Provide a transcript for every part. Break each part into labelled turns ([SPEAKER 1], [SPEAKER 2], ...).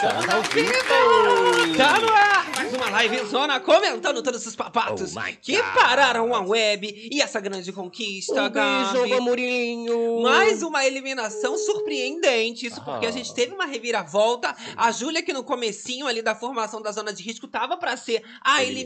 [SPEAKER 1] tá
[SPEAKER 2] Bem-vindo! Tá no ar! Mais uma live zona comentando todos os papatos
[SPEAKER 1] Oh my
[SPEAKER 2] que
[SPEAKER 1] God.
[SPEAKER 2] pararam a web e essa grande conquista,
[SPEAKER 1] Um beijo,
[SPEAKER 2] Gabi.
[SPEAKER 1] Amorinho!
[SPEAKER 2] Mais uma eliminação surpreendente, isso porque a
[SPEAKER 1] Ah.
[SPEAKER 2] gente teve uma reviravolta. A Júlia, que no comecinho ali da formação da zona de risco tava pra ser a eliminada,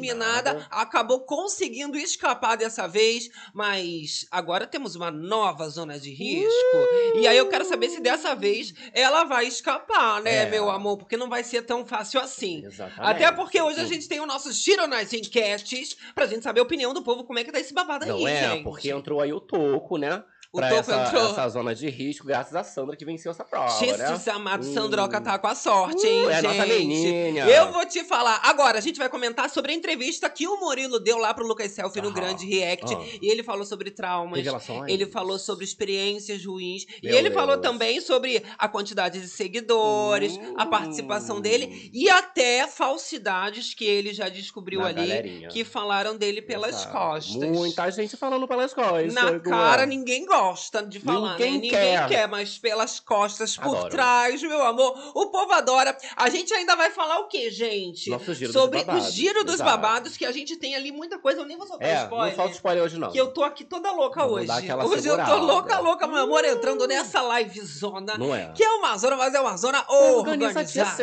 [SPEAKER 1] Eliminada.
[SPEAKER 2] acabou conseguindo escapar dessa vez, mas agora temos uma nova zona de risco. E aí eu quero saber se dessa vez ela vai escapar, né,
[SPEAKER 1] É.
[SPEAKER 2] meu amor? Porque não vai ser tão fácil assim.
[SPEAKER 1] Exatamente.
[SPEAKER 2] Até porque hoje a
[SPEAKER 1] Hum.
[SPEAKER 2] gente tem o nosso Giro nas enquetes pra gente saber a opinião do povo, como é que tá esse babado
[SPEAKER 1] Não
[SPEAKER 2] aí,
[SPEAKER 1] é,
[SPEAKER 2] gente.
[SPEAKER 1] porque entrou aí o Toco, né?
[SPEAKER 2] o
[SPEAKER 1] pra
[SPEAKER 2] topo
[SPEAKER 1] essa,
[SPEAKER 2] entrou.
[SPEAKER 1] essa zona de risco, graças a Sandra que venceu essa prova, né?
[SPEAKER 2] Jesus amado,
[SPEAKER 1] Hum.
[SPEAKER 2] Sandroca tá com a sorte, hein,
[SPEAKER 1] Uh, é a
[SPEAKER 2] gente?
[SPEAKER 1] nossa menina!
[SPEAKER 2] Eu vou te falar. Agora, a gente vai comentar sobre a entrevista que o Murilo deu lá pro Lucas Selfie no
[SPEAKER 1] Aham.
[SPEAKER 2] Grande React.
[SPEAKER 1] Ah.
[SPEAKER 2] E ele falou sobre traumas.
[SPEAKER 1] Tem relações?
[SPEAKER 2] Ele falou sobre experiências ruins. e
[SPEAKER 1] Meu
[SPEAKER 2] ele falou
[SPEAKER 1] Deus.
[SPEAKER 2] também sobre a quantidade de seguidores, a
[SPEAKER 1] Hum.
[SPEAKER 2] participação dele e até falsidades que ele já descobriu
[SPEAKER 1] Na
[SPEAKER 2] ali
[SPEAKER 1] galerinha.
[SPEAKER 2] que falaram dele pelas
[SPEAKER 1] Exato.
[SPEAKER 2] costas.
[SPEAKER 1] Muita gente falando pelas costas.
[SPEAKER 2] Na
[SPEAKER 1] Luan.
[SPEAKER 2] cara, ninguém gosta de falar,
[SPEAKER 1] Ninguém
[SPEAKER 2] né? Ninguém
[SPEAKER 1] quer.
[SPEAKER 2] mas pelas costas, por
[SPEAKER 1] Adoro.
[SPEAKER 2] trás, meu amor, o povo adora. A gente ainda vai falar o quê, gente?
[SPEAKER 1] Nosso giro
[SPEAKER 2] Sobre
[SPEAKER 1] dos babados.
[SPEAKER 2] o giro dos
[SPEAKER 1] Exato.
[SPEAKER 2] babados, que a gente tem ali muita coisa, eu nem vou soltar
[SPEAKER 1] É, não
[SPEAKER 2] spoiler.
[SPEAKER 1] falta spoiler hoje não.
[SPEAKER 2] Que eu tô aqui toda louca
[SPEAKER 1] Vou
[SPEAKER 2] hoje.
[SPEAKER 1] dar aquela
[SPEAKER 2] Hoje eu
[SPEAKER 1] segurada. Hum.
[SPEAKER 2] tô louca, louca, meu amor, entrando nessa livezona.
[SPEAKER 1] Não é?
[SPEAKER 2] Que é uma zona, mas é uma zona organizada.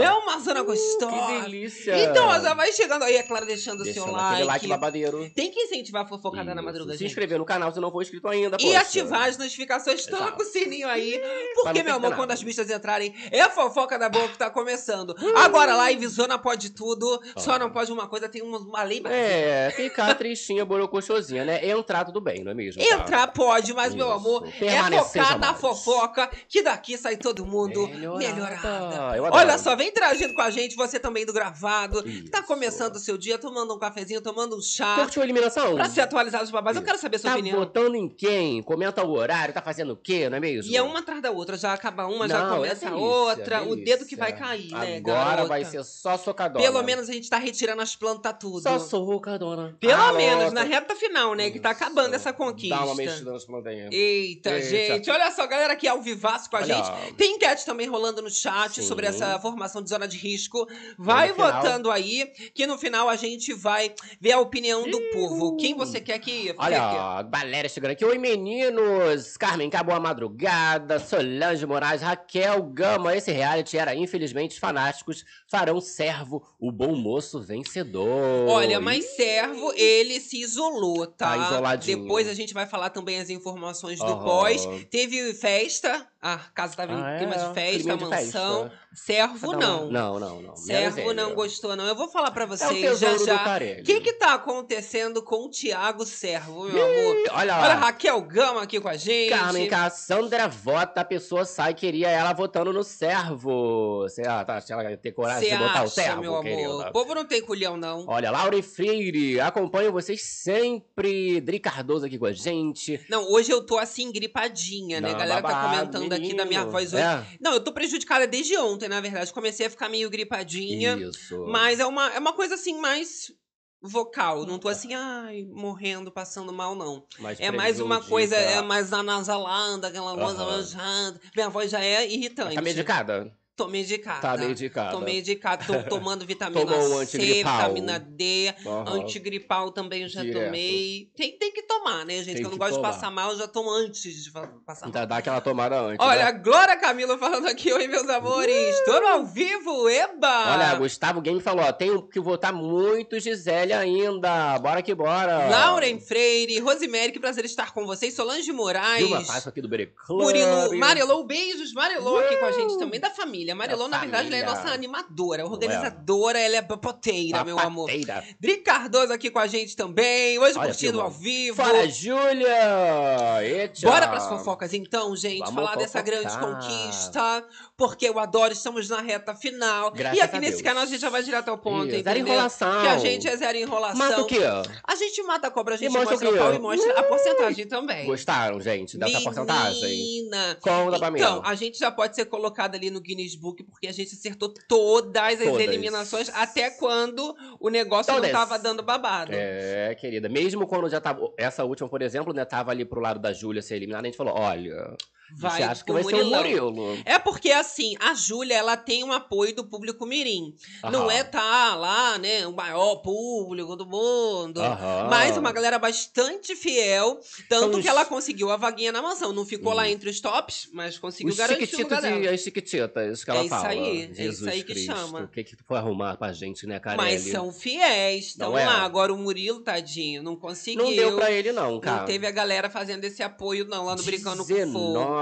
[SPEAKER 2] É
[SPEAKER 1] Eu...
[SPEAKER 2] uma zona
[SPEAKER 1] Que
[SPEAKER 2] gostosa.
[SPEAKER 1] delícia!
[SPEAKER 2] Então, já vai chegando aí, é claro, deixando o seu
[SPEAKER 1] Deixando
[SPEAKER 2] like.
[SPEAKER 1] aquele like babadeiro.
[SPEAKER 2] Tem que incentivar a fofocada na
[SPEAKER 1] Isso.
[SPEAKER 2] madrugada,
[SPEAKER 1] Se
[SPEAKER 2] gente.
[SPEAKER 1] inscrever no canal se não for inscrito ainda,
[SPEAKER 2] E
[SPEAKER 1] poxa.
[SPEAKER 2] ativar as notificações, toca
[SPEAKER 1] Exato.
[SPEAKER 2] o sininho aí.
[SPEAKER 1] Pra não
[SPEAKER 2] Porque,
[SPEAKER 1] perder
[SPEAKER 2] meu amor,
[SPEAKER 1] nada.
[SPEAKER 2] quando as bichas entrarem, é a fofoca da boa que tá começando. Agora, live zona pode tudo, só
[SPEAKER 1] Ah.
[SPEAKER 2] não pode uma coisa, tem uma, uma lei brasileira.
[SPEAKER 1] É, ficar tristinha, borocochosinha, né? Entrar tudo bem, não é mesmo? cara?
[SPEAKER 2] Entrar pode, mas, meu
[SPEAKER 1] Isso.
[SPEAKER 2] amor, é
[SPEAKER 1] Permanecer
[SPEAKER 2] focar na
[SPEAKER 1] jamais.
[SPEAKER 2] fofoca, que daqui sai todo mundo melhorada.
[SPEAKER 1] Eu adoro.
[SPEAKER 2] Olha só, vem interagindo com a gente, você também do gravado.
[SPEAKER 1] Isso.
[SPEAKER 2] Tá começando o seu dia, tomando um cafezinho, tomando um chá.
[SPEAKER 1] Curtiu a eliminação?
[SPEAKER 2] Pra se atualizar dos babás, eu
[SPEAKER 1] Isso.
[SPEAKER 2] quero saber a sua
[SPEAKER 1] Tá
[SPEAKER 2] opinião.
[SPEAKER 1] votando em quem? Comenta o horário, tá fazendo o quê, não é mesmo?
[SPEAKER 2] E é uma atrás da outra, já acaba uma, já
[SPEAKER 1] Não, é
[SPEAKER 2] começa a
[SPEAKER 1] delícia,
[SPEAKER 2] outra, o
[SPEAKER 1] delícia.
[SPEAKER 2] dedo que vai cair, né,
[SPEAKER 1] Agora
[SPEAKER 2] garota?
[SPEAKER 1] vai ser só socadona.
[SPEAKER 2] Pelo menos a gente tá retirando as plantas tudo.
[SPEAKER 1] Só socadona.
[SPEAKER 2] Pelo
[SPEAKER 1] Ah,
[SPEAKER 2] menos,
[SPEAKER 1] louca.
[SPEAKER 2] na reta final, né, que tá
[SPEAKER 1] Isso.
[SPEAKER 2] acabando essa conquista.
[SPEAKER 1] Dá uma mexida nas plantinhas.
[SPEAKER 2] Eita,
[SPEAKER 1] Eita.
[SPEAKER 2] gente, olha só, galera aqui ao vivaço com a
[SPEAKER 1] Olha,
[SPEAKER 2] gente. Tem enquete também rolando no chat
[SPEAKER 1] Sim.
[SPEAKER 2] sobre essa formação de zona de risco. Vai
[SPEAKER 1] no final.
[SPEAKER 2] votando aí, que no final a gente vai ver a opinião do povo. Quem você quer que fique aqui?
[SPEAKER 1] Olha, galera chegando aqui. Oi, meninos! Carmen Cabo, a madrugada, Solange Moraes, Raquel Gama. Esse reality era, infelizmente, fanáticos farão servo o bom moço vencedor.
[SPEAKER 2] Olha, mas servo, ele se isolou, tá?
[SPEAKER 1] Tá isoladinho.
[SPEAKER 2] Depois a gente vai falar também as informações do
[SPEAKER 1] Aham.
[SPEAKER 2] pós. Teve festa, a casa tava em
[SPEAKER 1] Ah, é?
[SPEAKER 2] clima de festa,
[SPEAKER 1] Clima de
[SPEAKER 2] mansão.
[SPEAKER 1] festa.
[SPEAKER 2] Servo
[SPEAKER 1] Cada
[SPEAKER 2] não.
[SPEAKER 1] um- Não, não, não.
[SPEAKER 2] Servo
[SPEAKER 1] Zero,
[SPEAKER 2] não
[SPEAKER 1] zero.
[SPEAKER 2] gostou, não. Eu vou falar pra
[SPEAKER 1] É o
[SPEAKER 2] vocês já
[SPEAKER 1] tesouro do
[SPEAKER 2] já.
[SPEAKER 1] Tarelli.
[SPEAKER 2] O que que tá acontecendo com o Thiago Servo, meu amor?
[SPEAKER 1] Olha
[SPEAKER 2] Olha a
[SPEAKER 1] lá.
[SPEAKER 2] Raquel Gama aqui com a gente.
[SPEAKER 1] Carmen né? Cassandra vota, a pessoa sai, queria ela votando no servo. Você ah, tá, se ela ter coragem
[SPEAKER 2] Você
[SPEAKER 1] de botar
[SPEAKER 2] acha,
[SPEAKER 1] o servo,
[SPEAKER 2] meu amor?
[SPEAKER 1] querida.
[SPEAKER 2] O povo não tem culhão, não.
[SPEAKER 1] Olha, Laura e Freire, acompanho vocês sempre. Dri Cardoso aqui com a gente.
[SPEAKER 2] Não, hoje eu tô assim, gripadinha, né? A
[SPEAKER 1] Não,
[SPEAKER 2] galera tá
[SPEAKER 1] babado,
[SPEAKER 2] comentando aqui da minha
[SPEAKER 1] menino.
[SPEAKER 2] voz hoje.
[SPEAKER 1] É?
[SPEAKER 2] Não, eu tô prejudicada desde ontem, na verdade. Comecei a ficar meio gripadinha.
[SPEAKER 1] Isso.
[SPEAKER 2] Mas é uma, é uma coisa assim, mais vocal. Não tô
[SPEAKER 1] É.
[SPEAKER 2] assim, ai, morrendo, passando mal, não.
[SPEAKER 1] Mas
[SPEAKER 2] É mais uma
[SPEAKER 1] prejudica.
[SPEAKER 2] coisa, é mais anasalada, aquela voz
[SPEAKER 1] Aham.
[SPEAKER 2] alojada. Minha voz já é irritante.
[SPEAKER 1] Tá medicada?
[SPEAKER 2] Tô medicada.
[SPEAKER 1] Tá medicada.
[SPEAKER 2] Tô medicada, tô tomando vitamina
[SPEAKER 1] Tomou um
[SPEAKER 2] C,
[SPEAKER 1] antigripal.
[SPEAKER 2] vitamina D,
[SPEAKER 1] Aham.
[SPEAKER 2] antigripal também eu já
[SPEAKER 1] Direto.
[SPEAKER 2] tomei. Tem, tem que tomar, né, gente?
[SPEAKER 1] Tem
[SPEAKER 2] Que eu não
[SPEAKER 1] que
[SPEAKER 2] gosto
[SPEAKER 1] tomar.
[SPEAKER 2] de
[SPEAKER 1] Então,
[SPEAKER 2] passar mal, eu já tomo antes de fa- passar mal.
[SPEAKER 1] Tá, Dá, dá aquela tomada antes.
[SPEAKER 2] Olha,
[SPEAKER 1] né?
[SPEAKER 2] a Glória Camila falando aqui, oi, meus amores. Tô no ao vivo, eba!
[SPEAKER 1] Olha, Gustavo Game falou: ó, tenho que votar muito Gisele ainda. Bora que bora.
[SPEAKER 2] Lauren Freire, Rosemary, que prazer estar com vocês. Solange
[SPEAKER 1] Vilma
[SPEAKER 2] Moraes.
[SPEAKER 1] Páscoa aqui do Bere Club.
[SPEAKER 2] Murilo, Marilou, beijos, Marilou aqui com a gente também, da família. Marilou,
[SPEAKER 1] Da
[SPEAKER 2] na verdade, ela é
[SPEAKER 1] família.
[SPEAKER 2] nossa animadora, organizadora, ela é papoteira, meu amor.
[SPEAKER 1] Papateira.
[SPEAKER 2] Dri Cardoso aqui com a gente também, hoje
[SPEAKER 1] Olha,
[SPEAKER 2] curtindo
[SPEAKER 1] Vilma.
[SPEAKER 2] ao vivo.
[SPEAKER 1] Fora, Júlia! Eita.
[SPEAKER 2] Bora pras fofocas então, gente,
[SPEAKER 1] Vamos
[SPEAKER 2] falar dessa
[SPEAKER 1] fofocar.
[SPEAKER 2] grande conquista, porque eu adoro, estamos na reta final.
[SPEAKER 1] Graças
[SPEAKER 2] e aqui
[SPEAKER 1] a
[SPEAKER 2] nesse
[SPEAKER 1] Deus.
[SPEAKER 2] canal a gente já vai direto ao ponto,
[SPEAKER 1] Isso, zero
[SPEAKER 2] entendeu?
[SPEAKER 1] enrolação.
[SPEAKER 2] Que a gente é zero enrolação.
[SPEAKER 1] Mata o quê?
[SPEAKER 2] A gente mata a cobra, a gente
[SPEAKER 1] mostra
[SPEAKER 2] mostra
[SPEAKER 1] o
[SPEAKER 2] o
[SPEAKER 1] quê?
[SPEAKER 2] pau e mostra a porcentagem também.
[SPEAKER 1] Gostaram, gente, dessa porcentagem?
[SPEAKER 2] Menina.
[SPEAKER 1] Conta pra mim.
[SPEAKER 2] Então, a gente já pode ser colocada ali no Guinness Book, porque a gente acertou todas as
[SPEAKER 1] Todas.
[SPEAKER 2] eliminações, até quando o negócio
[SPEAKER 1] Todas.
[SPEAKER 2] não tava dando babado.
[SPEAKER 1] É, querida. Mesmo quando já tava. Essa última, por exemplo, né? Tava ali pro lado da Júlia ser eliminada, a gente falou: olha, Vai Você acha que vai ser o
[SPEAKER 2] Murilão.
[SPEAKER 1] Murilo.
[SPEAKER 2] É porque, assim, a Júlia, ela tem um apoio do público mirim. Não
[SPEAKER 1] Aham.
[SPEAKER 2] é tá lá, né, o maior público do mundo.
[SPEAKER 1] Aham.
[SPEAKER 2] Mas uma galera bastante fiel. Tanto
[SPEAKER 1] Ah. São
[SPEAKER 2] que
[SPEAKER 1] os-
[SPEAKER 2] ela conseguiu a vaguinha na mansão. Não ficou lá entre os tops, mas conseguiu
[SPEAKER 1] Os
[SPEAKER 2] garantir o lugar
[SPEAKER 1] chiquititos e
[SPEAKER 2] dela.
[SPEAKER 1] as chiquititas que
[SPEAKER 2] É
[SPEAKER 1] ela
[SPEAKER 2] isso
[SPEAKER 1] fala.
[SPEAKER 2] aí, é isso
[SPEAKER 1] Jesus
[SPEAKER 2] aí que
[SPEAKER 1] Cristo.
[SPEAKER 2] chama.
[SPEAKER 1] O que que tu foi arrumar pra gente, né, Carelli?
[SPEAKER 2] Mas são fiéis, estão
[SPEAKER 1] Não é?
[SPEAKER 2] lá. Agora o Murilo, tadinho, não conseguiu.
[SPEAKER 1] Não deu pra ele não, cara.
[SPEAKER 2] Não teve a galera fazendo esse apoio, não, lá no Brincando com Fogo.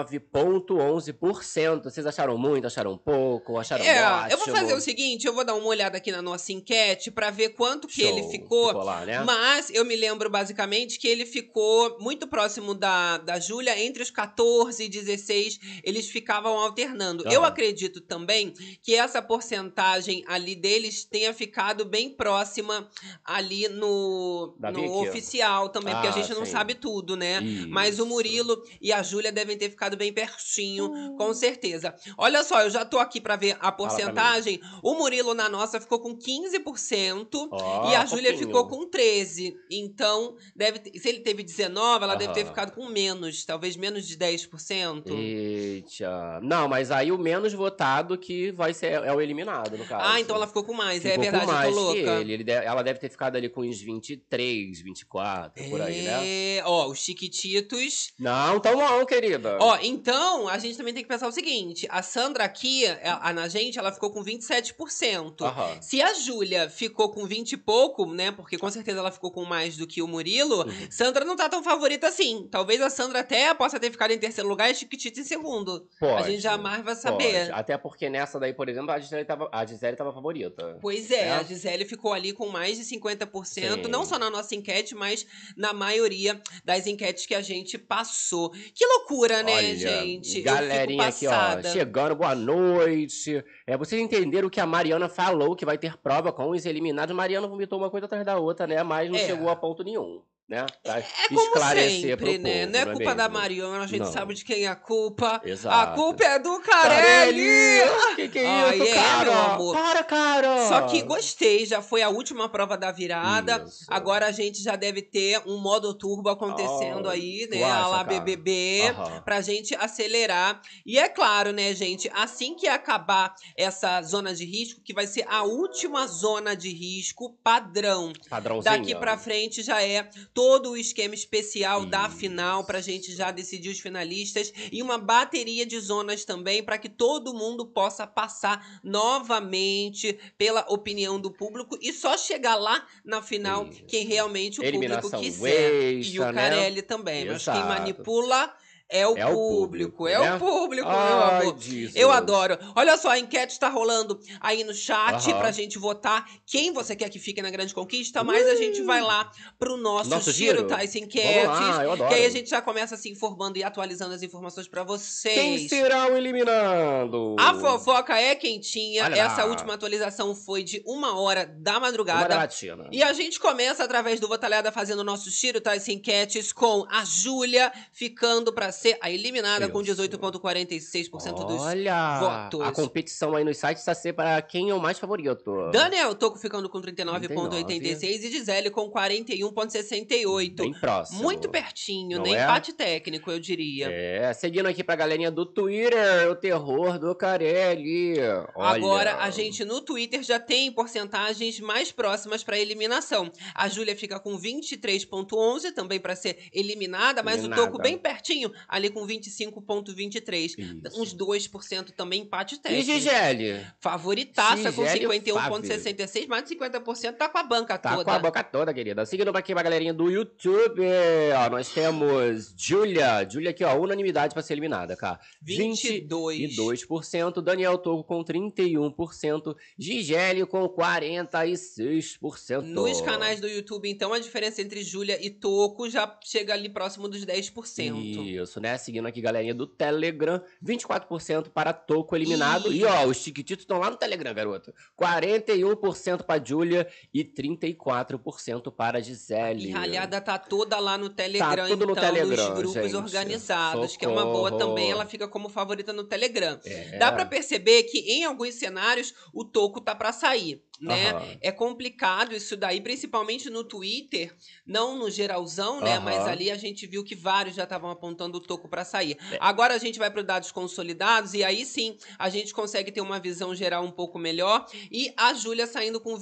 [SPEAKER 1] 19,11%. Vocês acharam muito, acharam pouco, acharam
[SPEAKER 2] É,
[SPEAKER 1] um ótimo.
[SPEAKER 2] eu vou fazer o seguinte, eu vou dar uma olhada aqui na nossa enquete pra ver quanto que
[SPEAKER 1] Show.
[SPEAKER 2] ele ficou.
[SPEAKER 1] lá, né?
[SPEAKER 2] Mas eu me lembro basicamente que ele ficou muito próximo da, da Júlia, entre os 14 e 16, eles ficavam alternando. Eu
[SPEAKER 1] Aham.
[SPEAKER 2] acredito também que essa porcentagem ali deles tenha ficado bem próxima ali no,
[SPEAKER 1] Da Vicky?
[SPEAKER 2] no oficial também, porque a
[SPEAKER 1] Ah,
[SPEAKER 2] gente não
[SPEAKER 1] sim.
[SPEAKER 2] sabe tudo, né?
[SPEAKER 1] Isso.
[SPEAKER 2] Mas o Murilo e a Júlia devem ter ficado bem pertinho, com certeza. Olha só, eu já tô aqui pra ver a
[SPEAKER 1] pra mim.
[SPEAKER 2] porcentagem. O Murilo na nossa ficou com 15%.
[SPEAKER 1] Ó,
[SPEAKER 2] E a Júlia
[SPEAKER 1] Ah, pouquinho.
[SPEAKER 2] ficou com 13. Então, deve ter- se ele teve 19, ela deve ter
[SPEAKER 1] Aham.
[SPEAKER 2] ficado com menos, talvez menos de 10%.
[SPEAKER 1] Eita. Não, mas aí o menos votado que vai ser é o eliminado, no caso.
[SPEAKER 2] Ah, então ela ficou com mais.
[SPEAKER 1] Ficou
[SPEAKER 2] é verdade,
[SPEAKER 1] com mais
[SPEAKER 2] eu tô louca.
[SPEAKER 1] que ele. Ele de- ela deve ter ficado ali com uns 23, 24, por aí, né? Ah.
[SPEAKER 2] É, ó, os chiquititos.
[SPEAKER 1] Não, tão não, querida.
[SPEAKER 2] Ó, então, a gente também tem que pensar o seguinte: a Sandra aqui, a, a, na gente, ela ficou com 27%.
[SPEAKER 1] Aham.
[SPEAKER 2] Se a Júlia ficou com 20 e pouco, né? Porque com certeza ela ficou com mais do que o Murilo,
[SPEAKER 1] Uhum.
[SPEAKER 2] Sandra não tá tão favorita assim. Talvez a Sandra até possa ter ficado em terceiro lugar e a Chiquitita em segundo.
[SPEAKER 1] Pode.
[SPEAKER 2] A gente jamais vai
[SPEAKER 1] Pode.
[SPEAKER 2] saber.
[SPEAKER 1] Até porque nessa daí, por exemplo, a Gisele tava, a Gisele tava favorita.
[SPEAKER 2] Pois é,
[SPEAKER 1] É.
[SPEAKER 2] a Gisele ficou ali com mais de 50%,
[SPEAKER 1] Sim.
[SPEAKER 2] não só na nossa enquete, mas na maioria das enquetes que a gente passou. Que loucura, né,
[SPEAKER 1] Olha,
[SPEAKER 2] gente?
[SPEAKER 1] Galerinha
[SPEAKER 2] Eu
[SPEAKER 1] aqui,
[SPEAKER 2] fico
[SPEAKER 1] ó,
[SPEAKER 2] passada.
[SPEAKER 1] chegando, boa noite. É, vocês entenderam que a Mariana falou que vai ter prova com os eliminados. Mariana vomitou uma coisa atrás da outra, né? Mas não
[SPEAKER 2] É.
[SPEAKER 1] chegou a ponto nenhum, né? Pra
[SPEAKER 2] é como
[SPEAKER 1] esclarecer
[SPEAKER 2] sempre,
[SPEAKER 1] pro povo,
[SPEAKER 2] né? Não é culpa da
[SPEAKER 1] mesmo?
[SPEAKER 2] Mariana, a gente
[SPEAKER 1] Não.
[SPEAKER 2] sabe de quem é a culpa.
[SPEAKER 1] Exato. Tá
[SPEAKER 2] A culpa é do
[SPEAKER 1] Carelli!
[SPEAKER 2] Carelli!
[SPEAKER 1] Que que é
[SPEAKER 2] Ai,
[SPEAKER 1] isso,
[SPEAKER 2] é,
[SPEAKER 1] cara?
[SPEAKER 2] meu amor.
[SPEAKER 1] Para, cara!
[SPEAKER 2] Só que gostei, já foi a última prova da virada.
[SPEAKER 1] Isso.
[SPEAKER 2] Agora a gente já deve ter um modo turbo acontecendo
[SPEAKER 1] Ah,
[SPEAKER 2] aí,
[SPEAKER 1] tu
[SPEAKER 2] né? A
[SPEAKER 1] acha,
[SPEAKER 2] lá
[SPEAKER 1] cara?
[SPEAKER 2] BBB.
[SPEAKER 1] Aham.
[SPEAKER 2] Pra gente acelerar. E é claro, né, gente? Assim que acabar essa zona de risco, que vai ser a última zona de risco padrão.
[SPEAKER 1] Padrãozinho.
[SPEAKER 2] Daqui pra frente já é todo o esquema especial da
[SPEAKER 1] Isso.
[SPEAKER 2] final pra gente já decidir os finalistas e uma bateria de zonas também pra que todo mundo possa passar novamente pela opinião do público e só chegar lá na final
[SPEAKER 1] Isso.
[SPEAKER 2] quem realmente o
[SPEAKER 1] Eliminação
[SPEAKER 2] público quiser. E
[SPEAKER 1] besta, né?
[SPEAKER 2] o Carelli também, mas quem
[SPEAKER 1] Exato.
[SPEAKER 2] manipula é o,
[SPEAKER 1] É o
[SPEAKER 2] público,
[SPEAKER 1] público,
[SPEAKER 2] é
[SPEAKER 1] né?
[SPEAKER 2] o público,
[SPEAKER 1] Ai,
[SPEAKER 2] meu amor.
[SPEAKER 1] Jesus.
[SPEAKER 2] Eu adoro. Olha só, a enquete está rolando aí no chat
[SPEAKER 1] Aham.
[SPEAKER 2] pra gente votar quem você quer que fique na Grande Conquista, mas a gente vai lá pro nosso,
[SPEAKER 1] Nosso
[SPEAKER 2] giro,
[SPEAKER 1] giro?
[SPEAKER 2] tá? Essa
[SPEAKER 1] Vamos
[SPEAKER 2] enquete.
[SPEAKER 1] lá, eu adoro.
[SPEAKER 2] Que aí a gente já começa se informando e atualizando as informações pra
[SPEAKER 1] Quem
[SPEAKER 2] vocês.
[SPEAKER 1] será o eliminando?
[SPEAKER 2] É A fofoca é quentinha.
[SPEAKER 1] Olha lá.
[SPEAKER 2] Essa última atualização foi de uma hora da
[SPEAKER 1] Uma
[SPEAKER 2] madrugada.
[SPEAKER 1] da Latina.
[SPEAKER 2] E a gente começa através do Batalhada fazendo o nosso tiro, tá? As enquetes com a Júlia ficando pra ser a eliminada com
[SPEAKER 1] Isso.
[SPEAKER 2] 18,46% dos.
[SPEAKER 1] Olha,
[SPEAKER 2] votos.
[SPEAKER 1] a competição aí nos sites está ser para quem é o mais favorito.
[SPEAKER 2] Daniel Toco ficando com 39,86 e Gisele com
[SPEAKER 1] Bem
[SPEAKER 2] 41,68.
[SPEAKER 1] próximo.
[SPEAKER 2] Muito pertinho,
[SPEAKER 1] Não
[SPEAKER 2] né?
[SPEAKER 1] é?
[SPEAKER 2] Empate técnico, eu diria.
[SPEAKER 1] É, seguindo aqui pra galerinha do Twitter, o terror do Carelli. Olha.
[SPEAKER 2] Agora, a gente no Twitter já tem porcentagens mais próximas para eliminação. A Júlia fica com 23,11 também para ser eliminada, mas o
[SPEAKER 1] Eliminada.
[SPEAKER 2] Toco bem pertinho, ali com 25,23.
[SPEAKER 1] Isso.
[SPEAKER 2] uns 2% também empate
[SPEAKER 1] E
[SPEAKER 2] técnico.
[SPEAKER 1] Gisele?
[SPEAKER 2] Favoritaça com
[SPEAKER 1] Gisele
[SPEAKER 2] 51,66, mais de 50% tá com a banca
[SPEAKER 1] Tá
[SPEAKER 2] toda.
[SPEAKER 1] com a boca toda, querida. Seguindo aqui pra galerinha do YouTube, ó, nós temos Julia. Julia aqui, ó, unanimidade pra ser eliminada, cara.
[SPEAKER 2] 22.
[SPEAKER 1] E 2%, Daniel Togo com 31%, Gigélio com 46%.
[SPEAKER 2] Nos canais do YouTube, então, a diferença entre Júlia e Toco já chega ali próximo dos 10%.
[SPEAKER 1] Isso, né? Seguindo aqui, galerinha do Telegram, 24% para Toco eliminado.
[SPEAKER 2] Ih.
[SPEAKER 1] E ó, os Chiquititos estão lá no Telegram, garoto. 41% para Julia e 34% para Gisele.
[SPEAKER 2] E ralhada tá toda lá no Telegram,
[SPEAKER 1] Tá tudo no
[SPEAKER 2] então,
[SPEAKER 1] Telegram,
[SPEAKER 2] nos grupos
[SPEAKER 1] gente.
[SPEAKER 2] organizados, que é uma boa
[SPEAKER 1] Socorro.
[SPEAKER 2] também. Ela fica como favorita no Telegram.
[SPEAKER 1] É.
[SPEAKER 2] Dá pra perceber que em alguns cenários o Toco tá pra sair. né?
[SPEAKER 1] Aham.
[SPEAKER 2] É complicado isso daí, principalmente no Twitter, não no geralzão, né?
[SPEAKER 1] Aham.
[SPEAKER 2] Mas ali a gente viu que vários já estavam apontando o toco para sair.
[SPEAKER 1] É.
[SPEAKER 2] Agora a gente vai para dados consolidados e aí sim a gente consegue ter uma visão geral um pouco melhor. E a Júlia saindo com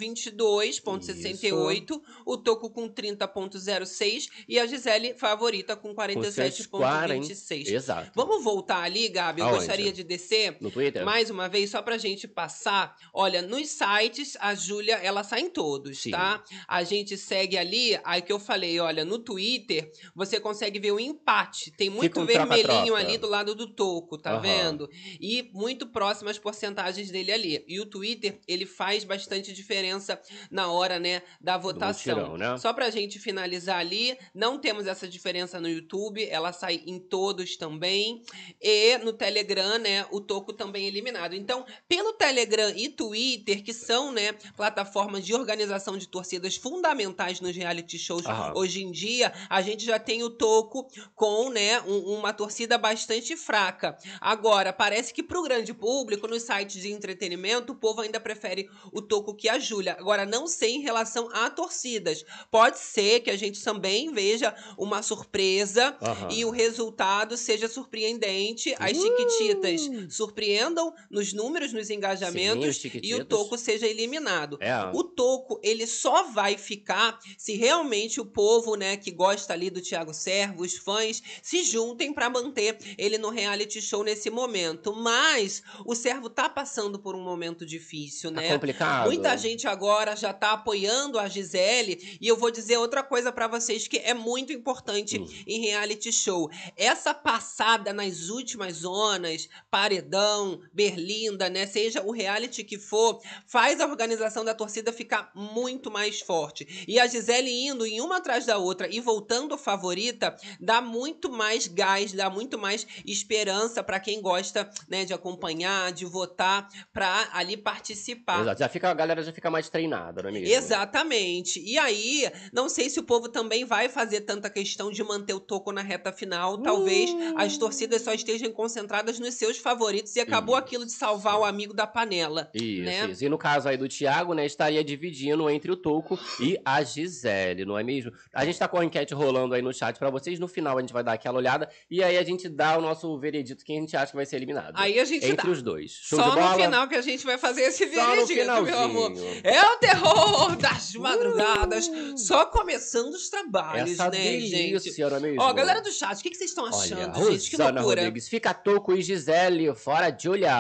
[SPEAKER 2] 22,68, o Toco com 30,06 e a Gisele favorita com
[SPEAKER 1] quarenta-
[SPEAKER 2] 47,26.
[SPEAKER 1] Exato.
[SPEAKER 2] Vamos voltar ali, Gabi? Eu
[SPEAKER 1] Aonde?
[SPEAKER 2] gostaria de descer
[SPEAKER 1] No Twitter?
[SPEAKER 2] mais uma vez, só pra gente passar, olha, nos sites, a Júlia, ela sai em todos,
[SPEAKER 1] Sim.
[SPEAKER 2] tá? A gente segue ali, aí que eu falei, olha, no Twitter, você consegue ver o empate. Tem muito
[SPEAKER 1] um
[SPEAKER 2] vermelhinho
[SPEAKER 1] troca-troca.
[SPEAKER 2] ali do lado do toco, tá
[SPEAKER 1] Aham.
[SPEAKER 2] vendo? E muito próximo as porcentagens dele ali. E o Twitter, ele faz bastante diferença na hora, né, da votação.
[SPEAKER 1] mutirão, né?
[SPEAKER 2] Só pra gente finalizar ali, não temos essa diferença no YouTube, ela sai em todos também. E no Telegram, né, o Toco também é eliminado. Então, pelo Telegram e Twitter, que são, né, plataformas de organização de torcidas fundamentais nos reality shows
[SPEAKER 1] Aham.
[SPEAKER 2] hoje em dia, a gente já tem o Toco com, né, um- uma torcida bastante fraca. Agora, parece que pro grande público, nos sites de entretenimento, o povo ainda prefere o Toco que a Júlia. Agora, não sei em relação a torcidas. Pode ser que a gente também veja uma surpresa
[SPEAKER 1] Aham.
[SPEAKER 2] e o resultado seja surpreendente.
[SPEAKER 1] Uh!
[SPEAKER 2] As Chiquititas surpreendam nos números, nos engajamentos
[SPEAKER 1] Sim, os
[SPEAKER 2] e o
[SPEAKER 1] Chiquititas.
[SPEAKER 2] Toco seja eliminado.
[SPEAKER 1] É.
[SPEAKER 2] O Toco, ele só vai ficar se realmente o povo, né, que gosta ali do Thiago Servo, os fãs, se juntem pra manter ele no reality show nesse momento. Mas o Servo tá passando por um momento difícil,
[SPEAKER 1] Tá
[SPEAKER 2] né?
[SPEAKER 1] complicado.
[SPEAKER 2] Muita gente agora já tá apoiando a Gisele e eu vou dizer outra coisa pra vocês que é muito importante
[SPEAKER 1] Hum.
[SPEAKER 2] em reality show. Essa passada nas últimas zonas, Paredão, Berlinda, né, seja o reality que for, faz a organização da torcida ficar muito mais forte. E a Gisele indo em uma atrás da outra e voltando favorita, dá muito mais gás, dá muito mais esperança pra quem gosta, né, de acompanhar, de votar, pra ali participar.
[SPEAKER 1] Exato. Já fica, a galera já fica mais treinada, não é mesmo?
[SPEAKER 2] Exatamente. E aí, não sei se o povo também vai fazer tanta questão de manter o toco na reta final. Talvez
[SPEAKER 1] Hum.
[SPEAKER 2] as torcidas só estejam concentradas nos seus favoritos e acabou
[SPEAKER 1] Isso.
[SPEAKER 2] aquilo de salvar o amigo da panela.
[SPEAKER 1] Isso,
[SPEAKER 2] né?
[SPEAKER 1] isso. E no caso aí do Thiago, né, estaria dividindo entre o Toco e a Gisele, não é mesmo? A gente tá com a enquete rolando aí no chat pra vocês. No final a gente vai dar aquela olhada e aí a gente dá o nosso veredito quem a gente acha que vai ser eliminado.
[SPEAKER 2] Aí a gente
[SPEAKER 1] entre
[SPEAKER 2] dá.
[SPEAKER 1] os dois. Show de
[SPEAKER 2] Só
[SPEAKER 1] bola?
[SPEAKER 2] no final que a gente vai fazer esse
[SPEAKER 1] Só no
[SPEAKER 2] veredito, meu amor.
[SPEAKER 1] finalzinho. Uh.
[SPEAKER 2] É o terror das madrugadas, só começando os trabalhos,
[SPEAKER 1] Essa
[SPEAKER 2] né,
[SPEAKER 1] delícia,
[SPEAKER 2] gente?
[SPEAKER 1] não é mesmo?
[SPEAKER 2] Ó, galera do chat, o que que vocês estão
[SPEAKER 1] Olha,
[SPEAKER 2] achando, gente? Que
[SPEAKER 1] Rosana
[SPEAKER 2] loucura.
[SPEAKER 1] Rodrigues, fica Toco e Gisele, fora Julia.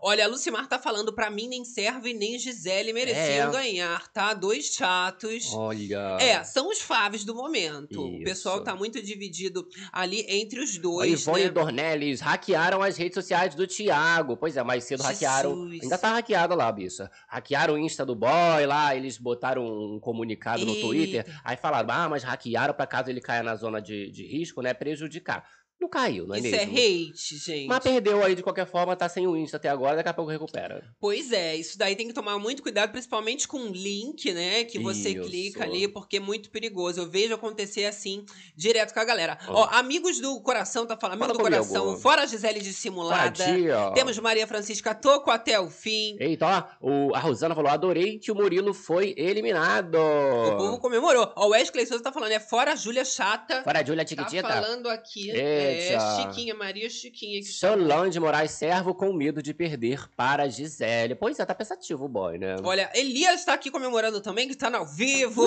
[SPEAKER 2] Olha, a Lucimar tá falando, pra mim nem serve nem Gisele mereciam
[SPEAKER 1] É.
[SPEAKER 2] ganhar, tá? Dois chatos.
[SPEAKER 1] Olha.
[SPEAKER 2] É, são os faves do momento. O
[SPEAKER 1] Isso.
[SPEAKER 2] pessoal tá muito dividido ali entre os
[SPEAKER 1] A
[SPEAKER 2] dois.
[SPEAKER 1] Ivone é
[SPEAKER 2] né?
[SPEAKER 1] Dornelles hackearam as redes sociais do Thiago. Pois é, mais cedo
[SPEAKER 2] Jesus.
[SPEAKER 1] hackearam. Ainda tá hackeada lá, bicha. Hackearam o Insta do boy lá, eles botaram um comunicado no
[SPEAKER 2] Eita.
[SPEAKER 1] Twitter. Aí falaram, ah, mas hackearam pra caso ele caia na zona de, de risco, né? Prejudicar. Não caiu, não é
[SPEAKER 2] Isso é
[SPEAKER 1] mesmo?
[SPEAKER 2] hate, gente.
[SPEAKER 1] mas perdeu aí de qualquer forma, tá sem o Insta até agora, daqui a pouco recupera. Tá
[SPEAKER 2] Pois é, isso daí tem que tomar muito cuidado, principalmente com o link, né? Que você
[SPEAKER 1] Isso.
[SPEAKER 2] clica ali, porque é muito perigoso. Eu vejo acontecer assim, direto com a galera.
[SPEAKER 1] Ó.
[SPEAKER 2] Ó, amigos do coração, tá falando, amigo
[SPEAKER 1] Fala
[SPEAKER 2] do
[SPEAKER 1] comigo.
[SPEAKER 2] coração, fora a Gisele dissimulada.
[SPEAKER 1] Padia.
[SPEAKER 2] Temos Maria Francisca Toco até o fim.
[SPEAKER 1] Eita, ó, o- a Rosana falou: adorei que o Murilo foi eliminado.
[SPEAKER 2] O povo comemorou. Ó, o Wesley Souza tá falando, é fora a Júlia Chata.
[SPEAKER 1] Fora a Júlia
[SPEAKER 2] Tá
[SPEAKER 1] Tiquitita.
[SPEAKER 2] falando aqui. É,
[SPEAKER 1] Eita.
[SPEAKER 2] Chiquinha, Maria Chiquinha. Que
[SPEAKER 1] Solange Moraes, servo com medo de perder para Gisele. Pois é, tá pensativo o boy, né?
[SPEAKER 2] Olha, Elias tá aqui comemorando também, que tá no ao vivo.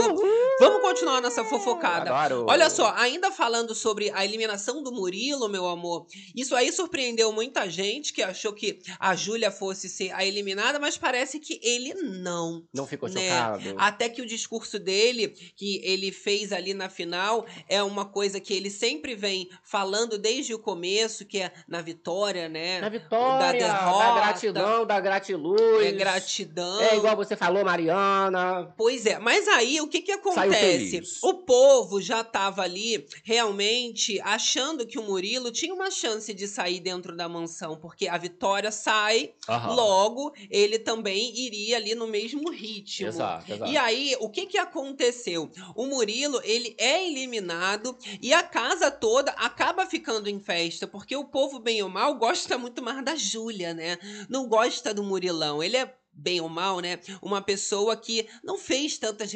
[SPEAKER 2] Vamos continuar nossa fofocada.
[SPEAKER 1] Adoro.
[SPEAKER 2] Olha só, ainda falando sobre a eliminação do Murilo, meu amor, isso aí surpreendeu muita gente que achou que a Júlia fosse ser a eliminada, mas parece que ele não.
[SPEAKER 1] Não ficou
[SPEAKER 2] né?
[SPEAKER 1] chocado?
[SPEAKER 2] Até que o discurso dele, que ele fez ali na final, é uma coisa que ele sempre vem falando desde o começo, que é na vitória, né?
[SPEAKER 1] Da vitória,
[SPEAKER 2] Da
[SPEAKER 1] da,
[SPEAKER 2] derrota.
[SPEAKER 1] gratidão, da gratiluz.
[SPEAKER 2] É gratidão.
[SPEAKER 1] É igual você falou, Mariana.
[SPEAKER 2] Pois é, mas aí o que que
[SPEAKER 1] Saiu
[SPEAKER 2] acontece?
[SPEAKER 1] feliz.
[SPEAKER 2] O povo já tava ali realmente achando que o Murilo tinha uma chance de sair dentro da mansão, porque a Vitória sai, logo ele também iria ali no mesmo ritmo.
[SPEAKER 1] Exato, exato.
[SPEAKER 2] E aí, o que que aconteceu? O Murilo, ele é eliminado e a casa toda acaba ficando em festa, porque o povo, bem ou mal, gosta muito mais da Júlia, né? Não gosta do Murilão. Ele é bem ou mal, né? Uma pessoa que não fez tantas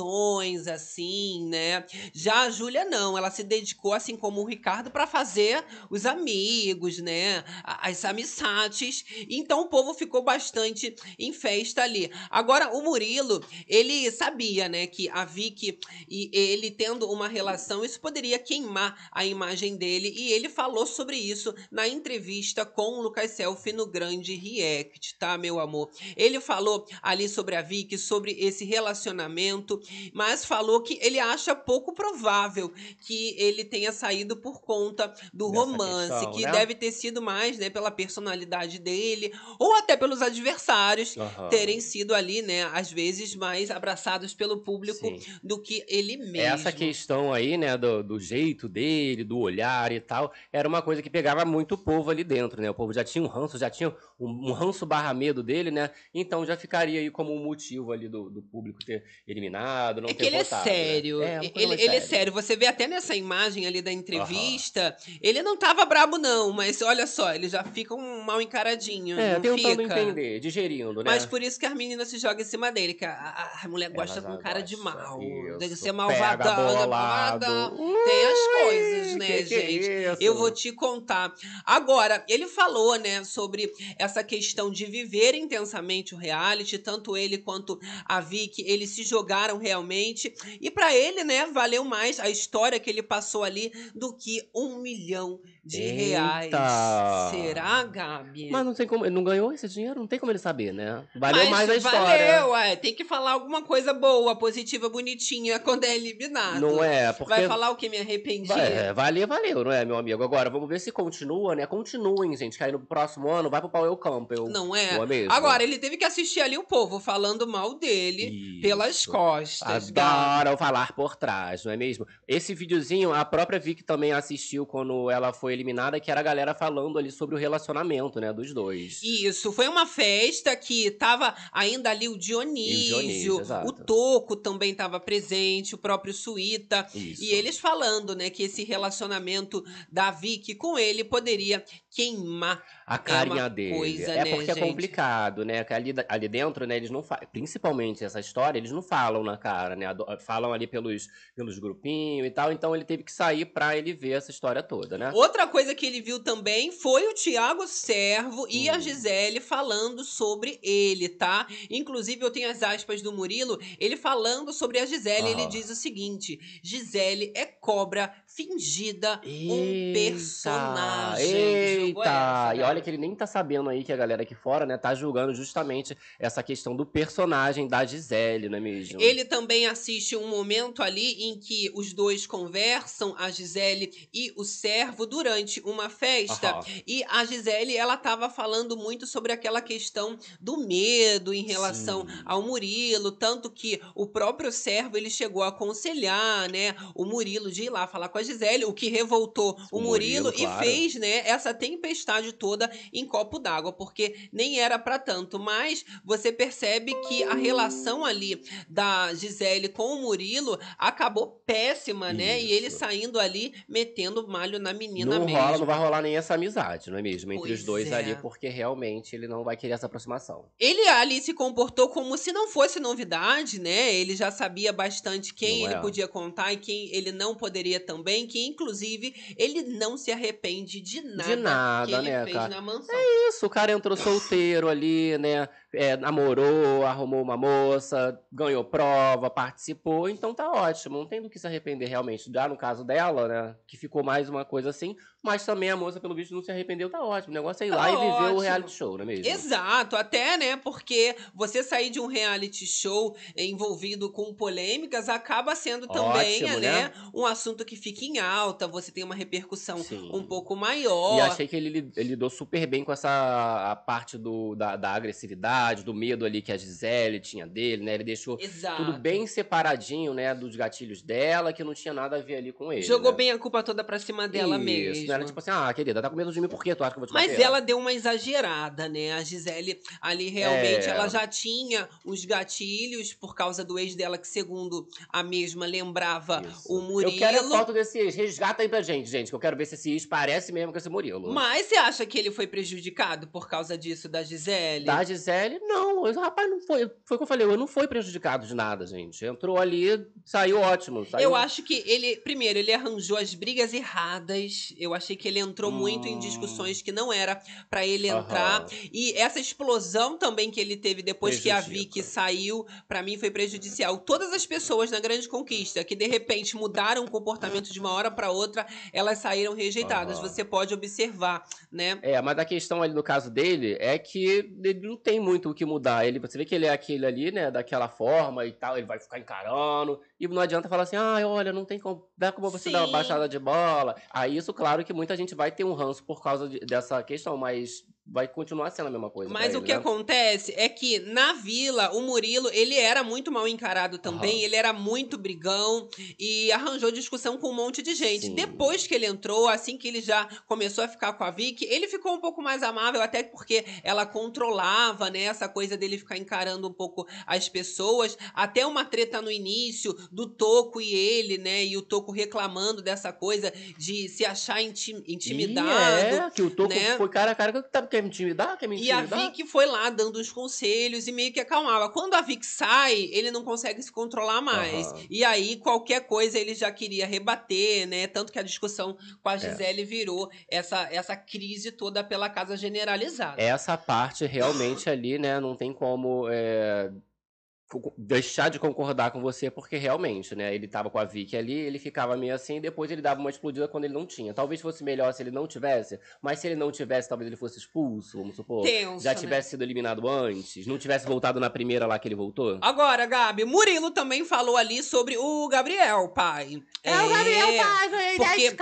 [SPEAKER 2] relações assim, né? Já a Júlia não, ela se dedicou, assim como o Ricardo, para fazer os amigos, né? A- As amizades. Então o povo ficou bastante em festa ali. Agora, o Murilo, ele sabia, né, que a Vicky e ele tendo uma relação, isso poderia queimar a imagem dele. E ele falou sobre isso na entrevista com o Lucas Selfie no Grande React, tá, meu amor? Ele falou ali sobre a Vicky, sobre esse relacionamento, mas falou que ele acha pouco provável que ele tenha saído por conta do
[SPEAKER 1] Dessa
[SPEAKER 2] romance,
[SPEAKER 1] questão,
[SPEAKER 2] que
[SPEAKER 1] né?
[SPEAKER 2] deve ter sido mais, né, pela personalidade dele, ou até pelos adversários
[SPEAKER 1] Aham.
[SPEAKER 2] terem sido ali, né, às vezes mais abraçados pelo público
[SPEAKER 1] Sim.
[SPEAKER 2] do que ele mesmo.
[SPEAKER 1] Essa questão aí, né, do, do jeito dele, do olhar e tal, era uma coisa que pegava muito o povo ali dentro, né? O povo já tinha um ranço, já tinha um, um ranço barra medo dele, né? Então já ficaria aí como um motivo ali do, do público ter eliminado, não
[SPEAKER 2] É que
[SPEAKER 1] ter
[SPEAKER 2] ele
[SPEAKER 1] votado.
[SPEAKER 2] é
[SPEAKER 1] né?
[SPEAKER 2] sério.
[SPEAKER 1] É, uma
[SPEAKER 2] ele,
[SPEAKER 1] coisa mais
[SPEAKER 2] ele é sério. Você vê até nessa imagem ali da entrevista, ele não tava brabo, não, mas olha só, ele já fica um mal encaradinho.
[SPEAKER 1] É,
[SPEAKER 2] não
[SPEAKER 1] tentando
[SPEAKER 2] fica.
[SPEAKER 1] entender, digerindo, né? É,
[SPEAKER 2] Mas por isso que as meninas se jogam em cima dele, que a, a- a mulher gosta
[SPEAKER 1] Elas
[SPEAKER 2] com um cara de
[SPEAKER 1] gostam,
[SPEAKER 2] mal.
[SPEAKER 1] isso.
[SPEAKER 2] Deve ser
[SPEAKER 1] Pega
[SPEAKER 2] malvadão,
[SPEAKER 1] bolado.
[SPEAKER 2] malvadão. Tem as coisas,
[SPEAKER 1] Ui,
[SPEAKER 2] né,
[SPEAKER 1] que que é
[SPEAKER 2] gente?
[SPEAKER 1] isso?
[SPEAKER 2] Eu vou te contar. Agora, ele falou, né, sobre essa questão de viver intensamente o reality, tanto ele quanto a Vicky, eles se jogaram realmente. E pra ele, né, valeu mais a história que ele passou ali do que um milhão de reais.
[SPEAKER 1] Eita!
[SPEAKER 2] Será, Gabi?
[SPEAKER 1] Mas não tem como, não ganhou esse dinheiro, não tem como ele saber, né? Valeu mais a história.
[SPEAKER 2] Valeu, ué. Tem que falar alguma coisa boa, positiva, bonitinha quando é eliminado.
[SPEAKER 1] Não é, porque
[SPEAKER 2] Vai falar o que me arrependi?
[SPEAKER 1] Va- é, valeu, valeu, não é, meu amigo? Agora, vamos ver se continua, né? Continuem, gente, que aí no próximo ano vai pro Powell Campbell.
[SPEAKER 2] Não é?
[SPEAKER 1] Não é mesmo?
[SPEAKER 2] Agora, ele teve que assistir ali o povo falando mal dele
[SPEAKER 1] Isso.
[SPEAKER 2] pelas costas. Gabi.
[SPEAKER 1] Adoram falar por trás, não é mesmo? Esse videozinho, a própria Vicky também assistiu quando ela foi eliminada, que era a galera falando ali sobre o relacionamento, né, dos dois.
[SPEAKER 2] Isso, foi uma festa que tava ainda ali o Dionísio,
[SPEAKER 1] E o Dionísio, exato.
[SPEAKER 2] o Toco também tava presente, o próprio Suíta.
[SPEAKER 1] Isso.
[SPEAKER 2] E eles falando, né, que esse relacionamento da Vicky com ele poderia queimar.
[SPEAKER 1] A carinha
[SPEAKER 2] É uma
[SPEAKER 1] dele.
[SPEAKER 2] coisa,
[SPEAKER 1] é
[SPEAKER 2] né,
[SPEAKER 1] porque
[SPEAKER 2] gente?
[SPEAKER 1] é complicado, né? Que ali, da- ali dentro, né, eles não falam. Principalmente essa história, eles não falam na cara, né? ado- Falam ali pelos, pelos grupinhos e tal. Então ele teve que sair pra ele ver essa história toda, né?
[SPEAKER 2] Outra coisa que ele viu também foi o Tiago Servo e a
[SPEAKER 1] Hum.
[SPEAKER 2] Gisele falando sobre ele, tá? Inclusive, eu tenho as aspas do Murilo, ele falando sobre a Gisele, ele
[SPEAKER 1] Aham.
[SPEAKER 2] diz o seguinte: Gisele é cobra fingida um
[SPEAKER 1] Eita,
[SPEAKER 2] personagem. Jogou essa,
[SPEAKER 1] Eita!
[SPEAKER 2] né?
[SPEAKER 1] E
[SPEAKER 2] Gabi.
[SPEAKER 1] olha que ele nem tá sabendo aí que a galera aqui fora, né, tá julgando justamente essa questão do personagem da Gisele, não é mesmo?
[SPEAKER 2] Ele também assiste um momento ali em que os dois conversam, a Gisele e o servo, durante uma festa.
[SPEAKER 1] Aham.
[SPEAKER 2] E a Gisele, ela tava falando muito sobre aquela questão do medo em relação
[SPEAKER 1] Sim.
[SPEAKER 2] ao Murilo, tanto que o próprio servo, ele chegou a aconselhar, né, o Murilo de ir lá falar com a Gisele, o que revoltou o,
[SPEAKER 1] O
[SPEAKER 2] Murilo,
[SPEAKER 1] Murilo,
[SPEAKER 2] e
[SPEAKER 1] claro.
[SPEAKER 2] fez, né, essa tempestade toda em copo d'água, porque nem era pra tanto, mas você percebe que a relação ali da Gisele com o Murilo acabou péssima, né, e ele
[SPEAKER 1] Isso.
[SPEAKER 2] saindo ali metendo malho na menina
[SPEAKER 1] não
[SPEAKER 2] mesmo.
[SPEAKER 1] rola, não vai rolar nem essa amizade, não é mesmo? Entre
[SPEAKER 2] Pois
[SPEAKER 1] os dois
[SPEAKER 2] é.
[SPEAKER 1] ali, porque realmente ele não vai querer essa aproximação.
[SPEAKER 2] Ele ali se comportou como se não fosse novidade, né? Ele já sabia bastante quem
[SPEAKER 1] Não
[SPEAKER 2] ele
[SPEAKER 1] é?
[SPEAKER 2] podia contar e quem ele não poderia também, que inclusive ele não se arrepende de nada, que
[SPEAKER 1] nada,
[SPEAKER 2] ele
[SPEAKER 1] né,
[SPEAKER 2] fez
[SPEAKER 1] cara?
[SPEAKER 2] na mansão.
[SPEAKER 1] Isso, o cara entrou solteiro ali, né? é, namorou, arrumou uma moça, ganhou prova, participou, então tá ótimo. Não tem do que se arrepender realmente. Já no caso dela, né? Que ficou mais uma coisa assim, mas também a moça, pelo visto, não se arrependeu, tá ótimo. O negócio é ir
[SPEAKER 2] Tá
[SPEAKER 1] lá e viver
[SPEAKER 2] ótimo.
[SPEAKER 1] o reality show, não é mesmo?
[SPEAKER 2] Exato, até, né? Porque você sair de um reality show envolvido com polêmicas acaba sendo também,
[SPEAKER 1] Ótimo,
[SPEAKER 2] né,
[SPEAKER 1] né?
[SPEAKER 2] um assunto que fica em alta, você tem uma repercussão
[SPEAKER 1] Sim.
[SPEAKER 2] um pouco maior.
[SPEAKER 1] E achei que ele, li- ele lidou super bem com essa a parte do, da, da agressividade, do medo ali que a Gisele tinha dele, né? Ele deixou
[SPEAKER 2] Exato.
[SPEAKER 1] tudo bem separadinho, né? Dos gatilhos dela, que não tinha nada a ver ali com ele.
[SPEAKER 2] Jogou
[SPEAKER 1] né?
[SPEAKER 2] bem a culpa toda pra cima dela
[SPEAKER 1] Isso,
[SPEAKER 2] mesmo.
[SPEAKER 1] Não era tipo assim, ah, querida, tá com medo de mim, por quê? Tu acha que eu vou te
[SPEAKER 2] Mas
[SPEAKER 1] bater?
[SPEAKER 2] ela deu uma exagerada, né? A Gisele ali realmente,
[SPEAKER 1] É.
[SPEAKER 2] ela já tinha os gatilhos por causa do ex dela, que segundo a mesma lembrava
[SPEAKER 1] Isso.
[SPEAKER 2] o Murilo.
[SPEAKER 1] Eu quero a foto desse ex, resgata aí pra gente, gente, que eu quero ver se esse ex parece mesmo com esse Murilo.
[SPEAKER 2] Mas você acha que ele foi prejudicado por causa disso da Gisele?
[SPEAKER 1] Tá, Da Gisele, Ele, não, o rapaz não foi. Foi o que eu falei, eu não fui prejudicado de nada, gente. Entrou ali, saiu ótimo. Saiu...
[SPEAKER 2] Eu acho que ele, primeiro, ele arranjou as brigas erradas. Eu achei que ele entrou
[SPEAKER 1] Hum.
[SPEAKER 2] muito em discussões que não era pra ele
[SPEAKER 1] Aham.
[SPEAKER 2] entrar. E essa explosão também que ele teve depois que a
[SPEAKER 1] Prejudica.
[SPEAKER 2] Vicky saiu, pra mim foi prejudicial. Todas as pessoas na Grande Conquista que de repente mudaram o comportamento de uma hora pra outra, elas saíram rejeitadas.
[SPEAKER 1] Aham.
[SPEAKER 2] Você pode observar, né?
[SPEAKER 1] É, mas a questão ali no caso dele é que ele não tem muito o que mudar. Ele, você vê que ele é aquele ali, né, daquela forma e tal, ele vai ficar encarando. E não adianta falar assim, ah, olha, não tem como, dá como você dar
[SPEAKER 2] Sim.
[SPEAKER 1] uma baixada de bola. Aí isso, claro que muita gente vai ter um ranço por causa de- dessa questão, mas vai continuar sendo a mesma coisa.
[SPEAKER 2] Mas
[SPEAKER 1] pra
[SPEAKER 2] o
[SPEAKER 1] ele,
[SPEAKER 2] que
[SPEAKER 1] né?
[SPEAKER 2] acontece é que na vila, o Murilo, ele era muito mal encarado também,
[SPEAKER 1] Aham.
[SPEAKER 2] ele era muito brigão e arranjou discussão com um monte de gente.
[SPEAKER 1] Sim.
[SPEAKER 2] Depois que ele entrou, assim que ele já começou a ficar com a Vicky, ele ficou um pouco mais amável, até porque ela controlava, né, essa coisa dele ficar encarando um pouco as pessoas. Até uma treta no início do Toco e ele, né, e o Toco reclamando dessa coisa de se achar inti- intimidado.
[SPEAKER 1] E é, que o Toco
[SPEAKER 2] né?
[SPEAKER 1] foi cara a cara, que tá- quer me intimidar? Quer me
[SPEAKER 2] E a
[SPEAKER 1] intimidar?
[SPEAKER 2] Vic foi lá dando uns conselhos e meio que acalmava. Quando a Vic sai, ele não consegue se controlar mais.
[SPEAKER 1] Aham.
[SPEAKER 2] E aí, qualquer coisa ele já queria rebater, né? Tanto que a discussão com a
[SPEAKER 1] É.
[SPEAKER 2] Gisele virou essa, essa crise toda pela casa generalizada.
[SPEAKER 1] Essa parte realmente ali, né, não tem como é, co- deixar de concordar com você, porque realmente, né, ele tava com a Vicky ali, ele ficava meio assim, e depois ele dava uma explodida quando ele não tinha. Talvez fosse melhor se ele não tivesse, mas se ele não tivesse, talvez ele fosse expulso, vamos supor.
[SPEAKER 2] Tenso,
[SPEAKER 1] Já
[SPEAKER 2] né?
[SPEAKER 1] tivesse sido eliminado antes, não tivesse voltado na primeira lá que ele voltou.
[SPEAKER 2] Agora, Gabi, Murilo também falou ali sobre o Gabriel, pai. É,
[SPEAKER 1] Paz,
[SPEAKER 2] porque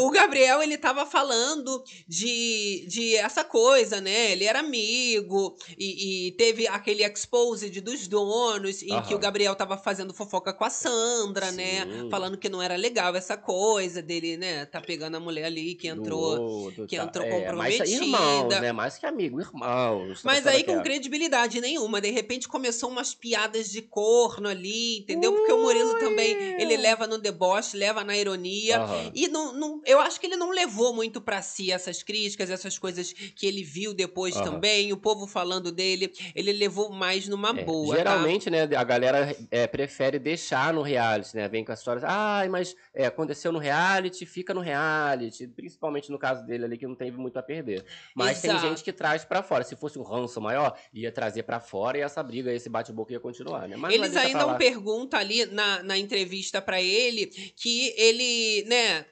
[SPEAKER 2] O Gabriel, ele tava falando de, de essa coisa, né? Ele era amigo e, e teve aquele exposed dos donos em que
[SPEAKER 1] Aham.
[SPEAKER 2] o Gabriel tava fazendo fofoca com a Sandra, né?
[SPEAKER 1] Sim.
[SPEAKER 2] Falando que não era legal essa coisa dele, né? Tá pegando a mulher ali que entrou. que entrou
[SPEAKER 1] tá. É, Mas
[SPEAKER 2] comprometida.
[SPEAKER 1] irmãos, né? Mais que amigo, irmãos. tá
[SPEAKER 2] Mas
[SPEAKER 1] pensando
[SPEAKER 2] aí
[SPEAKER 1] que
[SPEAKER 2] com
[SPEAKER 1] é-
[SPEAKER 2] credibilidade nenhuma, de repente começou umas piadas de corno ali, entendeu? Porque o Murilo também, ele leva no deboche, leva na ironia.
[SPEAKER 1] Aham.
[SPEAKER 2] E não, não- eu acho que ele não levou muito pra si essas críticas, essas coisas que ele viu depois
[SPEAKER 1] Aham.
[SPEAKER 2] também, o povo falando dele. Ele levou mais numa
[SPEAKER 1] É,
[SPEAKER 2] boa. tá?
[SPEAKER 1] Geralmente, né, a galera é, prefere deixar no reality, né? Vem com as histórias, ai, mas é, aconteceu no reality, fica no reality. Principalmente no caso dele ali, que não teve muito a perder. Mas
[SPEAKER 2] Exato.
[SPEAKER 1] tem gente que traz pra fora. Se fosse um ranço maior, ia trazer pra fora e essa briga, esse bate-boca ia continuar, né? Mas não
[SPEAKER 2] Eles
[SPEAKER 1] vai deixar
[SPEAKER 2] ainda
[SPEAKER 1] pra
[SPEAKER 2] um
[SPEAKER 1] lá.
[SPEAKER 2] pergunta ali na, na entrevista pra ele que ele, né?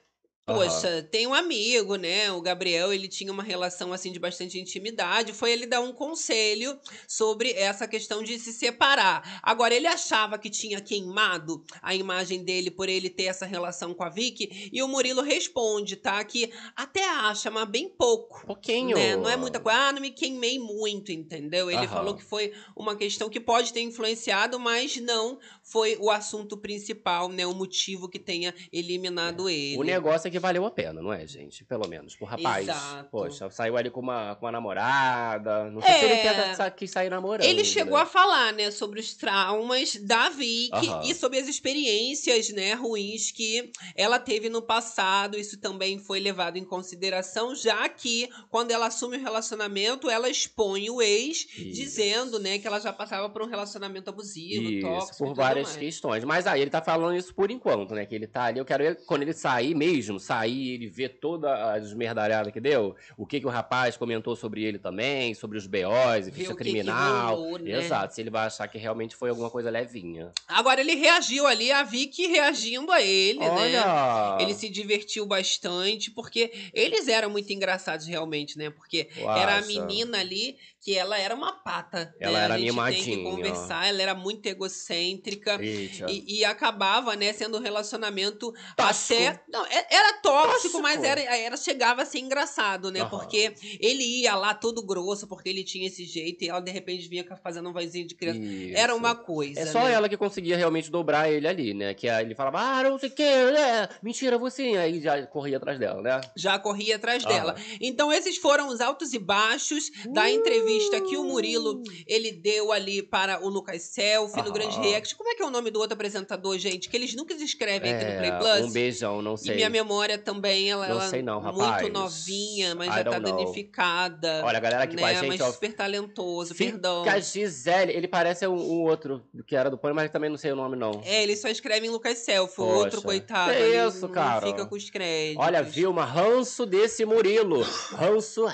[SPEAKER 1] Aham.
[SPEAKER 2] Poxa, tem um amigo, né? O Gabriel, ele tinha uma relação assim de bastante intimidade. Foi ele dar um conselho sobre essa questão de se separar. Agora, ele achava que tinha queimado a imagem dele por ele ter essa relação com a Vicky. E o Murilo responde, tá? Que até acha, mas bem pouco.
[SPEAKER 1] Pouquinho.
[SPEAKER 2] Né? Não é muita coisa. Ah, não me queimei muito, entendeu? Ele
[SPEAKER 1] Aham.
[SPEAKER 2] falou que foi uma questão que pode ter influenciado, mas não foi o assunto principal, né? O motivo que tenha eliminado ele.
[SPEAKER 1] O negócio é que valeu a pena, não é, gente? Pelo menos. Pro rapaz,
[SPEAKER 2] Exato.
[SPEAKER 1] poxa, saiu ali com uma, com uma namorada. Não sei se ele
[SPEAKER 2] É.
[SPEAKER 1] quer sa- quis sair namorando.
[SPEAKER 2] Ele chegou
[SPEAKER 1] né?
[SPEAKER 2] a falar, né, sobre os traumas da Vicky
[SPEAKER 1] Aham.
[SPEAKER 2] e sobre as experiências, né, ruins que ela teve no passado. Isso também foi levado em consideração, já que quando ela assume o relacionamento, ela expõe o ex,
[SPEAKER 1] Isso.
[SPEAKER 2] dizendo, né, que ela já passava por um relacionamento abusivo, tóxico, e
[SPEAKER 1] por
[SPEAKER 2] tudo
[SPEAKER 1] várias
[SPEAKER 2] mais.
[SPEAKER 1] questões. Mas aí ele tá falando isso por enquanto, né? Que ele tá ali. Eu quero ele, quando ele sair mesmo, sair, ele ver toda a desmerdalhada que deu, o que, que o rapaz comentou sobre ele também, sobre os BOs,
[SPEAKER 2] Ver
[SPEAKER 1] e ficha
[SPEAKER 2] o que que
[SPEAKER 1] criminal.
[SPEAKER 2] rolou, né?
[SPEAKER 1] Exato, se ele vai achar que realmente foi alguma coisa levinha.
[SPEAKER 2] Agora ele reagiu ali, a Vicky reagindo a ele, né?
[SPEAKER 1] Olha!
[SPEAKER 2] Ele se divertiu bastante, porque eles eram muito engraçados realmente, né? Porque
[SPEAKER 1] Tu
[SPEAKER 2] era a
[SPEAKER 1] acha?
[SPEAKER 2] menina ali que ela era uma pata.
[SPEAKER 1] Ela
[SPEAKER 2] né?
[SPEAKER 1] era
[SPEAKER 2] a gente tem que
[SPEAKER 1] mimadinha.
[SPEAKER 2] conversar, ela era muito egocêntrica.
[SPEAKER 1] Eita.
[SPEAKER 2] E, e acabava, né, sendo um relacionamento
[SPEAKER 1] Tóxico.
[SPEAKER 2] até. Não, é- era tóxico,
[SPEAKER 1] Tóxico.
[SPEAKER 2] mas era, era, chegava a ser engraçado, né?
[SPEAKER 1] Aham.
[SPEAKER 2] Porque ele ia lá todo grosso, porque ele tinha esse jeito, e ela de repente vinha fazendo um vozinho de criança. Era
[SPEAKER 1] Isso.
[SPEAKER 2] uma coisa.
[SPEAKER 1] É só
[SPEAKER 2] né?
[SPEAKER 1] ela que conseguia realmente dobrar ele ali, né? Que aí ele falava, ah, não sei o que, é, mentira, você. Aí já corria atrás dela, né?
[SPEAKER 2] já corria atrás
[SPEAKER 1] Aham.
[SPEAKER 2] dela. Então, esses foram os altos e baixos da entrevista entrevista que o Murilo ele deu ali para o Lucas Selfie no
[SPEAKER 1] Aham.
[SPEAKER 2] Grande React. Como é que é o nome do outro apresentador, gente? Que eles nunca descrevem aqui no Play
[SPEAKER 1] É,
[SPEAKER 2] Plus.
[SPEAKER 1] Um beijão, não
[SPEAKER 2] E
[SPEAKER 1] sei.
[SPEAKER 2] minha memória também, ela,
[SPEAKER 1] Não
[SPEAKER 2] ela
[SPEAKER 1] sei não,
[SPEAKER 2] muito
[SPEAKER 1] rapaz.
[SPEAKER 2] novinha, mas
[SPEAKER 1] I
[SPEAKER 2] já tá
[SPEAKER 1] don't know.
[SPEAKER 2] danificada.
[SPEAKER 1] Olha, a galera aqui
[SPEAKER 2] né?
[SPEAKER 1] com a gente,
[SPEAKER 2] mas
[SPEAKER 1] ó.
[SPEAKER 2] super talentoso,
[SPEAKER 1] Fica
[SPEAKER 2] perdão.
[SPEAKER 1] Gisele, ele parece um, um outro que era do Pony, mas também não sei o nome, não.
[SPEAKER 2] É, ele só escreve em Lucas Selfie, o
[SPEAKER 1] Poxa.
[SPEAKER 2] outro coitado.
[SPEAKER 1] Que
[SPEAKER 2] ele
[SPEAKER 1] isso,
[SPEAKER 2] não
[SPEAKER 1] cara?
[SPEAKER 2] fica com os créditos.
[SPEAKER 1] Olha, Vilma, ranço desse Murilo. Ranço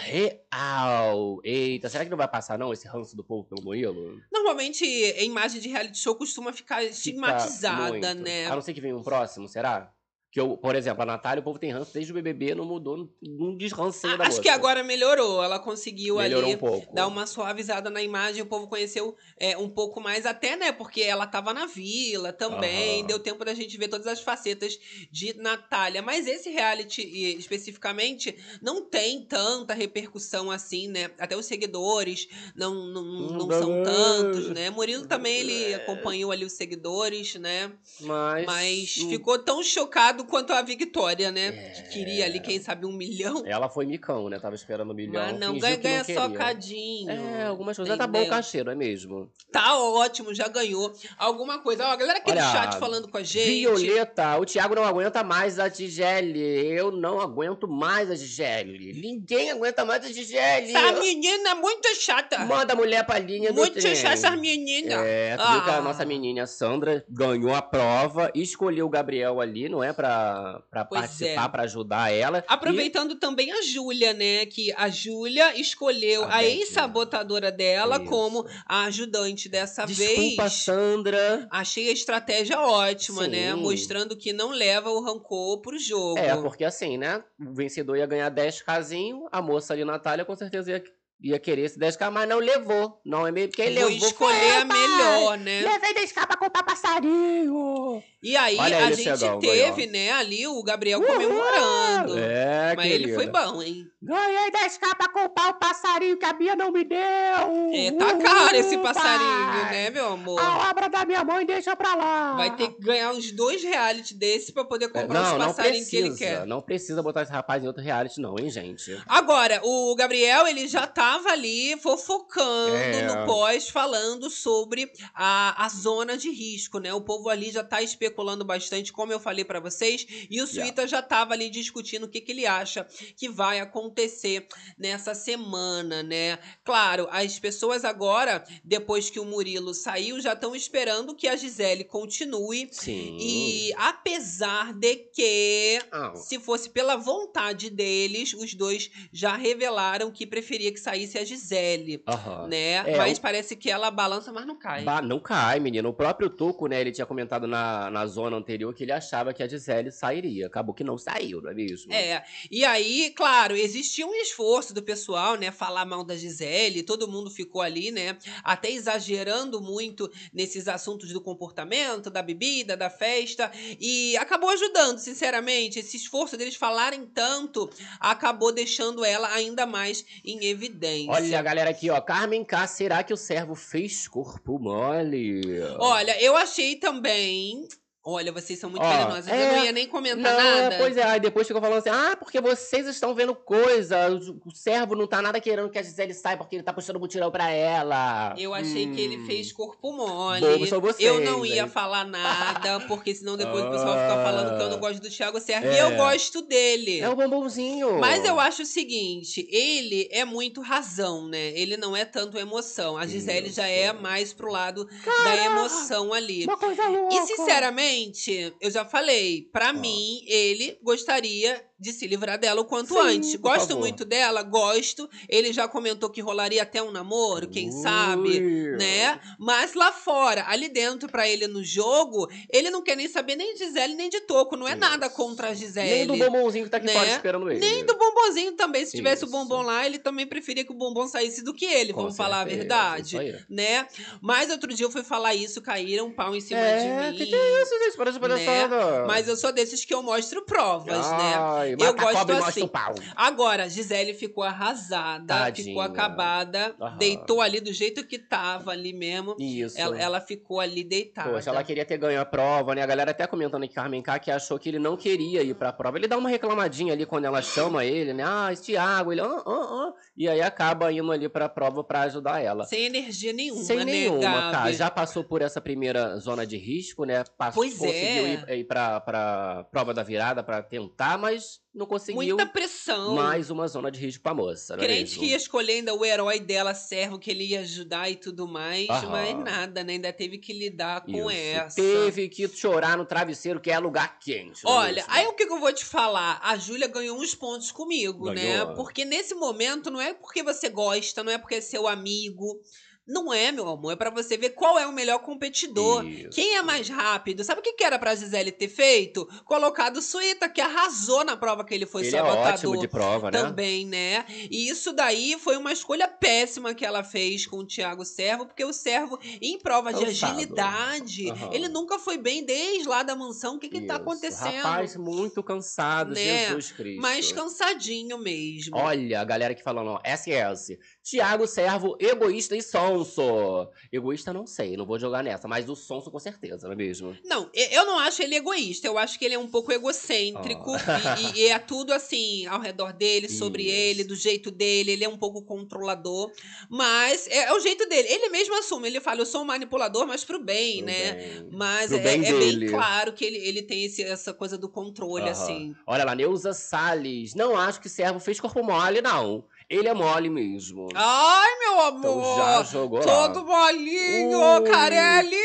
[SPEAKER 1] real. Eita, será que não vai passar, não, esse ranço do povo pelo Murilo?
[SPEAKER 2] Normalmente, a imagem de reality show costuma ficar estigmatizada,
[SPEAKER 1] Fica muito.
[SPEAKER 2] né?
[SPEAKER 1] A não ser que venha um próximo, será? Que eu, por exemplo, a Natália, o povo tem ranço desde o BBB, não mudou, não- não desrancei da
[SPEAKER 2] Ah, Acho
[SPEAKER 1] moça.
[SPEAKER 2] que agora melhorou. Ela conseguiu
[SPEAKER 1] melhorou
[SPEAKER 2] ali
[SPEAKER 1] um pouco.
[SPEAKER 2] dar uma suavizada na imagem. O povo conheceu é, um pouco mais, até, né? Porque ela tava na vila também.
[SPEAKER 1] Aham.
[SPEAKER 2] Deu tempo da gente ver todas as facetas de Natália. Mas esse reality, e, especificamente, não tem tanta repercussão assim, né? Até os seguidores não, não, não
[SPEAKER 1] Hum,
[SPEAKER 2] são
[SPEAKER 1] bah,
[SPEAKER 2] tantos, né? Murilo também, ele
[SPEAKER 1] é.
[SPEAKER 2] acompanhou ali os seguidores, né?
[SPEAKER 1] Mas,
[SPEAKER 2] Mas
[SPEAKER 1] hum,
[SPEAKER 2] ficou tão chocado quanto a Vitória, né? Que
[SPEAKER 1] É.
[SPEAKER 2] queria ali, quem sabe, um milhão.
[SPEAKER 1] Ela foi micão, né? Tava esperando um milhão.
[SPEAKER 2] Mas não,
[SPEAKER 1] fingiu
[SPEAKER 2] ganha,
[SPEAKER 1] que
[SPEAKER 2] ganha
[SPEAKER 1] não
[SPEAKER 2] só
[SPEAKER 1] queria.
[SPEAKER 2] cadinho.
[SPEAKER 1] É, algumas coisas. Tá bom o
[SPEAKER 2] Entendeu?
[SPEAKER 1] cachê, não é mesmo?
[SPEAKER 2] Tá ótimo, já ganhou alguma coisa. Ó, a galera aqui no
[SPEAKER 1] Olha,
[SPEAKER 2] chat falando com a gente.
[SPEAKER 1] Violeta, o Thiago não aguenta mais a Tigele. Eu não aguento mais a Tigele. Ninguém aguenta mais a Tigele.
[SPEAKER 2] Essa menina é muito chata.
[SPEAKER 1] Manda a mulher pra linha do
[SPEAKER 2] muito
[SPEAKER 1] trem.
[SPEAKER 2] chata essa menina.
[SPEAKER 1] É, tu viu que
[SPEAKER 2] Ah.
[SPEAKER 1] a nossa menina Sandra ganhou a prova, escolheu o Gabriel ali, não é? Pra, pra
[SPEAKER 2] Pois
[SPEAKER 1] participar,
[SPEAKER 2] é.
[SPEAKER 1] pra ajudar ela.
[SPEAKER 2] Aproveitando também a Júlia, né? Que a Júlia escolheu
[SPEAKER 1] A
[SPEAKER 2] a,
[SPEAKER 1] Beth, né?
[SPEAKER 2] ex-sabotadora dela
[SPEAKER 1] Isso.
[SPEAKER 2] como a ajudante dessa
[SPEAKER 1] E... Desculpa,
[SPEAKER 2] vez.
[SPEAKER 1] Sandra.
[SPEAKER 2] Achei a estratégia ótima,
[SPEAKER 1] Sim.
[SPEAKER 2] né? Mostrando que não leva o rancor pro jogo.
[SPEAKER 1] É, porque assim, né? O vencedor ia ganhar 10 casinho, a moça ali, Natália, com certeza ia, ia querer esse 10k, mas não levou. Não é meio. Quem
[SPEAKER 2] Vou
[SPEAKER 1] levou
[SPEAKER 2] escolher a
[SPEAKER 1] foi
[SPEAKER 2] melhor, né?
[SPEAKER 1] Levei 10k pra comprar passarinho!
[SPEAKER 2] E aí
[SPEAKER 1] Olha
[SPEAKER 2] a
[SPEAKER 1] ele
[SPEAKER 2] gente
[SPEAKER 1] chegando aí, ó.
[SPEAKER 2] teve, né, ali o Gabriel comemorando.
[SPEAKER 1] É,
[SPEAKER 2] Mas ele foi bom, hein?
[SPEAKER 1] Ganhei 10k pra comprar o passarinho que a Bia não me deu!
[SPEAKER 2] É, tá caro esse passarinho, né, meu amor?
[SPEAKER 1] obra da minha mãe deixa pra lá!
[SPEAKER 2] Vai ter que ganhar uns dois reality desse pra poder
[SPEAKER 1] É,
[SPEAKER 2] comprar
[SPEAKER 1] não,
[SPEAKER 2] os
[SPEAKER 1] não
[SPEAKER 2] passarinhos que ele
[SPEAKER 1] precisa.
[SPEAKER 2] quer.
[SPEAKER 1] Não precisa botar esse rapaz em outro reality, não, hein, gente?
[SPEAKER 2] Agora, o Gabriel, ele já tava ali fofocando
[SPEAKER 1] É.
[SPEAKER 2] no pós, falando sobre a, a zona de risco, né? O povo ali já tá especulando bastante, como eu falei pra vocês, e o Suíta já tava ali discutindo o que, que ele acha que vai acontecer nessa semana, né? Claro, as pessoas agora, depois que o Murilo saiu, já estão esperando que a Gisele continue.
[SPEAKER 1] Sim.
[SPEAKER 2] E apesar de que
[SPEAKER 1] Ah,
[SPEAKER 2] se fosse pela vontade deles, os dois já revelaram que preferia que saísse a Gisele,
[SPEAKER 1] aham.
[SPEAKER 2] né?
[SPEAKER 1] É,
[SPEAKER 2] mas
[SPEAKER 1] o-
[SPEAKER 2] parece que ela balança, mas não cai.
[SPEAKER 1] Bah, não cai, menino. O próprio Tuco, né, ele tinha comentado na, na zona anterior que ele achava que a Gisele sairia. Acabou que não saiu, não é mesmo?
[SPEAKER 2] É, e aí, claro, existia um esforço do pessoal, né, falar mal da Gisele, todo mundo ficou ali, né, até exagerando muito nesses assuntos do comportamento, da bebida, da festa, e acabou ajudando, sinceramente, esse esforço deles falarem tanto acabou deixando ela ainda mais em evidência.
[SPEAKER 1] Olha a galera aqui, ó. Carmen K, será que o servo fez corpo mole?
[SPEAKER 2] Olha, eu achei também. Olha, vocês são muito
[SPEAKER 1] Ó,
[SPEAKER 2] venenosas. Eu
[SPEAKER 1] é,
[SPEAKER 2] não ia nem
[SPEAKER 1] não,
[SPEAKER 2] comentar nada.
[SPEAKER 1] é, pois é. Aí depois ficou falando assim, ah, porque vocês estão vendo coisa. O, o servo não tá nada querendo que a Gisele saia porque ele tá puxando mutirão pra ela.
[SPEAKER 2] Eu achei que ele
[SPEAKER 1] Hum.
[SPEAKER 2] fez corpo mole.
[SPEAKER 1] Bobo são vocês,
[SPEAKER 2] eu não ia
[SPEAKER 1] hein? Ah.
[SPEAKER 2] falar nada, porque senão depois o pessoal fica falando que eu não gosto do Thiago Serra. E
[SPEAKER 1] É.
[SPEAKER 2] eu gosto dele.
[SPEAKER 1] É o bombonzinho.
[SPEAKER 2] Mas eu acho o seguinte, ele é muito razão, né? Ele não é tanto emoção. A Gisele já é
[SPEAKER 1] Isso.
[SPEAKER 2] mais pro lado da emoção ali.
[SPEAKER 1] Uma coisa louca.
[SPEAKER 2] E sinceramente, eu já falei,
[SPEAKER 1] Ah.
[SPEAKER 2] pra mim, ele gostaria de se livrar dela o quanto
[SPEAKER 1] Sim,
[SPEAKER 2] antes.
[SPEAKER 1] por
[SPEAKER 2] Gosto
[SPEAKER 1] favor.
[SPEAKER 2] muito dela, gosto. Ele já comentou que rolaria até um namoro, quem sabe,
[SPEAKER 1] Ui.
[SPEAKER 2] né? Mas lá fora, ali dentro pra ele no jogo, ele não quer nem saber nem de Gisele nem de Toco, não é
[SPEAKER 1] Isso.
[SPEAKER 2] nada contra a Gisele.
[SPEAKER 1] Nem do bombonzinho que tá aqui
[SPEAKER 2] né?
[SPEAKER 1] fora esperando ele.
[SPEAKER 2] Nem do bombonzinho também, se tivesse o
[SPEAKER 1] Isso.
[SPEAKER 2] bombom lá, ele também preferia que o bombom saísse do que ele,
[SPEAKER 1] Com
[SPEAKER 2] vamos falar a
[SPEAKER 1] certeza, é
[SPEAKER 2] verdade
[SPEAKER 1] isso aí.
[SPEAKER 2] né? Mas outro dia eu fui falar isso, caíram um pau em cima
[SPEAKER 1] É,
[SPEAKER 2] de mim. né?
[SPEAKER 1] que que é isso, gente, para de palhaçada.
[SPEAKER 2] Mas eu sou desses que eu mostro provas, né?
[SPEAKER 1] Ai,
[SPEAKER 2] Eu
[SPEAKER 1] mata a
[SPEAKER 2] gosto
[SPEAKER 1] cobra e mostra
[SPEAKER 2] assim.
[SPEAKER 1] o pau.
[SPEAKER 2] Agora, Gisele ficou arrasada, ficou
[SPEAKER 1] Tadinha.
[SPEAKER 2] acabada,
[SPEAKER 1] Aham.
[SPEAKER 2] deitou ali do jeito que tava ali mesmo.
[SPEAKER 1] Isso.
[SPEAKER 2] Ela, tá, ela ficou ali deitada.
[SPEAKER 1] Poxa, ela queria ter ganho a prova, né? A galera até comentando aqui, Carmen K, que achou que ele não queria ir pra prova. Ele dá uma reclamadinha ali quando ela chama ele, né? Ah, esse Thiago, ele... Ah, ah, ah. E aí acaba indo ali pra prova pra ajudar ela.
[SPEAKER 2] Sem energia nenhuma,
[SPEAKER 1] Sem
[SPEAKER 2] né,
[SPEAKER 1] nenhuma, tá?
[SPEAKER 2] Gabi?
[SPEAKER 1] Já passou por essa primeira zona de risco, né? Passou,
[SPEAKER 2] Pois é.
[SPEAKER 1] conseguiu ir, ir pra, pra prova da virada pra tentar, mas não conseguiu.
[SPEAKER 2] Muita pressão.
[SPEAKER 1] Mais uma zona de risco pra moça, não é
[SPEAKER 2] Crente
[SPEAKER 1] mesmo?
[SPEAKER 2] que ia escolher ainda o herói dela, servo, que ele ia ajudar e tudo mais,
[SPEAKER 1] Aham.
[SPEAKER 2] mas nada, né? Ainda teve que lidar com
[SPEAKER 1] Isso.
[SPEAKER 2] essa.
[SPEAKER 1] Teve que chorar no travesseiro, que é lugar quente. não é
[SPEAKER 2] Olha,
[SPEAKER 1] mesmo?
[SPEAKER 2] aí o que, que eu vou te falar? A Júlia ganhou uns pontos comigo, né?
[SPEAKER 1] Ganhou.
[SPEAKER 2] Porque nesse momento não é porque você gosta, não é porque é seu amigo. Não é, meu amor, é pra você ver qual é o melhor competidor.
[SPEAKER 1] Isso.
[SPEAKER 2] Quem é mais rápido? Sabe o que que era pra Gisele ter feito? Colocado Suíta, que arrasou na prova que ele foi
[SPEAKER 1] Ele é
[SPEAKER 2] sabotador.
[SPEAKER 1] ótimo de prova, né?
[SPEAKER 2] Também, né? E isso daí foi uma escolha péssima que ela fez com o Thiago Servo, porque o Servo, em prova de
[SPEAKER 1] Cansado. né?
[SPEAKER 2] agilidade,
[SPEAKER 1] Aham.
[SPEAKER 2] ele nunca foi bem desde lá da mansão. O que que tá
[SPEAKER 1] Isso.
[SPEAKER 2] acontecendo?
[SPEAKER 1] Rapaz muito cansado,
[SPEAKER 2] Né?
[SPEAKER 1] Jesus Cristo.
[SPEAKER 2] Mais cansadinho mesmo.
[SPEAKER 1] Olha a galera que falando, ó, SS. Tiago Servo, egoísta e sonso. Egoísta não sei, não vou jogar nessa, mas o sonso com certeza, não é mesmo?
[SPEAKER 2] Não, e- eu não acho ele egoísta. Eu acho que ele é um pouco egocêntrico.
[SPEAKER 1] Ah.
[SPEAKER 2] E, e é tudo assim, ao redor dele, sobre
[SPEAKER 1] Isso.
[SPEAKER 2] ele, do jeito dele. Ele é um pouco controlador. Mas é, é o jeito dele. Ele mesmo assume. Ele fala, eu sou um manipulador, mas pro bem,
[SPEAKER 1] Tudo
[SPEAKER 2] né?
[SPEAKER 1] bem.
[SPEAKER 2] Mas é,
[SPEAKER 1] Pro bem
[SPEAKER 2] é bem
[SPEAKER 1] dele.
[SPEAKER 2] claro que ele, ele tem esse- essa coisa do controle,
[SPEAKER 1] Aham.
[SPEAKER 2] assim.
[SPEAKER 1] Olha lá, Neuza Salles. Não acho que Servo fez corpo mole, não. Ele é mole mesmo.
[SPEAKER 2] Ai, meu
[SPEAKER 1] então já
[SPEAKER 2] amor!
[SPEAKER 1] jogou
[SPEAKER 2] todo
[SPEAKER 1] lá.
[SPEAKER 2] molinho,
[SPEAKER 1] Ui.
[SPEAKER 2] Carelli!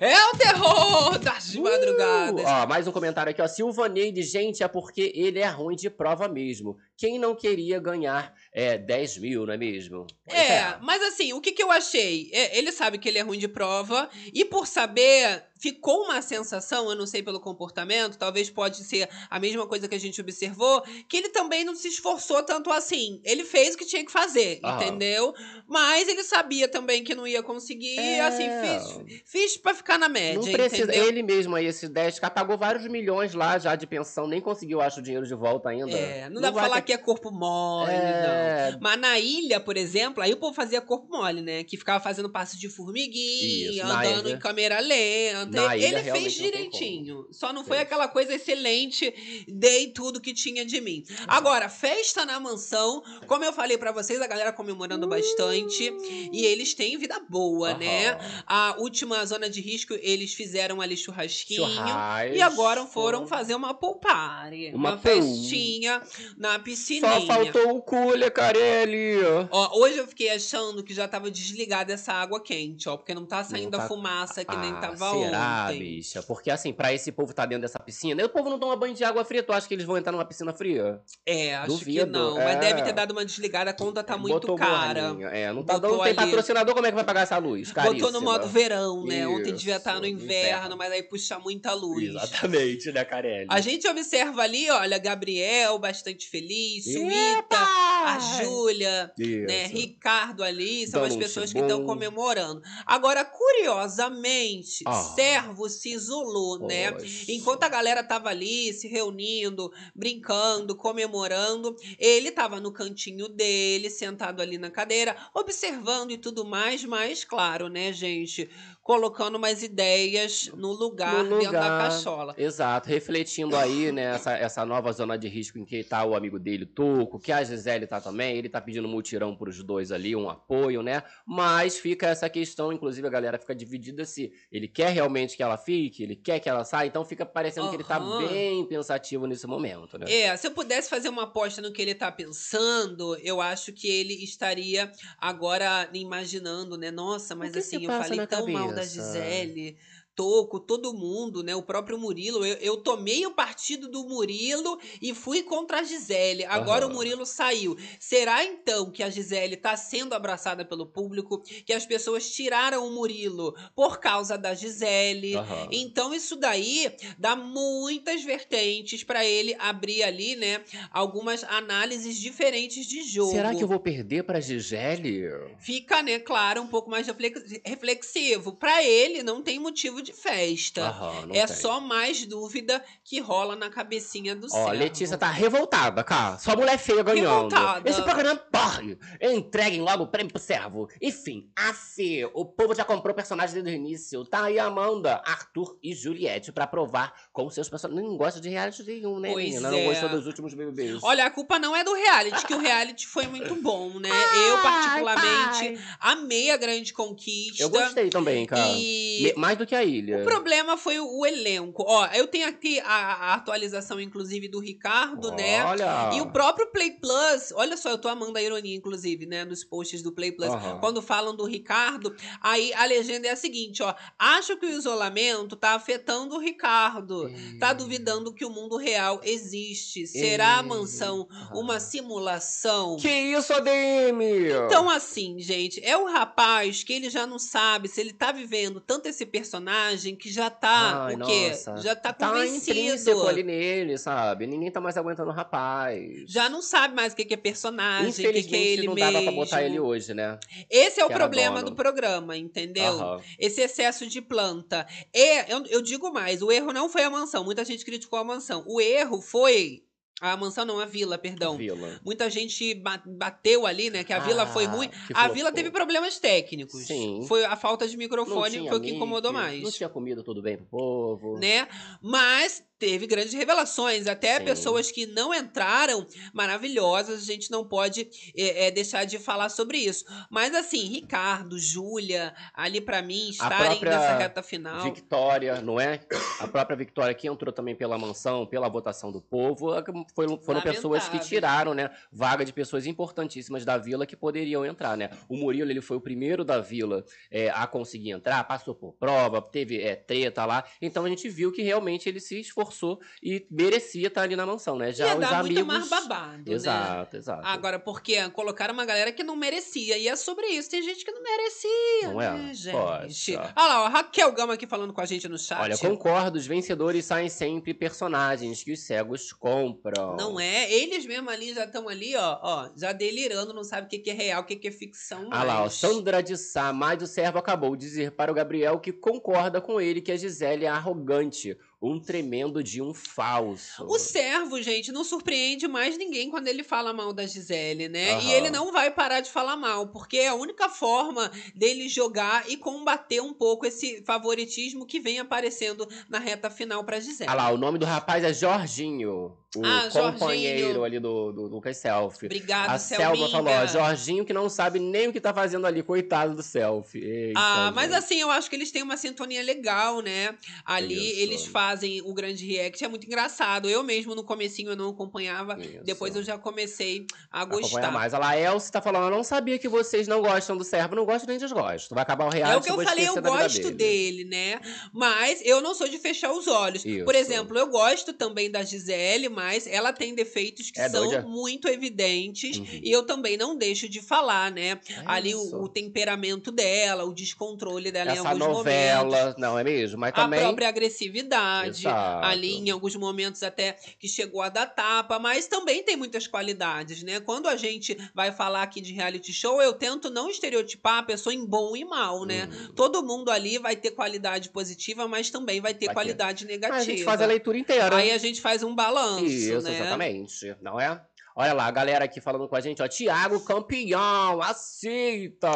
[SPEAKER 2] É o terror
[SPEAKER 1] Uh!
[SPEAKER 2] das madrugadas.
[SPEAKER 1] Ó, mais um comentário aqui, ó. Silvaneide, gente, é porque ele é ruim de prova mesmo. Quem não queria ganhar é 10 mil, não é mesmo? Pois
[SPEAKER 2] É, mas assim, o que, que eu achei? É, ele sabe que ele é ruim de prova,
[SPEAKER 1] Uhum.
[SPEAKER 2] e por saber, ficou uma sensação, eu não sei pelo comportamento, talvez pode ser a mesma coisa que a gente observou, que ele também não se esforçou tanto assim. Ele fez o que tinha que fazer,
[SPEAKER 1] Aham.
[SPEAKER 2] entendeu? Mas ele sabia também que não ia conseguir, e assim, fiz, fiz pra ficar na média,
[SPEAKER 1] É. Não precisa.
[SPEAKER 2] entendeu?
[SPEAKER 1] Ele mesmo aí, esse 10k, pagou vários milhões lá já de pensão, nem conseguiu, acho, o dinheiro de volta ainda.
[SPEAKER 2] É, não dá pra
[SPEAKER 1] vai
[SPEAKER 2] falar
[SPEAKER 1] ter-
[SPEAKER 2] que é corpo mole, não.
[SPEAKER 1] É,
[SPEAKER 2] Mas na ilha, por exemplo, aí o povo fazia corpo mole, né? Que ficava fazendo passo de formiguinha,
[SPEAKER 1] Isso, na
[SPEAKER 2] andando
[SPEAKER 1] ilha-
[SPEAKER 2] em câmera lenta.
[SPEAKER 1] na
[SPEAKER 2] ele
[SPEAKER 1] ilha,
[SPEAKER 2] ele fez
[SPEAKER 1] realmente, não tem
[SPEAKER 2] direitinho. Só não foi
[SPEAKER 1] Fez.
[SPEAKER 2] aquela coisa excelente, dei tudo que tinha de mim.
[SPEAKER 1] Uhum.
[SPEAKER 2] Agora, festa na mansão, como eu falei pra vocês, a galera comemorando bastante. E eles têm vida boa, né?
[SPEAKER 1] aham.
[SPEAKER 2] A última zona de risco, eles fizeram ali churrasquinho.
[SPEAKER 1] Churrasco.
[SPEAKER 2] E agora foram fazer uma pool party, uma,
[SPEAKER 1] Uma pool.
[SPEAKER 2] festinha na piscininha.
[SPEAKER 1] Só faltou o Cule, Carelli.
[SPEAKER 2] Ó, hoje eu fiquei achando que já tava desligada essa água quente, ó, porque não tá saindo
[SPEAKER 1] tá-
[SPEAKER 2] a fumaça que nem
[SPEAKER 1] Ah,
[SPEAKER 2] tava
[SPEAKER 1] será,
[SPEAKER 2] ontem.
[SPEAKER 1] bicha? Porque assim, pra esse povo tá dentro dessa piscina, e o povo não toma banho de água fria, tu acha que eles vão entrar numa piscina fria?
[SPEAKER 2] É, acho que
[SPEAKER 1] Duvido,
[SPEAKER 2] não,
[SPEAKER 1] é.
[SPEAKER 2] mas deve ter dado uma desligada, a conta tá muito
[SPEAKER 1] Botou
[SPEAKER 2] cara.
[SPEAKER 1] morninho, É, não tá
[SPEAKER 2] Botou
[SPEAKER 1] dando, tem
[SPEAKER 2] ali.
[SPEAKER 1] patrocinador, como é que vai pagar essa luz?
[SPEAKER 2] Botou no
[SPEAKER 1] Caríssima.
[SPEAKER 2] modo verão, né? Ontem devia estar no
[SPEAKER 1] Isso,
[SPEAKER 2] inverno,
[SPEAKER 1] no inverno.
[SPEAKER 2] mas aí puxa muita luz.
[SPEAKER 1] Exatamente, né, Carelli?
[SPEAKER 2] A gente observa ali, olha, Gabriel bastante feliz, Suíta, a
[SPEAKER 1] Epa!
[SPEAKER 2] Júlia,
[SPEAKER 1] Isso.
[SPEAKER 2] né, Ricardo ali, são
[SPEAKER 1] Dando
[SPEAKER 2] as
[SPEAKER 1] um
[SPEAKER 2] pessoas que
[SPEAKER 1] chibum.
[SPEAKER 2] estão comemorando. Agora, curiosamente,
[SPEAKER 1] Ah.
[SPEAKER 2] Servo se isolou, né?
[SPEAKER 1] Poxa.
[SPEAKER 2] Enquanto a galera tava ali se reunindo, brincando, comemorando, ele tava no cantinho dele, sentado ali na cadeira, observando e tudo mais, mas claro, né, gente, colocando umas ideias no lugar,
[SPEAKER 1] No
[SPEAKER 2] dentro da
[SPEAKER 1] lugar.
[SPEAKER 2] cachola.
[SPEAKER 1] Exato, refletindo aí, né, essa, essa nova zona de risco em que tá o amigo dele, Tuco, que a Gisele tá também, ele tá pedindo mutirão pros dois ali, um apoio, né? Mas fica essa questão, inclusive a galera fica dividida se ele quer realmente que ela fique, ele quer que ela saia, então fica parecendo que ele tá
[SPEAKER 2] Aham.
[SPEAKER 1] bem pensativo nesse momento, né?
[SPEAKER 2] É, se eu pudesse fazer uma aposta no que ele tá pensando, eu acho que ele estaria agora imaginando, né? Nossa, mas
[SPEAKER 1] que se
[SPEAKER 2] assim, eu
[SPEAKER 1] passa
[SPEAKER 2] falei
[SPEAKER 1] na
[SPEAKER 2] tão mal da
[SPEAKER 1] cabeça?
[SPEAKER 2] Gisele. Toco, todo mundo, né? O próprio Murilo. Eu, eu tomei o partido do Murilo e fui contra a Gisele. Agora o
[SPEAKER 1] Aham.
[SPEAKER 2] Murilo saiu. Será então que a Gisele tá sendo abraçada pelo público? Que as pessoas tiraram o Murilo por causa da Gisele?
[SPEAKER 1] Aham.
[SPEAKER 2] Então isso daí dá muitas vertentes pra ele abrir ali, né, algumas análises diferentes de jogo.
[SPEAKER 1] Será que eu vou perder pra Gisele?
[SPEAKER 2] Fica, né, claro, um pouco mais reflex- reflexivo. Pra ele não tem motivo de festa.
[SPEAKER 1] Aham, Ah, não
[SPEAKER 2] é
[SPEAKER 1] tem.
[SPEAKER 2] só mais dúvida que rola na cabecinha do
[SPEAKER 1] Ó,
[SPEAKER 2] servo.
[SPEAKER 1] Letícia tá revoltada, cara. Só mulher feia ganhando.
[SPEAKER 2] Revoltada.
[SPEAKER 1] Esse programa é um porre. Entreguem logo o prêmio pro servo. Enfim, assim, o povo já comprou personagem desde o início. Tá aí Amanda, Arthur e Juliette pra provar com seus personagens. Não gosta de reality nenhum, né,
[SPEAKER 2] Pois
[SPEAKER 1] menina?
[SPEAKER 2] é.
[SPEAKER 1] Não gostou dos últimos BBBs.
[SPEAKER 2] Olha, a culpa não é do reality, que o reality foi muito bom, né? Eu, particularmente, amei a grande conquista.
[SPEAKER 1] Eu gostei também, cara.
[SPEAKER 2] E
[SPEAKER 1] Me- Mais do que a ilha.
[SPEAKER 2] O problema foi o, o elenco. Ó, eu tenho aqui a, a atualização, inclusive, do Ricardo, né?
[SPEAKER 1] Olha.
[SPEAKER 2] E o próprio Play Plus, olha só, eu tô amando a ironia, inclusive, né? Nos posts do Play Plus.
[SPEAKER 1] Aham.
[SPEAKER 2] assim, Quando falam do Ricardo, aí a legenda é a seguinte, ó. Acho que o isolamento tá afetando o Ricardo. Tá duvidando que o mundo real existe. Será a mansão uma simulação?
[SPEAKER 1] Que isso, ADM?
[SPEAKER 2] Então, assim, gente, é o rapaz que ele já não sabe se ele tá vivendo tanto esse personagem que já tá,
[SPEAKER 1] Ai,
[SPEAKER 2] o quê?
[SPEAKER 1] nossa.
[SPEAKER 2] Já tá
[SPEAKER 1] tá
[SPEAKER 2] convencido.
[SPEAKER 1] intrínseco ali nele, sabe? Ninguém tá mais aguentando o rapaz.
[SPEAKER 2] já não sabe mais o que que é personagem, o que, que é
[SPEAKER 1] Infelizmente,
[SPEAKER 2] ele
[SPEAKER 1] não
[SPEAKER 2] mesmo.
[SPEAKER 1] dava pra botar ele hoje, né?
[SPEAKER 2] Esse é o
[SPEAKER 1] que era
[SPEAKER 2] problema
[SPEAKER 1] dono.
[SPEAKER 2] do programa, entendeu?
[SPEAKER 1] Aham.
[SPEAKER 2] Esse excesso de planta. E, eu, eu digo mais, o erro não foi a mansão. Muita gente criticou a mansão. O erro foi... A mansão não, a vila, perdão.
[SPEAKER 1] Vila.
[SPEAKER 2] Muita gente ba- bateu ali, né? Então, Que a vila foi
[SPEAKER 1] Ah,
[SPEAKER 2] ruim.
[SPEAKER 1] que
[SPEAKER 2] A
[SPEAKER 1] flopou.
[SPEAKER 2] vila teve problemas técnicos.
[SPEAKER 1] Sim.
[SPEAKER 2] Foi a falta de
[SPEAKER 1] Não
[SPEAKER 2] microfone que
[SPEAKER 1] tinha
[SPEAKER 2] foi o que incomodou
[SPEAKER 1] mic, Não
[SPEAKER 2] mais.
[SPEAKER 1] tinha comida tudo bem pro povo.
[SPEAKER 2] Né? Mas teve grandes revelações, até
[SPEAKER 1] Sim.
[SPEAKER 2] pessoas que não entraram maravilhosas, a gente não pode é, é, deixar de falar sobre isso. Mas assim, Ricardo, Júlia, ali pra mim, estarem
[SPEAKER 1] própria
[SPEAKER 2] nessa reta final.
[SPEAKER 1] Victória, não é? A própria Victória que entrou também pela mansão, pela votação do povo, foi- foram
[SPEAKER 2] Lamentável.
[SPEAKER 1] pessoas que tiraram, né? Vaga de pessoas importantíssimas da vila que poderiam entrar, né? O Murilo, ele foi o primeiro da vila é, a conseguir entrar, passou por prova, teve é, treta lá. Então a gente viu que realmente ele se esforçou e merecia estar ali na mansão, né? Já
[SPEAKER 2] Ia
[SPEAKER 1] os
[SPEAKER 2] dar
[SPEAKER 1] amigos.
[SPEAKER 2] muito mais babado, né?
[SPEAKER 1] Exato, exato.
[SPEAKER 2] Agora, porque colocaram uma galera que não merecia. E é sobre isso. Tem gente que não merecia,
[SPEAKER 1] Não é?
[SPEAKER 2] né, gente?
[SPEAKER 1] Poxa.
[SPEAKER 2] Olha lá, ó, Raquel Gama aqui falando com a gente no chat.
[SPEAKER 1] Olha, concordo, os vencedores saem sempre personagens que os cegos compram.
[SPEAKER 2] Não é? Eles mesmo ali já estão ali, ó, ó, já delirando, não sabe o que, que é real, o que, que é ficção.
[SPEAKER 1] Ah lá, ó,
[SPEAKER 2] mais.
[SPEAKER 1] Sandra de Sá, mas o servo acabou de dizer para o Gabriel que concorda com ele que a Gisele é arrogante, um tremendo de um falso.
[SPEAKER 2] O servo, gente, não surpreende mais ninguém quando ele fala mal da Gisele, né? E
[SPEAKER 1] Aham.
[SPEAKER 2] ele não vai parar de falar mal, porque é a única forma dele jogar e combater um pouco esse favoritismo que vem aparecendo na reta final pra Gisele.
[SPEAKER 1] Ah lá, o nome do rapaz é Jorginho, o
[SPEAKER 2] Ah,
[SPEAKER 1] companheiro
[SPEAKER 2] Jorginho.
[SPEAKER 1] ali do, do Lucas Selfie.
[SPEAKER 2] Obrigado,
[SPEAKER 1] a Selva
[SPEAKER 2] Selminha.
[SPEAKER 1] falou, ó, Jorginho que não sabe nem o que tá fazendo ali, coitado do Selfie. Eita,
[SPEAKER 2] Ah, mas
[SPEAKER 1] gente.
[SPEAKER 2] assim, eu acho que eles têm uma sintonia legal, né? Ali
[SPEAKER 1] Isso.
[SPEAKER 2] eles fazem o grande react, é muito engraçado. Eu mesmo no comecinho eu não acompanhava,
[SPEAKER 1] Isso.
[SPEAKER 2] assim, depois eu já comecei a
[SPEAKER 1] Acompanha
[SPEAKER 2] gostar.
[SPEAKER 1] mais. Olha lá, a Elsie tá falando, eu não sabia que vocês não gostam do servo. Não gosto nem desgosto. Vai acabar o reality,
[SPEAKER 2] É o que eu
[SPEAKER 1] vou
[SPEAKER 2] falei,
[SPEAKER 1] esquecer
[SPEAKER 2] eu
[SPEAKER 1] da vida
[SPEAKER 2] gosto dele, né? Mas eu não sou de fechar os olhos.
[SPEAKER 1] Isso.
[SPEAKER 2] Por exemplo, eu gosto também da Gisele, mas ela tem defeitos que
[SPEAKER 1] É
[SPEAKER 2] são
[SPEAKER 1] doida.
[SPEAKER 2] muito evidentes.
[SPEAKER 1] Uhum.
[SPEAKER 2] E eu também não deixo de falar, né?
[SPEAKER 1] É
[SPEAKER 2] Ali
[SPEAKER 1] isso.
[SPEAKER 2] o, o temperamento dela, o descontrole dela em
[SPEAKER 1] essa
[SPEAKER 2] alguns
[SPEAKER 1] novela,
[SPEAKER 2] momentos.
[SPEAKER 1] não é mesmo? Mas
[SPEAKER 2] A
[SPEAKER 1] também
[SPEAKER 2] própria agressividade,
[SPEAKER 1] Exato.
[SPEAKER 2] ali em alguns momentos até que chegou a dar tapa, mas também tem muitas qualidades, né? Quando a gente vai falar aqui de reality show, eu tento não estereotipar a pessoa em bom e mal, né?
[SPEAKER 1] Hum.
[SPEAKER 2] Todo mundo ali vai ter qualidade positiva, mas também vai ter
[SPEAKER 1] Vai ter. Ah,
[SPEAKER 2] qualidade negativa.
[SPEAKER 1] a gente faz a leitura inteira.
[SPEAKER 2] Aí a gente faz um balanço,
[SPEAKER 1] Isso,
[SPEAKER 2] né?
[SPEAKER 1] exatamente, não é? Olha lá, a galera aqui falando com a gente, ó. Tiago campeão, aceita!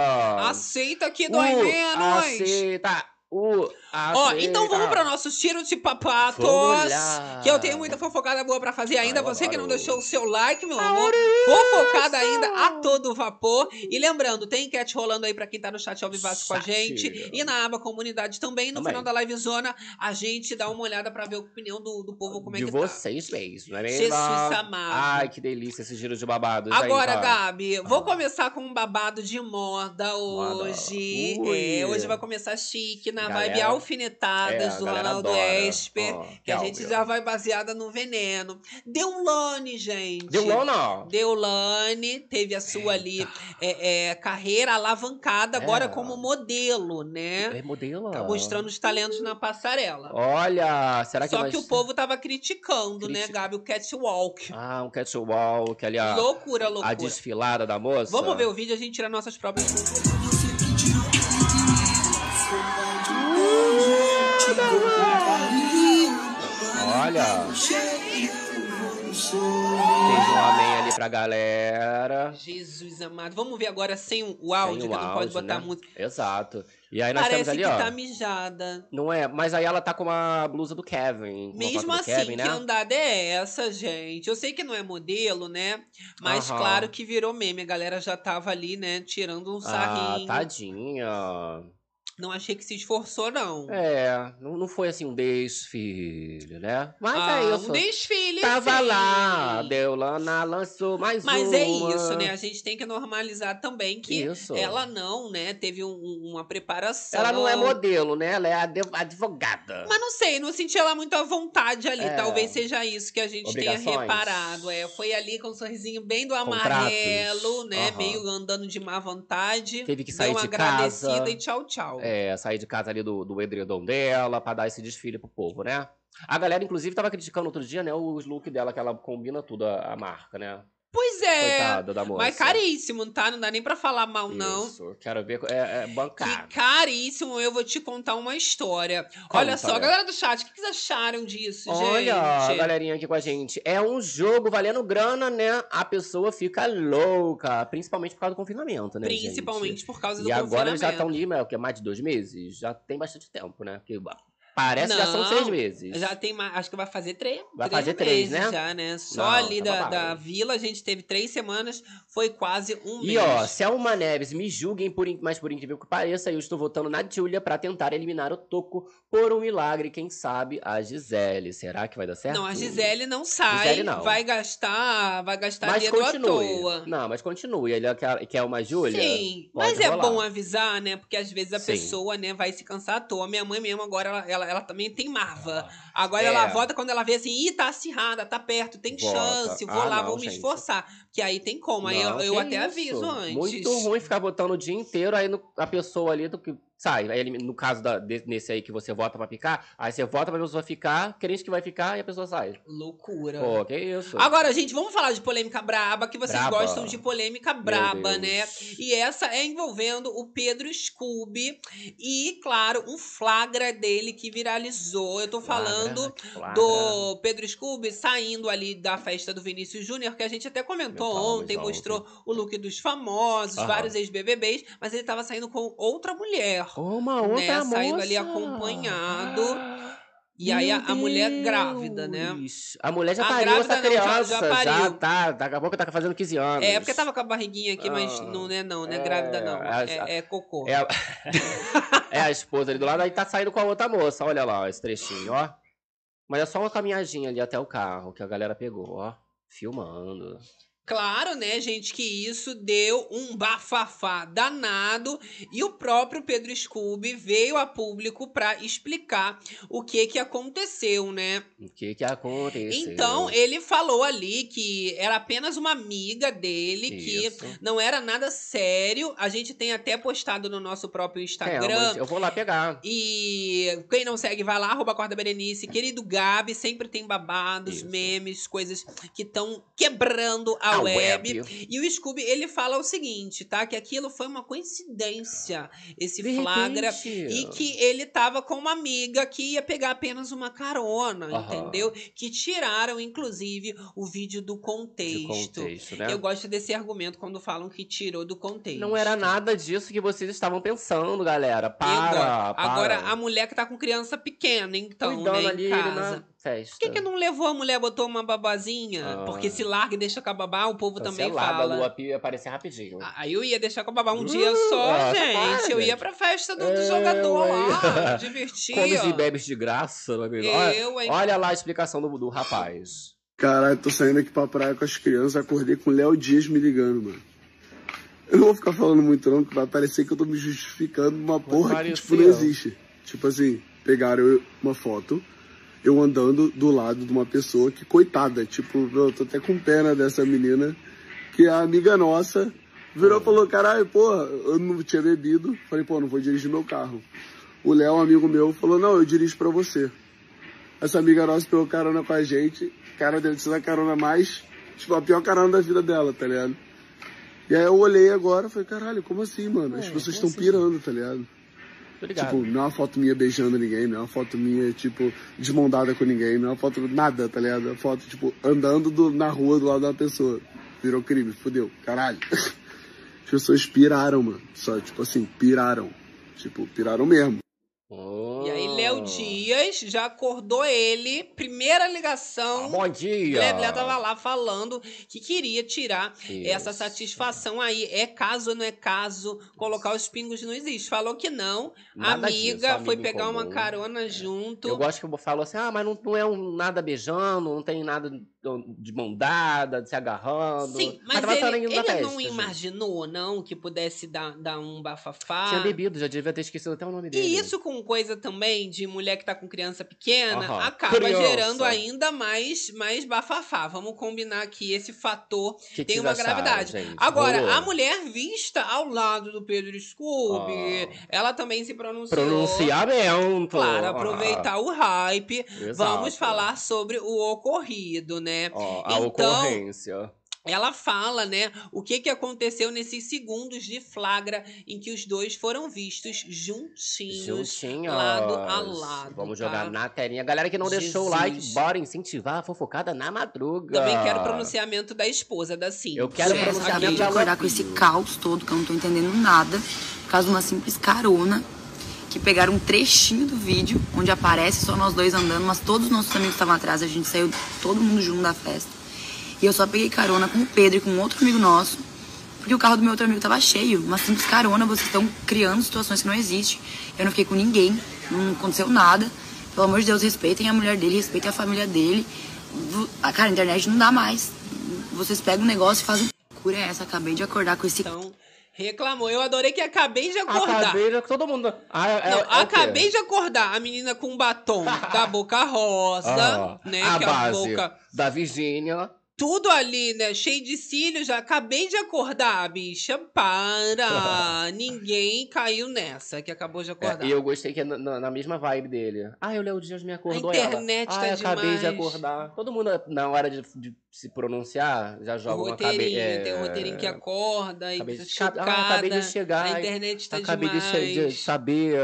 [SPEAKER 2] Aceita que
[SPEAKER 1] O
[SPEAKER 2] dói menos!
[SPEAKER 1] Aceita! O
[SPEAKER 2] Ó,
[SPEAKER 1] aceita.
[SPEAKER 2] então vamos para nossos tiros de papatos.
[SPEAKER 1] Vamos lá.
[SPEAKER 2] Que eu tenho muita fofocada boa pra fazer ainda.
[SPEAKER 1] eu
[SPEAKER 2] Você que não
[SPEAKER 1] adoro.
[SPEAKER 2] deixou o seu like, meu amor. Fofocada ainda a todo vapor. E lembrando, tem enquete rolando aí pra quem tá no chat ao vivaço com a
[SPEAKER 1] Chat.
[SPEAKER 2] gente. E na aba comunidade também. No
[SPEAKER 1] Também.
[SPEAKER 2] final da live zona, a gente dá uma olhada pra ver a opinião do, do povo como é
[SPEAKER 1] de
[SPEAKER 2] que tá.
[SPEAKER 1] vocês ah, mesmo, não é mesmo?
[SPEAKER 2] Jesus amado.
[SPEAKER 1] Ai, que delícia esse giro de babado.
[SPEAKER 2] Agora,
[SPEAKER 1] gente, ó.
[SPEAKER 2] Gabi, vou
[SPEAKER 1] Ah.
[SPEAKER 2] começar com um babado de moda
[SPEAKER 1] Moda.
[SPEAKER 2] hoje.
[SPEAKER 1] Ui.
[SPEAKER 2] É, hoje vai começar chique, na vibe
[SPEAKER 1] Galera-
[SPEAKER 2] alfinetadas
[SPEAKER 1] a
[SPEAKER 2] do
[SPEAKER 1] galera
[SPEAKER 2] Ronaldo
[SPEAKER 1] adora.
[SPEAKER 2] Esper.
[SPEAKER 1] Ó,
[SPEAKER 2] Que a
[SPEAKER 1] calma,
[SPEAKER 2] gente
[SPEAKER 1] meu.
[SPEAKER 2] já vai baseada no veneno. Deulane, gente.
[SPEAKER 1] Deu LOL, não?
[SPEAKER 2] Deulane teve a sua ali é, é, carreira alavancada agora
[SPEAKER 1] É.
[SPEAKER 2] como modelo, né?
[SPEAKER 1] É modelo.
[SPEAKER 2] Tá mostrando os talentos na passarela.
[SPEAKER 1] Olha, será que
[SPEAKER 2] Só
[SPEAKER 1] vai
[SPEAKER 2] que o povo tava criticando, né,
[SPEAKER 1] Critica.
[SPEAKER 2] Gabi? O catwalk.
[SPEAKER 1] Ah, um catwalk ali, a,
[SPEAKER 2] loucura,
[SPEAKER 1] a
[SPEAKER 2] loucura.
[SPEAKER 1] desfilada da moça.
[SPEAKER 2] Vamos ver o vídeo e a gente tira nossas próprias conclusões.
[SPEAKER 3] Você que tirou o dinheiro, você vai de longe.
[SPEAKER 1] Olha. Fez um amém ali pra galera.
[SPEAKER 2] Jesus amado. Vamos ver agora sem o- o áudio,
[SPEAKER 1] Tem o
[SPEAKER 2] que não pode
[SPEAKER 1] áudio,
[SPEAKER 2] botar
[SPEAKER 1] né?
[SPEAKER 2] música.
[SPEAKER 1] Exato. E aí nós temos
[SPEAKER 2] Parece
[SPEAKER 1] ali,
[SPEAKER 2] que
[SPEAKER 1] ó.
[SPEAKER 2] tá mijada.
[SPEAKER 1] Não é? Mas aí ela tá com uma blusa do Kevin. com uma
[SPEAKER 2] Mesmo
[SPEAKER 1] foto do
[SPEAKER 2] assim,
[SPEAKER 1] Kevin, né?
[SPEAKER 2] que andada é essa, gente? Eu sei que não é modelo, né? Mas
[SPEAKER 1] Aham.
[SPEAKER 2] claro que virou meme. A galera já tava ali, né? Tirando um
[SPEAKER 1] Ah,
[SPEAKER 2] sarrinho.
[SPEAKER 1] tadinha.
[SPEAKER 2] Não achei que se esforçou, não.
[SPEAKER 1] É, não, não foi assim um desfile, né? Mas
[SPEAKER 2] ah,
[SPEAKER 1] é isso.
[SPEAKER 2] um desfile.
[SPEAKER 1] Tava
[SPEAKER 2] sim.
[SPEAKER 1] lá, Deolana lançou mais
[SPEAKER 2] Mas
[SPEAKER 1] uma.
[SPEAKER 2] é isso, né? A gente tem que normalizar também que
[SPEAKER 1] Isso.
[SPEAKER 2] ela não, né? Teve um- uma preparação.
[SPEAKER 1] Ela não é modelo, né? Ela é ade- advogada.
[SPEAKER 2] Mas não sei, não senti ela muito à vontade ali.
[SPEAKER 1] É.
[SPEAKER 2] Talvez seja isso que a gente tenha
[SPEAKER 1] Obrigações.
[SPEAKER 2] reparado. É, foi ali com um sorrisinho bem do
[SPEAKER 1] Contratos.
[SPEAKER 2] amarelo, né?
[SPEAKER 1] Aham.
[SPEAKER 2] Meio andando de má vontade.
[SPEAKER 1] Teve que
[SPEAKER 2] Deu
[SPEAKER 1] sair
[SPEAKER 2] uma
[SPEAKER 1] de
[SPEAKER 2] agradecida
[SPEAKER 1] casa.
[SPEAKER 2] e tchau, tchau.
[SPEAKER 1] É, sair de casa ali do, do edredom dela pra dar esse desfile pro povo, né? A galera, inclusive, tava criticando outro dia, né? Os look dela, que ela combina tudo, a, a marca, né?
[SPEAKER 2] Pois é.
[SPEAKER 1] Coitada da moça.
[SPEAKER 2] Mas caríssimo, tá? Não dá nem pra falar mal, não.
[SPEAKER 1] Isso, quero ver. É, é bancar.
[SPEAKER 2] Que caríssimo, eu vou te contar uma história. Olha só,
[SPEAKER 1] Bel.
[SPEAKER 2] galera do chat, o que que vocês acharam disso, gente?
[SPEAKER 1] né? Olha, a galerinha aqui com a gente. É um jogo valendo grana, né? A pessoa fica louca, principalmente por causa do confinamento, né? gente?
[SPEAKER 2] Principalmente por causa do
[SPEAKER 1] E agora eles já estão
[SPEAKER 2] confinamento.
[SPEAKER 1] ali, né, o que mais de dois meses? Já tem bastante tempo, né? Porque parece que já são
[SPEAKER 2] Não,
[SPEAKER 1] seis meses.
[SPEAKER 2] Já tem mais, acho que vai fazer três.
[SPEAKER 1] Vai fazer três,
[SPEAKER 2] meses
[SPEAKER 1] né?
[SPEAKER 2] Já, né? Só
[SPEAKER 1] Não,
[SPEAKER 2] ali
[SPEAKER 1] tá
[SPEAKER 2] da,
[SPEAKER 1] babado.
[SPEAKER 2] da vila, a gente teve três semanas, foi quase um mês.
[SPEAKER 1] E ó, Selma Neves, me julguem, por, in- mas por incrível que pareça, eu estou votando na Júlia pra tentar eliminar o Toco por um milagre, quem sabe a Gisele. Será que vai dar certo?
[SPEAKER 2] Não, a Gisele não sai,
[SPEAKER 1] Gisele não.
[SPEAKER 2] vai gastar, vai gastar
[SPEAKER 1] mas
[SPEAKER 2] dedo à toa.
[SPEAKER 1] continue. Não, mas continue. Ele é quer, quer uma Júlia?
[SPEAKER 2] Sim,
[SPEAKER 1] pode
[SPEAKER 2] mas é
[SPEAKER 1] rolar.
[SPEAKER 2] bom avisar, né? Porque às vezes a
[SPEAKER 1] Sim.
[SPEAKER 2] pessoa, né, vai se cansar à toa. Minha mãe mesmo agora, ela, ela, ela também tem marva. Agora ela
[SPEAKER 1] É.
[SPEAKER 2] vota quando ela vê assim, ih, tá acirrada, tá perto, tem
[SPEAKER 1] Vota.
[SPEAKER 2] chance, vou
[SPEAKER 1] Ah,
[SPEAKER 2] lá,
[SPEAKER 1] não,
[SPEAKER 2] vou me
[SPEAKER 1] gente.
[SPEAKER 2] esforçar. Que aí tem como, aí
[SPEAKER 1] Não,
[SPEAKER 2] eu, eu
[SPEAKER 1] que
[SPEAKER 2] até
[SPEAKER 1] isso.
[SPEAKER 2] aviso antes.
[SPEAKER 1] Muito ruim ficar votando o dia inteiro, aí no- a pessoa ali do que. Sai, aí, ele- no caso da, de- nesse aí que você vota pra ficar, aí você vota pra pessoa ficar, crente que vai ficar e a pessoa sai.
[SPEAKER 2] Loucura.
[SPEAKER 1] Pô, que isso?
[SPEAKER 2] Agora, gente, vamos falar de polêmica braba, que vocês
[SPEAKER 1] Braba.
[SPEAKER 2] gostam de polêmica
[SPEAKER 1] Meu
[SPEAKER 2] braba,
[SPEAKER 1] Deus.
[SPEAKER 2] né? E essa é envolvendo o Pedro Scooby e, claro, um flagra dele que viralizou. Eu tô falando
[SPEAKER 1] Flagra, né? flagra.
[SPEAKER 2] do Pedro Scooby saindo ali da festa do Vinícius Júnior, que a gente até comentou
[SPEAKER 1] Comentamos
[SPEAKER 2] ontem,
[SPEAKER 1] ontem.
[SPEAKER 2] mostrou o look dos famosos,
[SPEAKER 1] Aham.
[SPEAKER 2] vários ex-BBBs, mas ele tava saindo com outra mulher.
[SPEAKER 1] Uma outra
[SPEAKER 2] né,
[SPEAKER 1] moça.
[SPEAKER 2] saindo ali acompanhado. E aí a,
[SPEAKER 1] Meu
[SPEAKER 2] a mulher
[SPEAKER 1] Deus.
[SPEAKER 2] grávida, né?
[SPEAKER 1] A mulher já
[SPEAKER 2] A
[SPEAKER 1] pariu essa
[SPEAKER 2] grávida não, já-
[SPEAKER 1] criança.
[SPEAKER 2] já
[SPEAKER 1] Já,
[SPEAKER 2] pariu.
[SPEAKER 1] tá, daqui a pouco tá fazendo 15 anos.
[SPEAKER 2] É, porque tava com a barriguinha aqui, mas
[SPEAKER 1] Ah,
[SPEAKER 2] não é não, né?
[SPEAKER 1] é,
[SPEAKER 2] grávida não.
[SPEAKER 1] as-
[SPEAKER 2] É, é cocô.
[SPEAKER 1] É a... é a esposa ali do lado, aí tá saindo com a outra moça. Olha lá, ó, esse trechinho, ó. Mas é só uma caminhadinha ali até o carro que a galera pegou, ó. Filmando.
[SPEAKER 2] Claro, né, gente, que isso deu um bafafá danado e o próprio Pedro Scooby veio a público pra explicar o que que aconteceu, né?
[SPEAKER 1] O que que aconteceu?
[SPEAKER 2] Então, ele falou ali que era apenas uma amiga dele, que
[SPEAKER 1] Isso. É,
[SPEAKER 2] não era nada sério. A gente tem até postado no nosso próprio Instagram.
[SPEAKER 1] Temos, eu vou lá pegar.
[SPEAKER 2] E quem não segue, vai lá, arroba Corda Berenice. Querido Gabi, sempre tem babados,
[SPEAKER 1] Isso.
[SPEAKER 2] memes, coisas que estão quebrando a,
[SPEAKER 1] A
[SPEAKER 2] web.
[SPEAKER 1] web.
[SPEAKER 2] E o Scooby, ele fala o seguinte, tá? Que aquilo foi uma coincidência, esse
[SPEAKER 1] De
[SPEAKER 2] flagra.
[SPEAKER 1] repente.
[SPEAKER 2] E que ele tava com uma amiga que ia pegar apenas uma carona,
[SPEAKER 1] Aham.
[SPEAKER 2] entendeu? Que tiraram, inclusive, o vídeo do
[SPEAKER 1] De
[SPEAKER 2] contexto.
[SPEAKER 1] contexto, né?
[SPEAKER 2] Eu gosto desse argumento quando falam que tirou do contexto.
[SPEAKER 1] Não era nada disso que vocês estavam pensando, galera.
[SPEAKER 2] Eu gosto.
[SPEAKER 1] Para, Ah, para.
[SPEAKER 2] Agora, a mulher que tá com criança pequena, então,
[SPEAKER 1] Cuidando
[SPEAKER 2] né, em
[SPEAKER 1] ali
[SPEAKER 2] casa.
[SPEAKER 1] na festa.
[SPEAKER 2] Por que, que não levou a mulher, botou uma babazinha?
[SPEAKER 1] Ah. Então,
[SPEAKER 2] Porque se larga e deixa com a babá, o povo também
[SPEAKER 1] Cancelada,
[SPEAKER 2] fala.
[SPEAKER 1] a Lua Pia ia aparecer rapidinho.
[SPEAKER 2] Ah, Aí eu ia deixar com a babá um
[SPEAKER 1] Uh,
[SPEAKER 2] dia só,
[SPEAKER 1] ah,
[SPEAKER 2] gente.
[SPEAKER 1] para,
[SPEAKER 2] eu ia
[SPEAKER 1] gente. É,
[SPEAKER 2] pra festa do, do
[SPEAKER 1] Eu,
[SPEAKER 2] jogador lá,
[SPEAKER 1] hein? Comes e
[SPEAKER 2] divertia.
[SPEAKER 1] bebes de graça. não é mesmo? Olha,
[SPEAKER 2] Eu, hein?
[SPEAKER 1] olha lá a explicação do, do rapaz.
[SPEAKER 3] Caralho, tô saindo aqui pra praia com as crianças, acordei com o Léo Dias me ligando, mano. Eu não vou ficar falando muito não, que vai parecer que eu tô me justificando uma porra que, tipo, não
[SPEAKER 1] parecer.
[SPEAKER 3] existe. Tipo assim, pegaram eu- uma foto, eu andando do lado de uma pessoa que, coitada, tipo, eu tô até com pena dessa menina, que é amiga nossa, virou e falou, caralho, porra, eu não tinha bebido. Falei, pô, não vou dirigir meu carro. O Léo, um amigo meu, falou, não, eu dirijo pra você. Essa amiga nossa pegou carona com a gente. Cara, deve ser a carona mais. Tipo, a pior carona da vida dela, tá ligado? E aí eu olhei agora e falei, caralho, como assim, mano? As
[SPEAKER 1] É,
[SPEAKER 3] pessoas estão
[SPEAKER 1] como assim?
[SPEAKER 3] pirando, tá ligado?
[SPEAKER 1] Tô ligado.
[SPEAKER 3] Tipo, não é uma foto minha beijando ninguém, não é uma foto minha, tipo, desmondada com ninguém, não é uma foto nada, tá ligado? É uma foto, tipo, andando do- na rua do lado da pessoa. Virou crime, fudeu, caralho. As pessoas piraram, mano. Só, tipo assim, piraram. Tipo, piraram mesmo.
[SPEAKER 1] Oh.
[SPEAKER 2] E aí, Léo Dias já acordou ele, primeira ligação.
[SPEAKER 1] Ah, Bom dia.
[SPEAKER 2] Léo Léo tava tá lá falando que queria tirar essa
[SPEAKER 1] Isso.
[SPEAKER 2] satisfação aí. É caso ou não é caso? Colocar os pingos não existe. Falou que não.
[SPEAKER 1] Nada
[SPEAKER 2] amiga
[SPEAKER 1] disso, amigo
[SPEAKER 2] foi
[SPEAKER 1] em
[SPEAKER 2] pegar uma
[SPEAKER 1] comum. É.
[SPEAKER 2] carona junto.
[SPEAKER 1] Eu gosto que eu falo assim, ah, mas não, não é um nada beijando, não tem nada de mão dada, de se agarrando.
[SPEAKER 2] Sim, mas,
[SPEAKER 1] tava
[SPEAKER 2] ele,
[SPEAKER 1] saindo da
[SPEAKER 2] ele
[SPEAKER 1] festa,
[SPEAKER 2] não
[SPEAKER 1] gente.
[SPEAKER 2] imaginou, não, que pudesse dar, dar um bafafá.
[SPEAKER 1] Tinha bebido, já devia ter esquecido até o nome dele.
[SPEAKER 2] E isso com coisa também de mulher que tá com criança pequena,
[SPEAKER 1] Aham.
[SPEAKER 2] acaba
[SPEAKER 1] Criança.
[SPEAKER 2] gerando ainda mais, mais bafafá. Vamos combinar aqui esse fator.
[SPEAKER 1] Que que
[SPEAKER 2] tem
[SPEAKER 1] vocês
[SPEAKER 2] uma
[SPEAKER 1] acharam,
[SPEAKER 2] gravidade.
[SPEAKER 1] gente?
[SPEAKER 2] Agora,
[SPEAKER 1] Rolou?
[SPEAKER 2] a mulher vista ao lado do Pedro Scooby,
[SPEAKER 1] Ah.
[SPEAKER 2] ela também se pronunciou.
[SPEAKER 1] Pronunciamento.
[SPEAKER 2] Claro,
[SPEAKER 1] Ah,
[SPEAKER 2] aproveitar o hype.
[SPEAKER 1] exato.
[SPEAKER 2] Vamos falar sobre o ocorrido, né?
[SPEAKER 1] Ó, a
[SPEAKER 2] Então-
[SPEAKER 1] ocorrência.
[SPEAKER 2] Ela fala, né, o que, que aconteceu nesses segundos de flagra em que os dois foram vistos juntinhos.
[SPEAKER 1] Juntinhos.
[SPEAKER 2] lado a lado,
[SPEAKER 1] Vamos
[SPEAKER 2] tá?
[SPEAKER 1] jogar na telinha. Galera que não deixou o
[SPEAKER 2] Jesus.
[SPEAKER 1] like, bora incentivar a fofocada na madruga.
[SPEAKER 2] Também quero o pronunciamento da esposa da Cindy.
[SPEAKER 1] Eu quero
[SPEAKER 4] Gente,
[SPEAKER 1] pronunciar
[SPEAKER 4] acabei
[SPEAKER 1] minha
[SPEAKER 4] de acordar com esse caos todo, que eu não tô entendendo nada, por causa de uma simples carona, que pegaram um trechinho do vídeo, onde aparece só nós dois andando, mas todos os nossos amigos estavam atrás, a gente saiu todo mundo junto da festa. E eu só peguei carona com o Pedro e com outro amigo nosso, porque o carro do meu outro amigo tava cheio. Uma simples carona, vocês estão criando situações que não existem. Eu não fiquei com ninguém, não aconteceu nada. Pelo amor de Deus, respeitem a mulher dele, respeitem a família dele. Vo- ah, Cara, a internet não dá mais. Vocês pegam um negócio e fazem. Cura é essa, acabei de acordar com esse
[SPEAKER 2] Então, reclamou. Eu adorei que acabei de acordar.
[SPEAKER 1] Acabei de... Todo mundo... Ah, é,
[SPEAKER 2] Não,
[SPEAKER 1] é o quê?
[SPEAKER 2] acabei de acordar. A menina com um batom da boca rosa,
[SPEAKER 1] Ah,
[SPEAKER 2] né?
[SPEAKER 1] a
[SPEAKER 2] que
[SPEAKER 1] base
[SPEAKER 2] é a boca.
[SPEAKER 1] da Virgínia.
[SPEAKER 2] Tudo ali, né? Cheio de cílios. Já acabei de acordar, bicha. Para! Ninguém caiu nessa que acabou de acordar.
[SPEAKER 1] É, e eu gostei que é na, na- na mesma vibe dele. Ah, eu Léo Dias me acordou
[SPEAKER 2] A internet
[SPEAKER 1] ela.
[SPEAKER 2] tá
[SPEAKER 1] ah, eu acabei de
[SPEAKER 2] demais."
[SPEAKER 1] acordar. Todo mundo, na hora de, de se pronunciar, já
[SPEAKER 2] O
[SPEAKER 1] joga uma
[SPEAKER 2] roteirinho,
[SPEAKER 1] cabeça.
[SPEAKER 2] tem um roteirinho que acorda e
[SPEAKER 1] é, Acabei de,
[SPEAKER 2] chocada.
[SPEAKER 1] ah, acabei de chegar.
[SPEAKER 2] a
[SPEAKER 1] hein?
[SPEAKER 2] internet tá
[SPEAKER 1] acabei de,
[SPEAKER 2] demais.
[SPEAKER 1] che- de saber.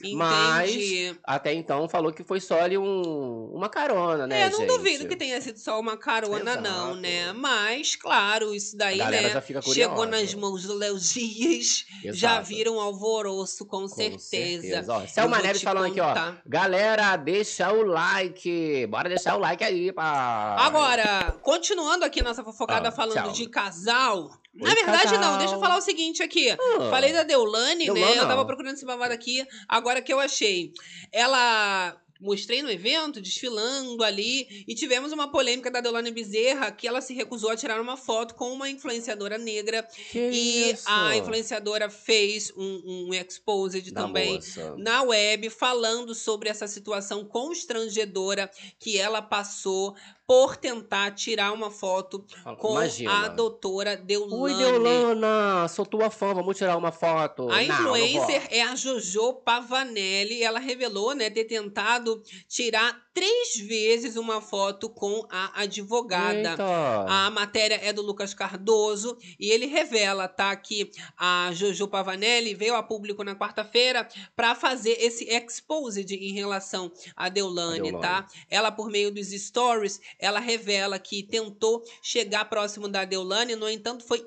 [SPEAKER 2] Entendi.
[SPEAKER 1] Mas, Até então falou que foi só ali um, uma carona, né?
[SPEAKER 2] é, não
[SPEAKER 1] gente?
[SPEAKER 2] duvido que tenha sido só uma carona,
[SPEAKER 1] Exato.
[SPEAKER 2] não, né? Mas, claro, isso
[SPEAKER 1] A
[SPEAKER 2] daí,
[SPEAKER 1] galera
[SPEAKER 2] né?
[SPEAKER 1] já fica curiosa.
[SPEAKER 2] Chegou nas mãos do Léo Dias. Já
[SPEAKER 1] Exato.
[SPEAKER 2] viram um alvoroço, com,
[SPEAKER 1] Com
[SPEAKER 2] certeza.
[SPEAKER 1] Ó,
[SPEAKER 2] Eu
[SPEAKER 1] Selma
[SPEAKER 2] vou
[SPEAKER 1] Neves
[SPEAKER 2] te
[SPEAKER 1] falando aqui, ó.
[SPEAKER 2] contar.
[SPEAKER 1] Galera, deixa o like. Bora deixar o like aí, pá.
[SPEAKER 2] Agora, continuando aqui nossa fofocada
[SPEAKER 1] Ah,
[SPEAKER 2] falando
[SPEAKER 1] tchau.
[SPEAKER 2] de casal. Na
[SPEAKER 1] Oi,
[SPEAKER 2] verdade,
[SPEAKER 1] casal.
[SPEAKER 2] não, deixa eu falar o seguinte aqui.
[SPEAKER 1] Ah,
[SPEAKER 2] Falei da Deulane, né?
[SPEAKER 1] Deulana.
[SPEAKER 2] Eu tava procurando esse babado aqui. Agora que eu achei. Ela. Mostrei no evento, desfilando ali, e tivemos uma polêmica da Deolane Bezerra, que ela se recusou a tirar uma foto com uma influenciadora negra.
[SPEAKER 1] que
[SPEAKER 2] e
[SPEAKER 1] isso?
[SPEAKER 2] a influenciadora fez um, um exposed
[SPEAKER 1] Da
[SPEAKER 2] também né,
[SPEAKER 1] moça.
[SPEAKER 2] na web falando sobre essa situação constrangedora que ela passou por tentar tirar uma foto
[SPEAKER 1] Fala-
[SPEAKER 2] com
[SPEAKER 1] Imagina.
[SPEAKER 2] a doutora
[SPEAKER 1] Oi,
[SPEAKER 2] Deulane.
[SPEAKER 1] Deolana, sou tua fã, vamos tirar uma foto.
[SPEAKER 2] A
[SPEAKER 1] Não, não vou.
[SPEAKER 2] influencer é a Jojo Pavanelli. Ela revelou, né, ter tentado tirar três vezes uma foto com a advogada.
[SPEAKER 1] Eita.
[SPEAKER 2] A matéria é do Lucas Cardoso e ele revela, tá, que a Jojo Pavanelli veio a público na quarta-feira para fazer esse exposed em relação a Deolane,
[SPEAKER 1] A Deolane.
[SPEAKER 2] tá? Ela, por meio dos stories, ela revela que tentou chegar próximo da Deolane, no entanto, foi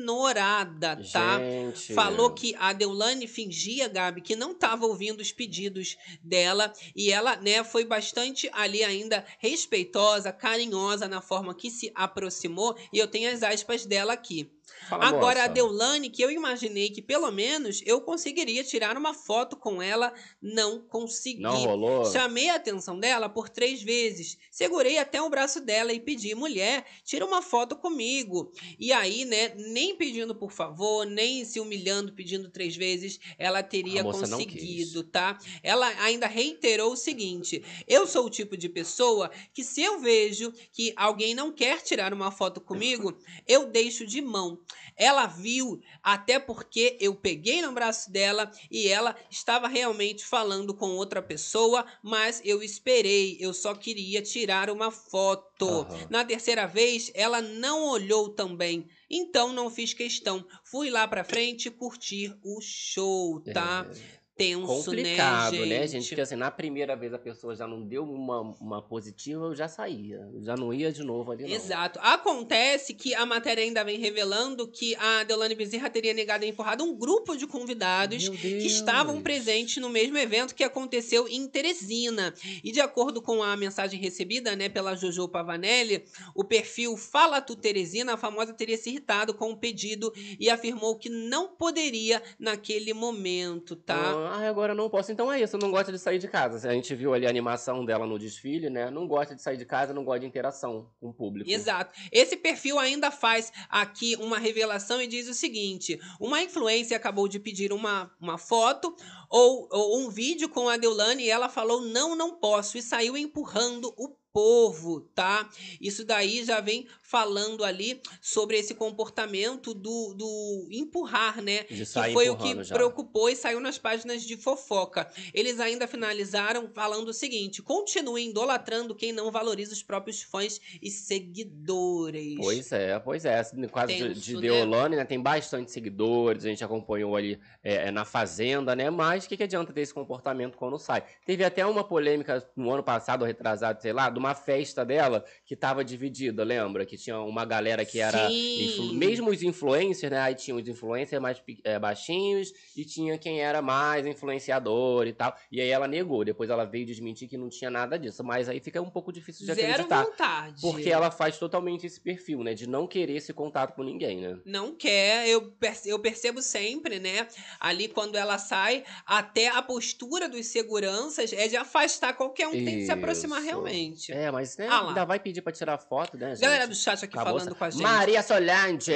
[SPEAKER 2] ignorada, tá?
[SPEAKER 1] Gente.
[SPEAKER 2] Falou que a Deulane fingia, Gabi, que não estava ouvindo os pedidos dela. E ela, né, foi bastante ali ainda respeitosa, carinhosa na forma que se aproximou. E eu tenho as aspas dela aqui.
[SPEAKER 1] Fala,
[SPEAKER 2] Agora, a
[SPEAKER 1] moça.
[SPEAKER 2] Deulane, que eu imaginei que pelo menos eu conseguiria tirar uma foto com ela, não consegui.
[SPEAKER 1] Não rolou?
[SPEAKER 2] Chamei a atenção dela por três vezes. Segurei até o braço dela e pedi: mulher, tira uma foto comigo. E aí, né, nem pedindo por favor, nem se humilhando, pedindo três vezes, ela teria
[SPEAKER 1] A moça não
[SPEAKER 2] conseguido, tá? Ela ainda reiterou o seguinte: eu sou o tipo de pessoa que, se eu vejo que alguém não quer tirar uma foto comigo, eu deixo de mão. Ela viu, até porque eu peguei no braço dela e ela estava realmente falando com outra pessoa, mas eu esperei, eu só queria tirar uma foto.
[SPEAKER 1] Aham.
[SPEAKER 2] Na terceira vez, ela não olhou também. Então não fiz questão. Fui lá pra frente curtir o show, tá?
[SPEAKER 1] É.
[SPEAKER 2] tenso,
[SPEAKER 1] complicado,
[SPEAKER 2] né, gente?
[SPEAKER 1] né, gente? Porque assim, na primeira vez a pessoa já não deu uma, uma positiva, eu já saía. Eu já não ia de novo ali, não.
[SPEAKER 2] Exato. Acontece que a matéria ainda vem revelando que a Deolane Bezerra teria negado e empurrado um grupo de convidados
[SPEAKER 1] Meu
[SPEAKER 2] que
[SPEAKER 1] Deus.
[SPEAKER 2] estavam presentes no mesmo evento que aconteceu em Teresina. E de acordo com a mensagem recebida né, pela Jojo Pavanelli, o perfil Fala Tu Teresina, a famosa teria se irritado com o pedido e afirmou que não poderia naquele momento, tá?
[SPEAKER 1] Ah, agora eu não posso. Então é isso, eu não gosto de sair de casa. Assim, A gente viu ali a animação dela no desfile, né? Não gosta de sair de casa, não gosta de interação com o público.
[SPEAKER 2] Exato. Esse perfil ainda faz aqui uma revelação e diz o seguinte: uma influência acabou de pedir uma, uma foto ou, ou um vídeo com a Deulane e ela falou não, não posso e saiu empurrando o povo, tá? Isso daí já vem falando ali sobre esse comportamento do, do empurrar, né?
[SPEAKER 1] De
[SPEAKER 2] que
[SPEAKER 1] sair
[SPEAKER 2] foi o
[SPEAKER 1] empurrando
[SPEAKER 2] que
[SPEAKER 1] já.
[SPEAKER 2] preocupou e saiu nas páginas de fofoca. Eles ainda finalizaram falando o seguinte: continuem idolatrando quem não valoriza os próprios fãs e seguidores.
[SPEAKER 1] Pois é, pois é. Assim, Quase de-
[SPEAKER 2] Tenso,
[SPEAKER 1] de,
[SPEAKER 2] né?
[SPEAKER 1] Deolane, né? Tem bastante seguidores, a gente acompanhou ali é, é, na Fazenda, né? Mas o que, que adianta ter esse comportamento quando sai? Teve até uma polêmica no ano passado, ou retrasado, sei lá, de uma festa dela que tava dividida, lembra? Que tinha uma galera é, que era.
[SPEAKER 2] Sim.
[SPEAKER 1] influ- Mesmo os influencers, né? Aí tinha os influencers mais pe- é, baixinhos e tinha quem era mais influenciador e tal. E aí ela negou. Depois ela veio desmentir que não tinha nada disso. Mas aí fica um pouco difícil de
[SPEAKER 2] Zero
[SPEAKER 1] acreditar.
[SPEAKER 2] vontade.
[SPEAKER 1] Porque ela faz totalmente esse perfil, né? De não querer esse contato com ninguém, né?
[SPEAKER 2] Não quer, eu, perce- eu percebo sempre, né? Ali quando ela sai, até a postura dos seguranças é de afastar qualquer um que tem que se aproximar
[SPEAKER 1] Isso.
[SPEAKER 2] realmente.
[SPEAKER 1] É, mas né,
[SPEAKER 2] Ah lá.
[SPEAKER 1] ainda vai pedir pra tirar foto, né, gente?
[SPEAKER 2] Galera do chat aqui
[SPEAKER 1] Acabou
[SPEAKER 2] falando
[SPEAKER 1] essa-
[SPEAKER 2] com a gente.
[SPEAKER 1] Maria Solange,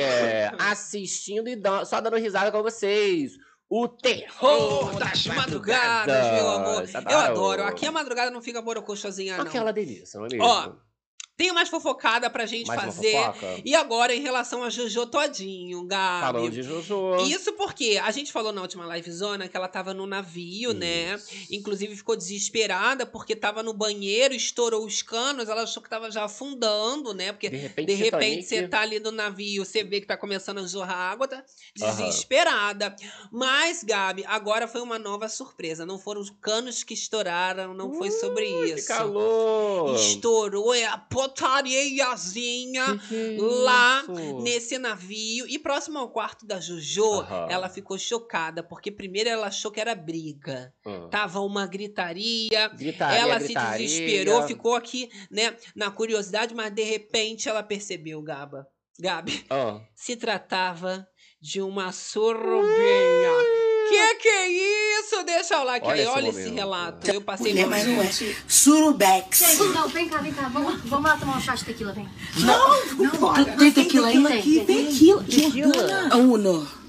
[SPEAKER 1] assistindo e dan- só dando risada com vocês. O terror
[SPEAKER 2] Horror das madrugadas,
[SPEAKER 1] madrugadas,
[SPEAKER 2] meu amor. Eu
[SPEAKER 1] Adoro.
[SPEAKER 2] adoro. Aqui a madrugada não fica borocochosinha, não.
[SPEAKER 1] Aquela delícia, não é mesmo?
[SPEAKER 2] Ó, Tem mais fofocada pra gente
[SPEAKER 1] Mais
[SPEAKER 2] fazer. um
[SPEAKER 1] uma fofoca.
[SPEAKER 2] E agora, em relação a Jojo Todinho,
[SPEAKER 1] Falando
[SPEAKER 2] Gabi.
[SPEAKER 1] de Jojo.
[SPEAKER 2] Isso porque a gente falou na última live zona que ela tava no navio, né? Inclusive ficou desesperada porque tava no banheiro, estourou os canos, ela achou que tava já afundando, né? Porque
[SPEAKER 1] De repente,
[SPEAKER 2] de repente você
[SPEAKER 1] Titanic,
[SPEAKER 2] tá ali no navio, você vê que tá começando a jorrar água, tá desesperada. Mas, Gabi, agora foi uma nova surpresa. Não foram os canos que estouraram, não foi sobre
[SPEAKER 1] Que
[SPEAKER 2] isso.
[SPEAKER 1] tá calor!
[SPEAKER 2] Estourou é a potariazinha
[SPEAKER 1] Que que
[SPEAKER 2] lá
[SPEAKER 1] isso?
[SPEAKER 2] nesse navio. E próximo ao quarto da Jojo,
[SPEAKER 1] Aham.
[SPEAKER 2] ela ficou chocada, porque primeiro ela achou que era briga.
[SPEAKER 1] Ah.
[SPEAKER 2] Tava uma gritaria.
[SPEAKER 1] Gritaria,
[SPEAKER 2] ela
[SPEAKER 1] gritaria.
[SPEAKER 2] se desesperou, ficou aqui, né, na curiosidade, mas de repente ela percebeu, Gaba. Gabi,
[SPEAKER 1] Ah.
[SPEAKER 2] se tratava de uma sorobinha. Que que é isso? Deixa o like
[SPEAKER 1] Olha
[SPEAKER 2] aí,
[SPEAKER 1] esse
[SPEAKER 2] olha esse
[SPEAKER 1] momento.
[SPEAKER 2] relato. Eu passei
[SPEAKER 5] Mulher, mas não é.
[SPEAKER 6] Gente,
[SPEAKER 5] Surubex.
[SPEAKER 6] não, vem cá, vem cá. Vamos, vamos lá tomar um chá de tequila, vem.
[SPEAKER 5] Não, não,
[SPEAKER 6] tu tem tequila aí?
[SPEAKER 5] aqui,
[SPEAKER 6] Tem.
[SPEAKER 5] tequila. Jordana. Uno.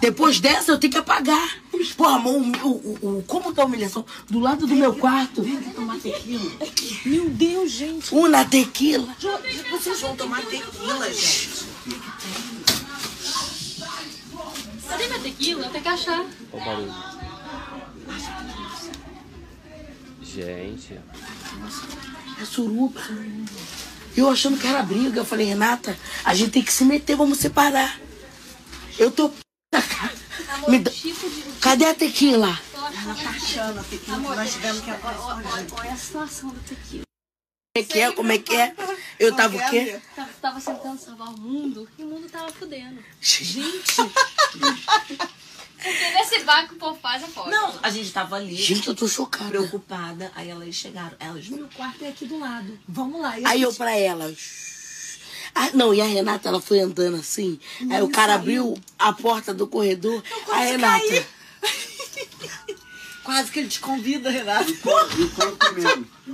[SPEAKER 5] Depois dessa eu tenho que apagar. Pô, amor, o, o, o- como tá a humilhação? Do lado do meu quarto. tomar tequila.
[SPEAKER 7] Meu Deus, gente.
[SPEAKER 5] Una tequila.
[SPEAKER 7] Jo- Vocês vão tomar tequila, gente.
[SPEAKER 6] Cadê minha tequila? Tem que achar.
[SPEAKER 1] Ó o barulho. Gente.
[SPEAKER 5] É suruba. Eu achando que era briga. Eu falei, Renata, a gente tem que se meter, vamos separar. Eu tô p da cara. Me dá-
[SPEAKER 6] Tipo de...
[SPEAKER 5] Cadê a tequila?
[SPEAKER 6] Amor, nós tivemos que Olha a situação do tequila.
[SPEAKER 5] Como é que é? Como é que é? Eu tava o quê?
[SPEAKER 6] Tava, Tá, tava tentando salvar o mundo e o mundo tava fudendo. Porque nesse barco o povo faz a foto.
[SPEAKER 7] Não, a gente tava ali.
[SPEAKER 5] Gente, eu tô chocada.
[SPEAKER 7] Preocupada, aí elas chegaram. Elas, meu quarto é aqui do lado. Vamos lá. E a
[SPEAKER 5] Aí eu
[SPEAKER 7] gente-
[SPEAKER 5] pra ela. "Shh." Ah, não, e a Renata, ela foi andando assim. aí o cara abriu a porta do corredor. a
[SPEAKER 7] quase
[SPEAKER 5] Renata.
[SPEAKER 7] caí. Quase que ele te convida, Renata.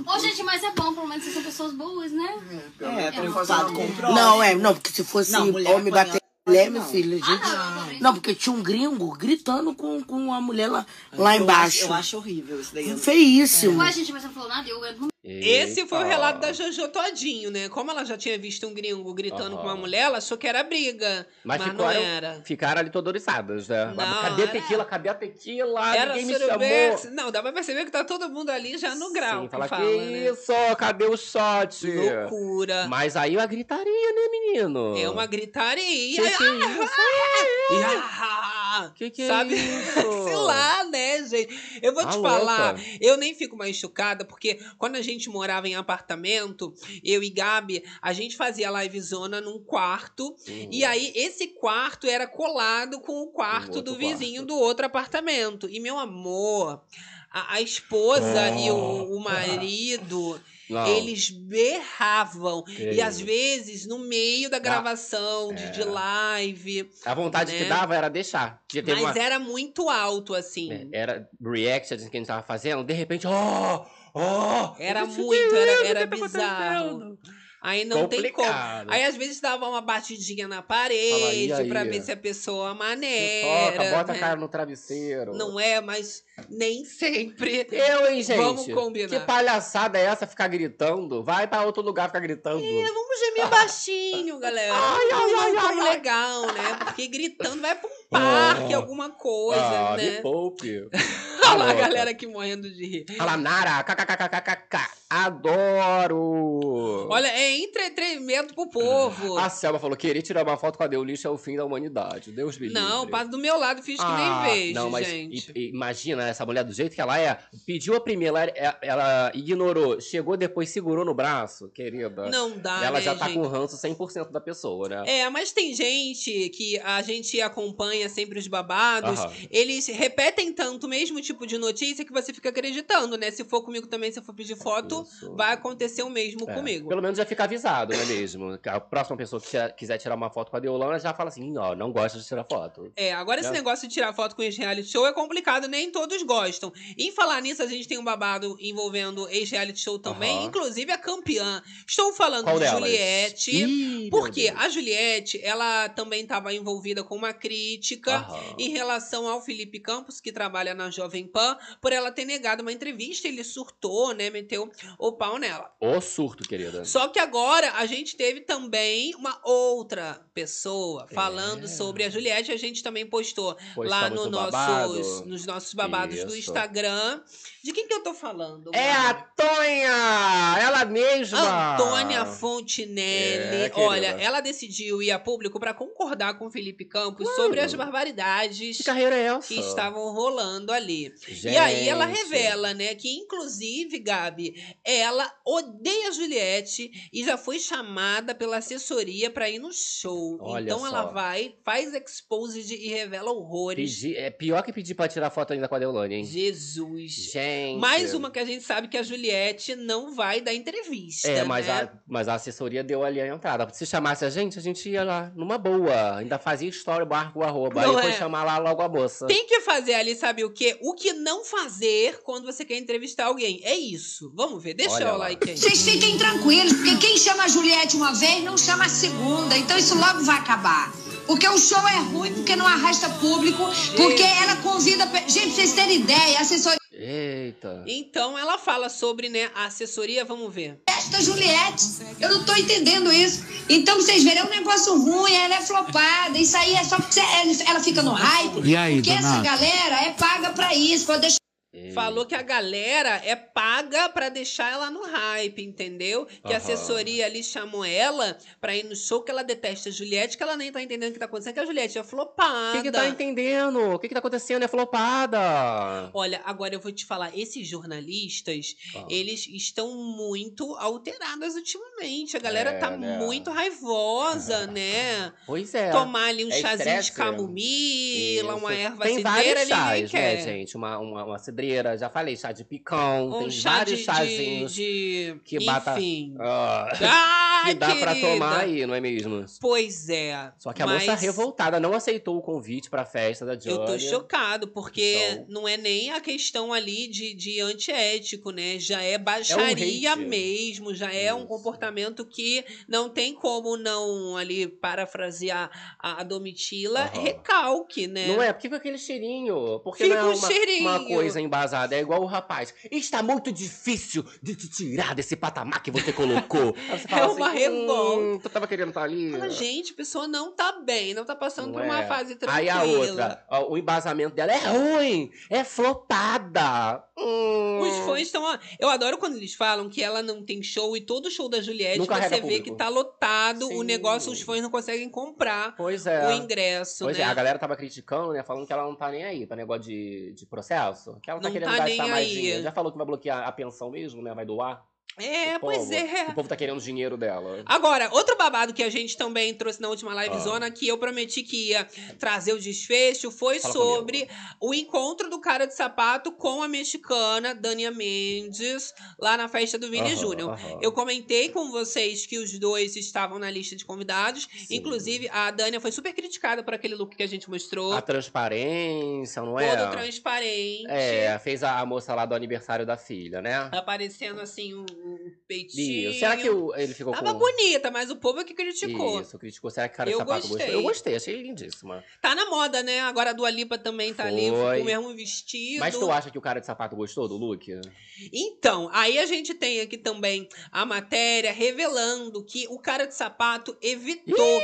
[SPEAKER 6] Ô, gente, mas é bom, pelo menos vocês são pessoas boas, né? Ah,
[SPEAKER 7] É, preocupado com o próximo.
[SPEAKER 5] Não, é, não, porque se fosse
[SPEAKER 7] Não, mulher
[SPEAKER 5] homem bater
[SPEAKER 7] apanhando,
[SPEAKER 5] mulher, meu filho, gente.
[SPEAKER 6] não, não.
[SPEAKER 5] Não, porque tinha um gringo gritando com, com a mulher lá, lá
[SPEAKER 7] Eu acho-
[SPEAKER 5] embaixo.
[SPEAKER 7] Eu É. acho horrível isso daí.
[SPEAKER 5] Feíssimo.
[SPEAKER 6] Ué, gente, mas não falou nada. Eu entro no
[SPEAKER 2] Esse foi o
[SPEAKER 1] Eita.
[SPEAKER 2] relato da Jojo todinho, né? Como ela já tinha visto um gringo gritando com uma
[SPEAKER 1] Aham.
[SPEAKER 2] mulher, ela achou que era briga. Mas,
[SPEAKER 1] Mas, um
[SPEAKER 2] não
[SPEAKER 1] ficaram,
[SPEAKER 2] era.
[SPEAKER 1] ficaram ali todoriçadas, né?
[SPEAKER 2] Não,
[SPEAKER 1] cadê a
[SPEAKER 2] era-
[SPEAKER 1] tequila? Cadê a tequila?
[SPEAKER 2] Era
[SPEAKER 1] Ninguém me
[SPEAKER 2] surubex.
[SPEAKER 1] chamou.
[SPEAKER 2] Não, dá pra perceber que tá todo mundo ali já no grau.
[SPEAKER 1] Sim,
[SPEAKER 2] que fala,
[SPEAKER 1] fala,
[SPEAKER 2] né?
[SPEAKER 1] que isso? Cadê o shot?
[SPEAKER 2] Loucura.
[SPEAKER 1] Mas aí a gritaria, né, menino?
[SPEAKER 2] É uma gritaria.
[SPEAKER 1] Que que é isso?
[SPEAKER 2] E ah, lá.
[SPEAKER 1] Que que é
[SPEAKER 2] sabe?
[SPEAKER 1] isso?
[SPEAKER 2] Sei lá, né, gente? Eu vou
[SPEAKER 1] Tá
[SPEAKER 2] te
[SPEAKER 1] louca.
[SPEAKER 2] falar, eu nem fico mais chocada, porque quando a gente morava em apartamento, eu e Gabi, a gente fazia livezona num quarto,
[SPEAKER 1] Hum.
[SPEAKER 2] e aí esse quarto era colado com o quarto
[SPEAKER 1] outro
[SPEAKER 2] do vizinho
[SPEAKER 1] quarto.
[SPEAKER 2] do outro apartamento. E, meu amor, a, a esposa e o- o marido
[SPEAKER 1] Não.
[SPEAKER 2] eles berravam.
[SPEAKER 1] Que
[SPEAKER 2] e às
[SPEAKER 1] isso.
[SPEAKER 2] vezes, no meio da gravação, de,
[SPEAKER 1] Ah, É.
[SPEAKER 2] de live.
[SPEAKER 1] A vontade que
[SPEAKER 2] né?
[SPEAKER 1] dava era deixar. Tinha teve
[SPEAKER 2] Mas
[SPEAKER 1] uma...
[SPEAKER 2] era muito alto, assim.
[SPEAKER 1] né, era reaction que a gente tava fazendo, de repente, ó, ó.
[SPEAKER 2] Era
[SPEAKER 1] eu disse,
[SPEAKER 2] muito, era-
[SPEAKER 1] "Deus, o
[SPEAKER 2] era
[SPEAKER 1] que tá
[SPEAKER 2] bizarro.
[SPEAKER 1] acontecendo?"
[SPEAKER 2] Aí não tem como.
[SPEAKER 1] Complicado.
[SPEAKER 2] Aí às vezes dava uma batidinha na
[SPEAKER 1] Fala, e
[SPEAKER 2] parede
[SPEAKER 1] aí?
[SPEAKER 2] pra ver se a pessoa
[SPEAKER 1] Se
[SPEAKER 2] maneira.
[SPEAKER 1] toca, Tipo, bota
[SPEAKER 2] né?
[SPEAKER 1] a cara no travesseiro.
[SPEAKER 2] Não é, mas nem sempre.
[SPEAKER 1] Eu, hein, gente?
[SPEAKER 2] Vamos combinar.
[SPEAKER 1] Que palhaçada é essa ficar gritando? Vai pra outro lugar ficar gritando.
[SPEAKER 2] É, Vamos gemer baixinho, galera.
[SPEAKER 1] Ai, ai, ai,
[SPEAKER 2] Não tão
[SPEAKER 1] ai, ai.
[SPEAKER 2] legal, né? Porque gritando vai pra um parque, alguma coisa,
[SPEAKER 1] ah,
[SPEAKER 2] né?
[SPEAKER 1] me poupe.
[SPEAKER 2] Olha lá a
[SPEAKER 1] Garota.
[SPEAKER 2] galera aqui morrendo de rir.
[SPEAKER 1] Fala, Nara, kkkkkkk, adoro.
[SPEAKER 2] Olha, é entretenimento pro povo.
[SPEAKER 1] A Selma falou, querer tirar uma foto com a Deulice é o fim da humanidade. Deus me livre.
[SPEAKER 2] não, passa do meu lado, finge que
[SPEAKER 1] Ah,
[SPEAKER 2] nem vejo,
[SPEAKER 1] não, mas
[SPEAKER 2] gente.
[SPEAKER 1] i- i- imagina essa mulher do jeito que ela é. Pediu a primeira, ela, ela ignorou, chegou depois, segurou no braço, querida.
[SPEAKER 2] Não dá,
[SPEAKER 1] ela
[SPEAKER 2] né,
[SPEAKER 1] já tá
[SPEAKER 2] gente?
[SPEAKER 1] com ranço 100% da pessoa, né?
[SPEAKER 2] É, mas tem gente que a gente acompanha sempre os babados.
[SPEAKER 1] Aham.
[SPEAKER 2] Eles repetem tanto o mesmo tipo de notícia que você fica acreditando, né? Se for comigo também, se eu for pedir foto,
[SPEAKER 1] É Isso.
[SPEAKER 2] vai acontecer o mesmo
[SPEAKER 1] É,
[SPEAKER 2] comigo.
[SPEAKER 1] Pelo menos já fica avisado, não é mesmo? A próxima pessoa que tira- quiser tirar uma foto com a Deolana já fala assim, ó, não gosta de tirar foto.
[SPEAKER 2] É, agora esse
[SPEAKER 1] Né?
[SPEAKER 2] negócio de tirar foto com ex-reality show é complicado, nem todos gostam. Em falar nisso, a gente tem um babado envolvendo ex-reality show também,
[SPEAKER 1] Aham.
[SPEAKER 2] inclusive a campeã. Estou falando
[SPEAKER 1] Qual
[SPEAKER 2] de
[SPEAKER 1] delas?
[SPEAKER 2] Juliette.
[SPEAKER 1] Ih, meu
[SPEAKER 2] Porque
[SPEAKER 1] Deus.
[SPEAKER 2] a Juliette, ela também estava envolvida com uma crítica
[SPEAKER 1] Aham.
[SPEAKER 2] em relação ao Felipe Campos, que trabalha na Jovem Pan, por ela ter negado uma entrevista, ele surtou, né, meteu o pau nela.
[SPEAKER 1] Ô surto, querida.
[SPEAKER 2] Só que agora a gente teve também uma outra pessoa
[SPEAKER 1] É.
[SPEAKER 2] falando sobre a Juliette. A gente também postou lá
[SPEAKER 1] Postamos
[SPEAKER 2] no
[SPEAKER 1] um babado.
[SPEAKER 2] nossos, nos nossos babados do
[SPEAKER 1] Isso.
[SPEAKER 2] Instagram. De quem que eu tô falando?
[SPEAKER 1] É a
[SPEAKER 2] Mari?
[SPEAKER 1] Tonha! Ela mesma!
[SPEAKER 2] Antônia Fontinelli.
[SPEAKER 1] Ah. É, querida.
[SPEAKER 2] Olha, ela decidiu ir a público para concordar com Felipe Campos sobre as barbaridades
[SPEAKER 1] Que carreira é essa?
[SPEAKER 2] que estavam rolando ali.
[SPEAKER 1] Gente.
[SPEAKER 2] E aí ela revela, né, que inclusive, Gabi, ela odeia a Juliette e já foi chamada pela assessoria pra ir no show.
[SPEAKER 1] Olha
[SPEAKER 2] então
[SPEAKER 1] só.
[SPEAKER 2] ela vai, faz exposed e revela horrores.
[SPEAKER 1] Pedi- é pior que pedir pra tirar foto ainda com a Deolane, hein?
[SPEAKER 2] Jesus.
[SPEAKER 1] Gente.
[SPEAKER 2] Mais uma que a gente sabe que a Juliette não vai dar entrevista,
[SPEAKER 1] É, mas,
[SPEAKER 2] né?
[SPEAKER 1] a, mas a assessoria deu ali a entrada. Se chamasse a gente, a gente ia lá numa boa. Ainda fazia história, barco, arroba.
[SPEAKER 2] Não
[SPEAKER 1] aí foi
[SPEAKER 2] é?
[SPEAKER 1] chamar lá logo a moça.
[SPEAKER 2] Tem que fazer ali, sabe o quê? O que não fazer quando você quer entrevistar alguém. É isso. Vamos ver. Deixa
[SPEAKER 1] Olha
[SPEAKER 2] o
[SPEAKER 1] lá.
[SPEAKER 2] like aí.
[SPEAKER 8] Vocês fiquem tranquilos, porque quem chama a Juliette uma vez não chama a segunda. Então isso logo vai acabar. Porque o show é ruim, porque não arrasta público, porque ela convida. pe- Gente, pra vocês terem ideia, a assessoria
[SPEAKER 1] Eita.
[SPEAKER 2] Então ela fala sobre, né, a assessoria, vamos ver.
[SPEAKER 8] da Juliette. Eu não tô entendendo isso. Então pra vocês verem, é um negócio ruim, ela é flopada. Isso aí é só porque ela- ela fica no hype.
[SPEAKER 9] E aí,
[SPEAKER 8] porque essa
[SPEAKER 9] Donato?
[SPEAKER 8] galera é paga pra isso, pra deixar.
[SPEAKER 2] Falou que a galera é paga pra deixar ela no hype, entendeu? Que a
[SPEAKER 1] Aham.
[SPEAKER 2] assessoria ali chamou ela pra ir no show que ela detesta a Juliette, que ela nem tá entendendo o que tá acontecendo, que a Juliette é
[SPEAKER 1] O
[SPEAKER 2] flopada.
[SPEAKER 1] que, que tá entendendo? O que, que tá acontecendo? É flopada.
[SPEAKER 2] Olha, agora eu vou te falar, esses jornalistas,
[SPEAKER 1] Ah.
[SPEAKER 2] eles estão muito alterados ultimamente. A galera
[SPEAKER 1] É,
[SPEAKER 2] tá
[SPEAKER 1] né?
[SPEAKER 2] muito raivosa, né?
[SPEAKER 1] Pois é.
[SPEAKER 2] Tomar ali um
[SPEAKER 1] É
[SPEAKER 2] chazinho de
[SPEAKER 1] estresse.
[SPEAKER 2] camomila, uma
[SPEAKER 1] Isso.
[SPEAKER 2] erva
[SPEAKER 1] tem
[SPEAKER 2] cidreira,
[SPEAKER 1] vários
[SPEAKER 2] ninguém
[SPEAKER 1] chás,
[SPEAKER 2] quer.
[SPEAKER 1] né, gente? Uma, uma, uma cidreira, já falei, chá de picão,
[SPEAKER 2] Um
[SPEAKER 1] tem
[SPEAKER 2] chá
[SPEAKER 1] vários
[SPEAKER 2] de, de,
[SPEAKER 1] chazinhos.
[SPEAKER 2] de...
[SPEAKER 1] que bata-
[SPEAKER 2] Enfim.
[SPEAKER 1] ah,
[SPEAKER 2] Ah,
[SPEAKER 1] que dá pra
[SPEAKER 2] querida.
[SPEAKER 1] tomar aí, não é mesmo?
[SPEAKER 2] Pois é.
[SPEAKER 1] Só que a
[SPEAKER 2] mas
[SPEAKER 1] moça revoltada não aceitou o convite pra festa da Johnny.
[SPEAKER 2] Eu tô chocado, porque
[SPEAKER 1] Então.
[SPEAKER 2] não é nem a questão ali de, de antiético, né? Já é baixaria
[SPEAKER 1] um hate.
[SPEAKER 2] mesmo, já é um
[SPEAKER 1] Isso.
[SPEAKER 2] comportamento que não tem como não, ali, parafrasear a, a Domitila,
[SPEAKER 1] Aham.
[SPEAKER 2] recalque, né?
[SPEAKER 1] Não é? Porque fica é? aquele cheirinho. Porque
[SPEAKER 2] Fica
[SPEAKER 1] não é
[SPEAKER 2] um
[SPEAKER 1] uma,
[SPEAKER 2] cheirinho.
[SPEAKER 1] uma coisa casada. É igual o rapaz. Está muito difícil de te tirar desse patamar que você colocou. Aí você fala
[SPEAKER 2] É uma revolta.
[SPEAKER 1] "Hum, tu tava querendo estar ali.
[SPEAKER 2] Fala, gente, a pessoa não tá bem, não tá passando
[SPEAKER 1] Não
[SPEAKER 2] por uma
[SPEAKER 1] é.
[SPEAKER 2] fase tranquila.
[SPEAKER 1] Aí a outra, ó, o embasamento dela é ruim, é flopada. Hum.
[SPEAKER 2] Os fãs estão. ó, Eu adoro quando eles falam que ela não tem show e todo show da Juliette
[SPEAKER 1] Não
[SPEAKER 2] você
[SPEAKER 1] carrega
[SPEAKER 2] vê
[SPEAKER 1] público.
[SPEAKER 2] que tá lotado, o
[SPEAKER 1] Sim.
[SPEAKER 2] negócio, os fãs não conseguem comprar
[SPEAKER 1] Pois
[SPEAKER 2] o
[SPEAKER 1] é.
[SPEAKER 2] ingresso,
[SPEAKER 1] Pois
[SPEAKER 2] né?
[SPEAKER 1] é, a galera tava criticando, né? Falando que ela não tá nem aí pra negócio de, de processo. Que ela tá
[SPEAKER 2] Não
[SPEAKER 1] querendo
[SPEAKER 2] tá
[SPEAKER 1] gastar
[SPEAKER 2] nem
[SPEAKER 1] mais
[SPEAKER 2] aí.
[SPEAKER 1] dinheiro. Já falou que vai bloquear a pensão mesmo, né? Vai doar.
[SPEAKER 2] É,
[SPEAKER 1] pro
[SPEAKER 2] pois
[SPEAKER 1] povo. O
[SPEAKER 2] é.
[SPEAKER 1] povo tá querendo o dinheiro dela.
[SPEAKER 2] Agora, outro babado que a gente também trouxe na última
[SPEAKER 1] Ah.
[SPEAKER 2] livezona, que eu prometi que ia trazer o desfecho, foi
[SPEAKER 1] Fala
[SPEAKER 2] sobre o encontro do cara de sapato com a mexicana Dania Mendes, lá na festa do Vini
[SPEAKER 1] Aham,
[SPEAKER 2] Júnior.
[SPEAKER 1] aham.
[SPEAKER 2] Eu comentei com vocês que os dois estavam na lista de convidados.
[SPEAKER 1] Sim.
[SPEAKER 2] Inclusive, a Dania foi super criticada por aquele look que a gente mostrou.
[SPEAKER 1] A transparência, Ah, não é?
[SPEAKER 2] todo transparente.
[SPEAKER 1] É, fez a, a moça lá do aniversário da filha, né?
[SPEAKER 2] Aparecendo assim um, um peitinho.
[SPEAKER 1] Isso. Será que o- ele ficou
[SPEAKER 2] Tava
[SPEAKER 1] com...
[SPEAKER 2] bonita, mas o povo é que criticou.
[SPEAKER 1] Isso, criticou. Será que o cara de
[SPEAKER 2] Eu
[SPEAKER 1] sapato
[SPEAKER 2] gostei.
[SPEAKER 1] gostou? Eu gostei, achei lindíssima.
[SPEAKER 2] Tá na moda, né? Agora a Dua Lipa também tá ali
[SPEAKER 1] Foi.
[SPEAKER 2] com o mesmo vestido.
[SPEAKER 1] Mas tu acha que o cara de sapato gostou do look?
[SPEAKER 2] Então, aí a gente tem aqui também a matéria revelando que o cara de sapato evitou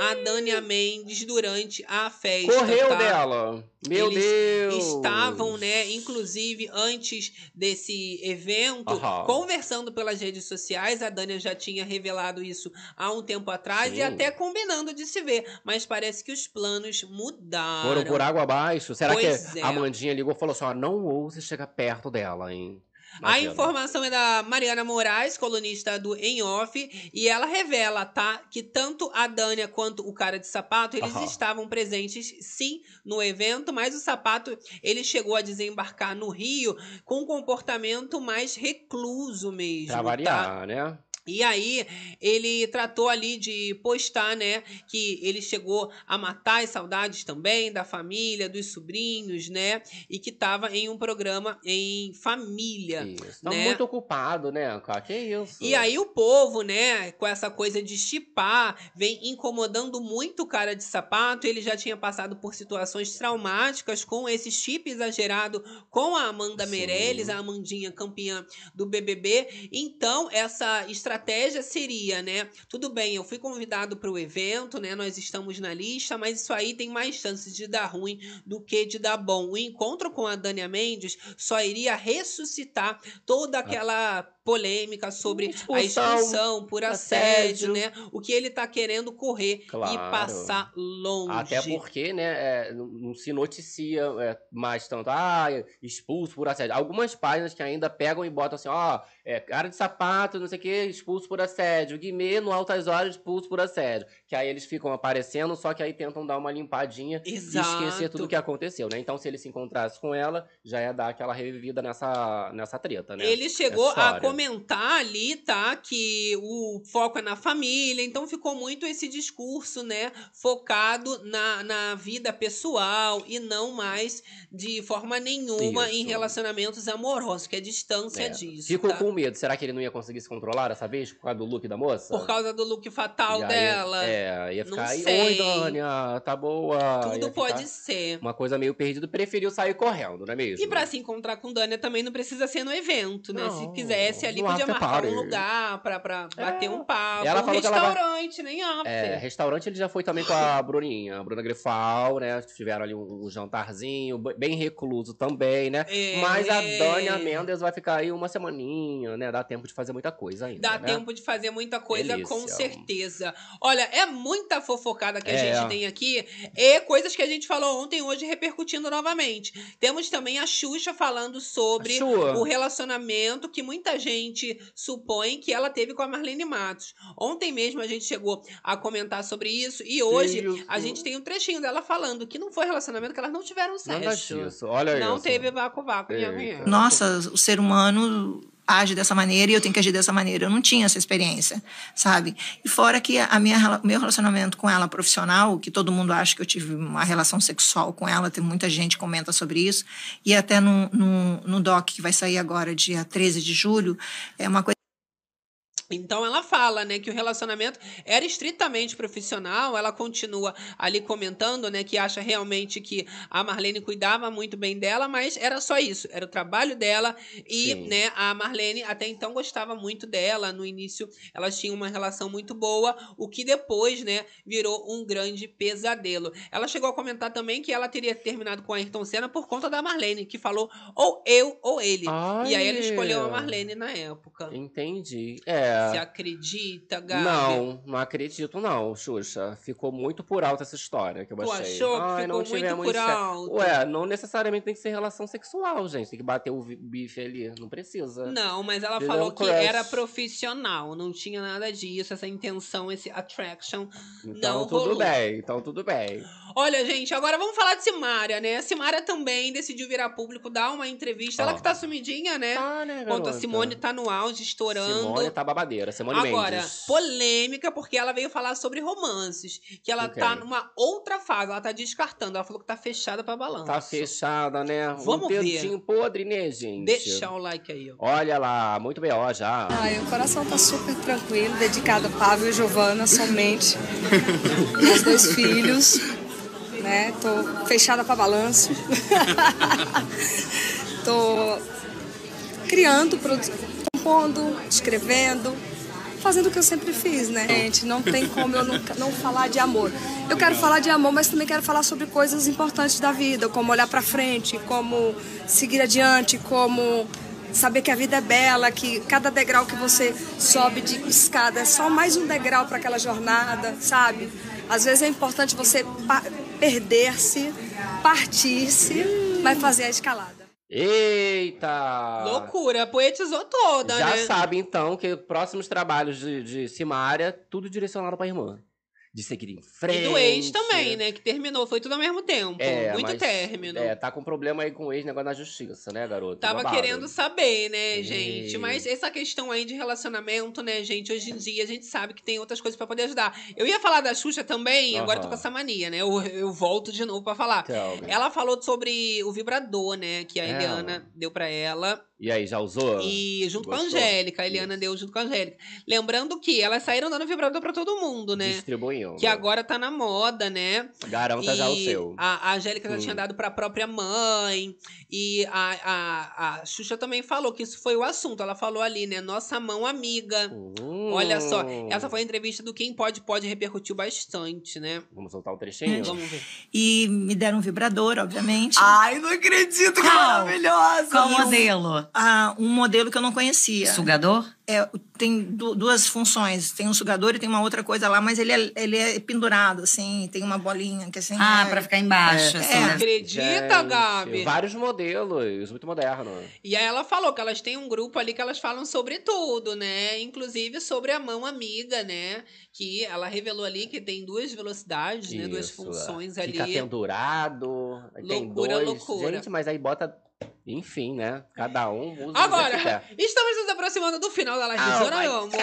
[SPEAKER 2] a Dania Mendes durante a festa.
[SPEAKER 1] Correu
[SPEAKER 2] tá?
[SPEAKER 1] dela. Meu
[SPEAKER 2] Eles
[SPEAKER 1] Deus.
[SPEAKER 2] Estavam, né, inclusive antes desse evento,
[SPEAKER 1] Aham.
[SPEAKER 2] conversando pelas redes sociais. A Dania já tinha revelado isso há um tempo atrás e
[SPEAKER 1] Sim.
[SPEAKER 2] até combinando de se ver. Mas parece que os planos mudaram.
[SPEAKER 1] Foram por água abaixo. Será
[SPEAKER 2] Pois
[SPEAKER 1] que
[SPEAKER 2] é.
[SPEAKER 1] a Mandinha ligou e falou assim: ó, não ouse chegar perto dela, hein?
[SPEAKER 2] A
[SPEAKER 1] Imagina.
[SPEAKER 2] informação é da Mariana Moraes, colunista do Em Off, e ela revela, tá, que tanto a Dânia quanto o cara de sapato, eles
[SPEAKER 1] Aham.
[SPEAKER 2] estavam presentes, sim, no evento, mas o sapato, ele chegou a desembarcar no Rio com um comportamento mais recluso mesmo,
[SPEAKER 1] Pra
[SPEAKER 2] tá?
[SPEAKER 1] variar, né?
[SPEAKER 2] E aí, ele tratou ali de postar, né, que ele chegou a matar as saudades também da família, dos sobrinhos, né, e que tava em um programa em família.
[SPEAKER 1] Isso. Tá
[SPEAKER 2] né?
[SPEAKER 1] muito ocupado, né, cara? Que isso?
[SPEAKER 2] E aí o povo, né, com essa coisa de chipar, vem incomodando muito o cara de sapato. Ele já tinha passado por situações traumáticas com esse chip exagerado com a Amanda
[SPEAKER 1] Sim.
[SPEAKER 2] Meirelles, a Amandinha campeã do BBB. Então, essa estratégia seria, né, tudo bem, eu fui convidado para o evento, né, nós estamos na lista, mas isso aí tem mais chances de dar ruim do que de dar bom. O encontro com a Dania Mendes só iria ressuscitar toda aquela polêmica sobre a
[SPEAKER 1] Expulsão,
[SPEAKER 2] expulsão por assédio,
[SPEAKER 1] assédio.
[SPEAKER 2] né? O que ele tá querendo correr e
[SPEAKER 1] Claro.
[SPEAKER 2] passar longe.
[SPEAKER 1] Até porque, né, é, não- não se noticia é, mais tanto, ah, expulso por assédio. Algumas páginas que ainda pegam e botam assim, ó, é, cara de sapato, não sei o quê, expulso por assédio. Guimê, no Altas Horas, expulso por assédio. Que aí eles ficam aparecendo, só que aí tentam dar uma limpadinha
[SPEAKER 2] Exato.
[SPEAKER 1] e esquecer tudo o que aconteceu, né? Então, se ele se encontrasse com ela, já ia dar aquela revivida nessa, nessa treta, né?
[SPEAKER 2] Ele chegou
[SPEAKER 1] Essa
[SPEAKER 2] a
[SPEAKER 1] história.
[SPEAKER 2] comentar ali, tá? Que o foco é na família, então ficou muito esse discurso, né? Focado na, na vida pessoal e não mais de forma nenhuma em
[SPEAKER 1] Isso.
[SPEAKER 2] relacionamentos amorosos, que é distância
[SPEAKER 1] É.
[SPEAKER 2] disso.
[SPEAKER 1] Ficou
[SPEAKER 2] tá?
[SPEAKER 1] com medo. Será que ele não ia conseguir se controlar dessa vez por causa do look da moça?
[SPEAKER 2] Por causa do look fatal
[SPEAKER 1] E aí,
[SPEAKER 2] dela.
[SPEAKER 1] É, ia
[SPEAKER 2] Não
[SPEAKER 1] ficar aí,
[SPEAKER 2] sei.
[SPEAKER 1] oi, Dânia, tá boa. Ia
[SPEAKER 2] Tudo
[SPEAKER 1] ficar
[SPEAKER 2] pode ser.
[SPEAKER 1] Uma coisa meio perdida, preferiu sair correndo, não é mesmo?
[SPEAKER 2] E pra se encontrar com Dânia também não precisa ser no evento, né?
[SPEAKER 1] Não,
[SPEAKER 2] Se quisesse ali,
[SPEAKER 1] no
[SPEAKER 2] podia
[SPEAKER 1] after
[SPEAKER 2] marcar um
[SPEAKER 1] party.
[SPEAKER 2] lugar pra, pra
[SPEAKER 1] É.
[SPEAKER 2] bater um papo.
[SPEAKER 1] Ela
[SPEAKER 2] um
[SPEAKER 1] falou que ela vai-
[SPEAKER 2] restaurante, nem after.
[SPEAKER 1] É, restaurante ele já foi também com a Bruninha, a Bruna Grifal, né? Tiveram ali um, um jantarzinho, b- bem recluso também, né?
[SPEAKER 2] É.
[SPEAKER 1] Mas a Dânia Mendes vai ficar aí uma semaninha, né? Dá tempo de fazer muita coisa ainda.
[SPEAKER 2] Dá
[SPEAKER 1] né?
[SPEAKER 2] tempo de fazer muita coisa,
[SPEAKER 1] Delícia.
[SPEAKER 2] com certeza. Olha, é muita fofocada que a
[SPEAKER 1] É.
[SPEAKER 2] gente tem aqui e coisas que a gente falou ontem, hoje repercutindo novamente. Temos também a Xuxa falando sobre
[SPEAKER 1] Sua.
[SPEAKER 2] o relacionamento que muita gente supõe que ela teve com a Marlene Matos. Ontem mesmo a gente chegou a comentar sobre isso e hoje
[SPEAKER 1] Isso.
[SPEAKER 2] a gente tem um trechinho dela falando que não foi relacionamento, que elas não tiveram
[SPEAKER 1] Nada
[SPEAKER 2] sexo.
[SPEAKER 1] disso, olha isso.
[SPEAKER 2] Não teve vácuo-vácuo.
[SPEAKER 1] Eita.
[SPEAKER 2] nhago-nhago.
[SPEAKER 9] nossa, o ser humano age dessa maneira e eu tenho que agir dessa maneira. Eu não tinha essa experiência, sabe? E fora que a minha rela- meu relacionamento com ela profissional, que todo mundo acha que eu tive uma relação sexual com ela, tem muita gente que comenta sobre isso, e até no, no, no doc que vai sair agora, dia 13 de julho, é uma coisa
[SPEAKER 2] Então ela fala, né, que o relacionamento era estritamente profissional. Ela continua ali comentando, né, que acha realmente que a Marlene cuidava muito bem dela, mas era só isso, era o trabalho dela e,
[SPEAKER 1] Sim.
[SPEAKER 2] né, a Marlene até então gostava muito dela. No início, elas tinham uma relação muito boa, o que depois, né, virou um grande pesadelo. Ela chegou a comentar também que ela teria terminado com a Ayrton Senna por conta da Marlene, que falou ou eu ou ele. E aí ele escolheu a Marlene na época.
[SPEAKER 1] Entendi. É.
[SPEAKER 2] Você acredita, Gabi?
[SPEAKER 1] Não, não acredito não, Xuxa. Ficou muito por alto essa história que eu
[SPEAKER 2] Tu
[SPEAKER 1] achei.
[SPEAKER 2] achou que
[SPEAKER 1] Ai,
[SPEAKER 2] ficou
[SPEAKER 1] não
[SPEAKER 2] muito
[SPEAKER 1] tivemos
[SPEAKER 2] por
[SPEAKER 1] sexo.
[SPEAKER 2] alto?
[SPEAKER 1] Ué, não necessariamente tem que ser relação sexual, gente. Tem que bater o vi- bife ali. Não precisa.
[SPEAKER 2] Não, mas ela
[SPEAKER 1] Virou
[SPEAKER 2] falou que
[SPEAKER 1] crush.
[SPEAKER 2] era profissional, não tinha nada disso, essa intenção, esse attraction.
[SPEAKER 1] então
[SPEAKER 2] não
[SPEAKER 1] tudo
[SPEAKER 2] rolou.
[SPEAKER 1] bem, então tudo bem.
[SPEAKER 2] Olha, gente, agora vamos falar de Simária, né? A Simária também decidiu virar público, dar uma entrevista. Ela
[SPEAKER 1] Ó.
[SPEAKER 2] que tá sumidinha, né?
[SPEAKER 1] Tá, né,
[SPEAKER 2] Enquanto
[SPEAKER 1] garota?
[SPEAKER 2] a Simone tá no auge, estourando.
[SPEAKER 1] Simone tá babadeira, Simone
[SPEAKER 2] Agora,
[SPEAKER 1] Mendes.
[SPEAKER 2] polêmica, porque ela veio falar sobre romances. Que ela
[SPEAKER 1] Ok.
[SPEAKER 2] tá numa outra fase, ela tá descartando. Ela falou que tá fechada pra balança.
[SPEAKER 1] Tá fechada, né?
[SPEAKER 2] Vamos
[SPEAKER 1] um
[SPEAKER 2] ver.
[SPEAKER 1] dedinho podre, né, gente?
[SPEAKER 2] Deixa o like aí, ó.
[SPEAKER 1] Olha lá, muito B.O. já.
[SPEAKER 10] Ai, o coração tá super tranquilo, dedicado a Pablo e Giovana somente. Os dois filhos, né? Tô fechada pra balanço. Tô criando, produ- compondo, escrevendo, fazendo o que eu sempre fiz, né? Gente, não tem como eu nunca não falar de amor. Eu quero falar de amor, mas também quero falar sobre coisas importantes da vida, como olhar pra frente, como seguir adiante, como saber que a vida é bela, que cada degrau que você sobe de escada é só mais um degrau para aquela jornada, sabe? Às vezes é importante você pa- perder-se, partir-se, mas fazer a escalada.
[SPEAKER 1] Eita!
[SPEAKER 2] Loucura, poetizou toda,
[SPEAKER 1] Ah. Já
[SPEAKER 2] né?
[SPEAKER 1] sabe, então, que próximos trabalhos de, de Simária, tudo direcionado pra irmã. De seguir em frente.
[SPEAKER 2] E do ex também, né? Que terminou, foi tudo ao mesmo tempo.
[SPEAKER 1] É,
[SPEAKER 2] Muito
[SPEAKER 1] mas,
[SPEAKER 2] término.
[SPEAKER 1] É, tá com problema aí com o ex, negócio na justiça, né, garoto?
[SPEAKER 2] Tava
[SPEAKER 1] Babado. É.
[SPEAKER 2] querendo saber, né,
[SPEAKER 1] Ei.
[SPEAKER 2] gente? Mas essa questão aí de relacionamento, né, gente? Hoje em dia a gente sabe que tem outras coisas pra poder ajudar. Eu ia falar da Xuxa também, agora eu tô
[SPEAKER 1] Aham.
[SPEAKER 2] com essa mania, né? Eu, eu volto de novo pra falar.
[SPEAKER 1] Então,
[SPEAKER 2] Ela falou sobre o vibrador, né, que a
[SPEAKER 1] Ela.
[SPEAKER 2] Eliana deu pra ela.
[SPEAKER 1] E aí, já usou?
[SPEAKER 2] E junto com a
[SPEAKER 1] Gostou?
[SPEAKER 2] Angélica, a Eliana
[SPEAKER 1] Isso.
[SPEAKER 2] deu junto com a Angélica. Lembrando que elas saíram dando vibrador pra todo mundo, né?
[SPEAKER 1] Distribuindo.
[SPEAKER 2] Que agora tá na moda, né?
[SPEAKER 1] Garanta já o
[SPEAKER 2] E
[SPEAKER 1] seu.
[SPEAKER 2] A, a Angélica já
[SPEAKER 1] Hum.
[SPEAKER 2] tinha dado pra própria mãe. E a, a, a Xuxa também falou que isso foi o assunto. Ela falou ali, né? Nossa mão amiga.
[SPEAKER 1] Hum.
[SPEAKER 2] Olha só, essa foi a entrevista do Quem Pode Pode repercutiu bastante, né?
[SPEAKER 1] Vamos soltar um trechinho?
[SPEAKER 2] Vamos ver.
[SPEAKER 9] E me deram um vibrador, obviamente.
[SPEAKER 7] Ah,
[SPEAKER 5] Ai, não acredito que
[SPEAKER 7] Qual?
[SPEAKER 5] maravilhosa!
[SPEAKER 7] Qual
[SPEAKER 5] E um-
[SPEAKER 7] modelo?
[SPEAKER 9] Ah, um modelo que eu não conhecia.
[SPEAKER 7] Sugador?
[SPEAKER 9] É, tem du- duas funções. Tem um sugador e tem uma outra coisa lá, mas ele é, ele é pendurado, assim. Tem uma bolinha que assim...
[SPEAKER 7] Ah,
[SPEAKER 9] é-
[SPEAKER 7] pra ficar embaixo, assim,
[SPEAKER 9] é.
[SPEAKER 7] né?
[SPEAKER 2] Acredita,
[SPEAKER 1] Gente,
[SPEAKER 2] Gabi?
[SPEAKER 1] Vários modelos, muito moderno.
[SPEAKER 2] E aí ela falou que elas têm um grupo ali que elas falam sobre tudo, né? Inclusive sobre a mão amiga, né? Que ela revelou ali que tem duas velocidades, né? Duas
[SPEAKER 1] Isso, é.
[SPEAKER 2] funções ali.
[SPEAKER 1] Fica pendurado. aí tem
[SPEAKER 2] Loucura,
[SPEAKER 1] dois.
[SPEAKER 2] loucura.
[SPEAKER 1] Gente, mas aí bota. Enfim, né? Cada um usa o que
[SPEAKER 2] Agora,
[SPEAKER 1] quer.
[SPEAKER 2] estamos nos aproximando do final da live,
[SPEAKER 1] Oh
[SPEAKER 2] Zona,
[SPEAKER 1] my
[SPEAKER 2] meu amor.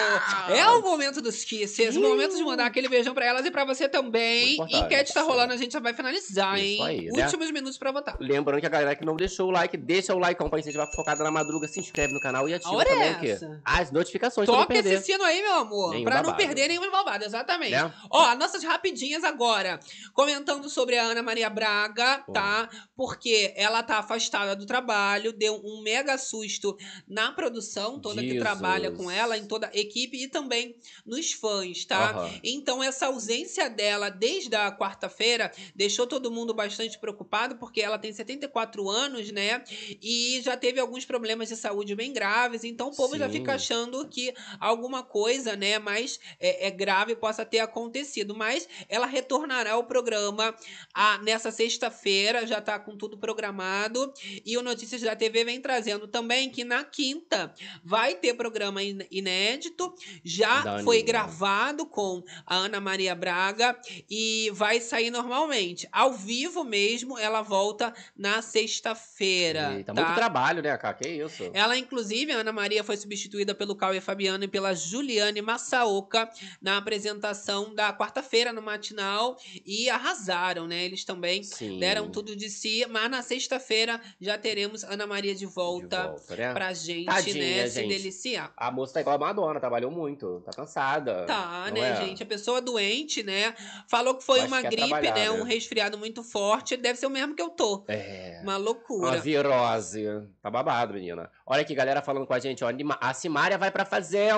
[SPEAKER 2] É o momento dos kisses, o momento de mandar aquele beijão pra elas e pra você também.
[SPEAKER 1] Muito importante.
[SPEAKER 2] Enquete tá rolando, a gente já vai finalizar,
[SPEAKER 1] Isso
[SPEAKER 2] hein?
[SPEAKER 1] aí, né?
[SPEAKER 2] Últimos minutos pra votar.
[SPEAKER 1] Lembrando que a galera que não deixou o like, deixa o like pra incentivar a focada na madruga, se inscreve no canal e
[SPEAKER 2] A
[SPEAKER 1] ativa
[SPEAKER 2] hora
[SPEAKER 1] também
[SPEAKER 2] é
[SPEAKER 1] o quê?
[SPEAKER 2] essa.
[SPEAKER 1] As notificações pra não
[SPEAKER 2] Toca
[SPEAKER 1] perder.
[SPEAKER 2] esse sino aí, meu amor,
[SPEAKER 1] Nenhum
[SPEAKER 2] pra não
[SPEAKER 1] babado.
[SPEAKER 2] perder nenhuma babada, exatamente.
[SPEAKER 1] Né?
[SPEAKER 2] Ó, nossas rapidinhas agora. Comentando sobre a Ana Maria Braga,
[SPEAKER 1] Bom.
[SPEAKER 2] tá? Porque ela tá afastada do trabalho, deu um mega susto na produção toda que
[SPEAKER 1] Jesus.
[SPEAKER 2] trabalha com ela, em toda a equipe e também nos fãs, tá?
[SPEAKER 1] Aham.
[SPEAKER 2] Então, essa ausência dela desde a quarta-feira deixou todo mundo bastante preocupado, porque ela tem 74 anos, né? E já teve alguns problemas de saúde bem graves. Então, o povo já
[SPEAKER 1] Sim.
[SPEAKER 2] fica achando que alguma coisa, né, mais é, é grave possa ter acontecido. Mas ela retornará ao programa a- Ah, nessa sexta-feira, já tá com tudo programado. E o Notícias da TV vem trazendo também que na quinta vai ter programa in- inédito. Já
[SPEAKER 1] Da
[SPEAKER 2] foi
[SPEAKER 1] Aninha.
[SPEAKER 2] gravado com a Ana Maria Braga e vai sair normalmente. Ao vivo mesmo, ela volta na sexta-feira.
[SPEAKER 1] Eita,
[SPEAKER 2] tá? É,
[SPEAKER 1] muito trabalho, né, cara? Que isso?
[SPEAKER 2] Ela, inclusive, a Ana Maria foi substituída pelo Cauê Fabiano e pela Juliane Massaoka na apresentação da quarta-feira no matinal e arrasaram, né? Eles também
[SPEAKER 1] Sim.
[SPEAKER 2] deram tudo de si, mas na sexta-feira já teremos Ana Maria de
[SPEAKER 1] De
[SPEAKER 2] volta,
[SPEAKER 1] volta, né?
[SPEAKER 2] pra gente,
[SPEAKER 1] Tadinha,
[SPEAKER 2] né, se
[SPEAKER 1] gente.
[SPEAKER 2] deliciar.
[SPEAKER 1] A moça tá igual a Madonna, trabalhou trabalhou muito, tá cansada.
[SPEAKER 2] Tá,
[SPEAKER 1] não
[SPEAKER 2] né,
[SPEAKER 1] é?
[SPEAKER 2] gente? A pessoa doente, né? Falou que foi
[SPEAKER 1] Mas
[SPEAKER 2] uma
[SPEAKER 1] quer
[SPEAKER 2] gripe,
[SPEAKER 1] trabalhar,
[SPEAKER 2] né? Um
[SPEAKER 1] né?
[SPEAKER 2] resfriado muito forte. Deve ser o mesmo que eu tô.
[SPEAKER 1] É.
[SPEAKER 2] Uma
[SPEAKER 1] Uma
[SPEAKER 2] loucura.
[SPEAKER 1] virose. Tá babado, menina. Olha aqui, galera falando com a gente, ó. Nima- A Simária vai pra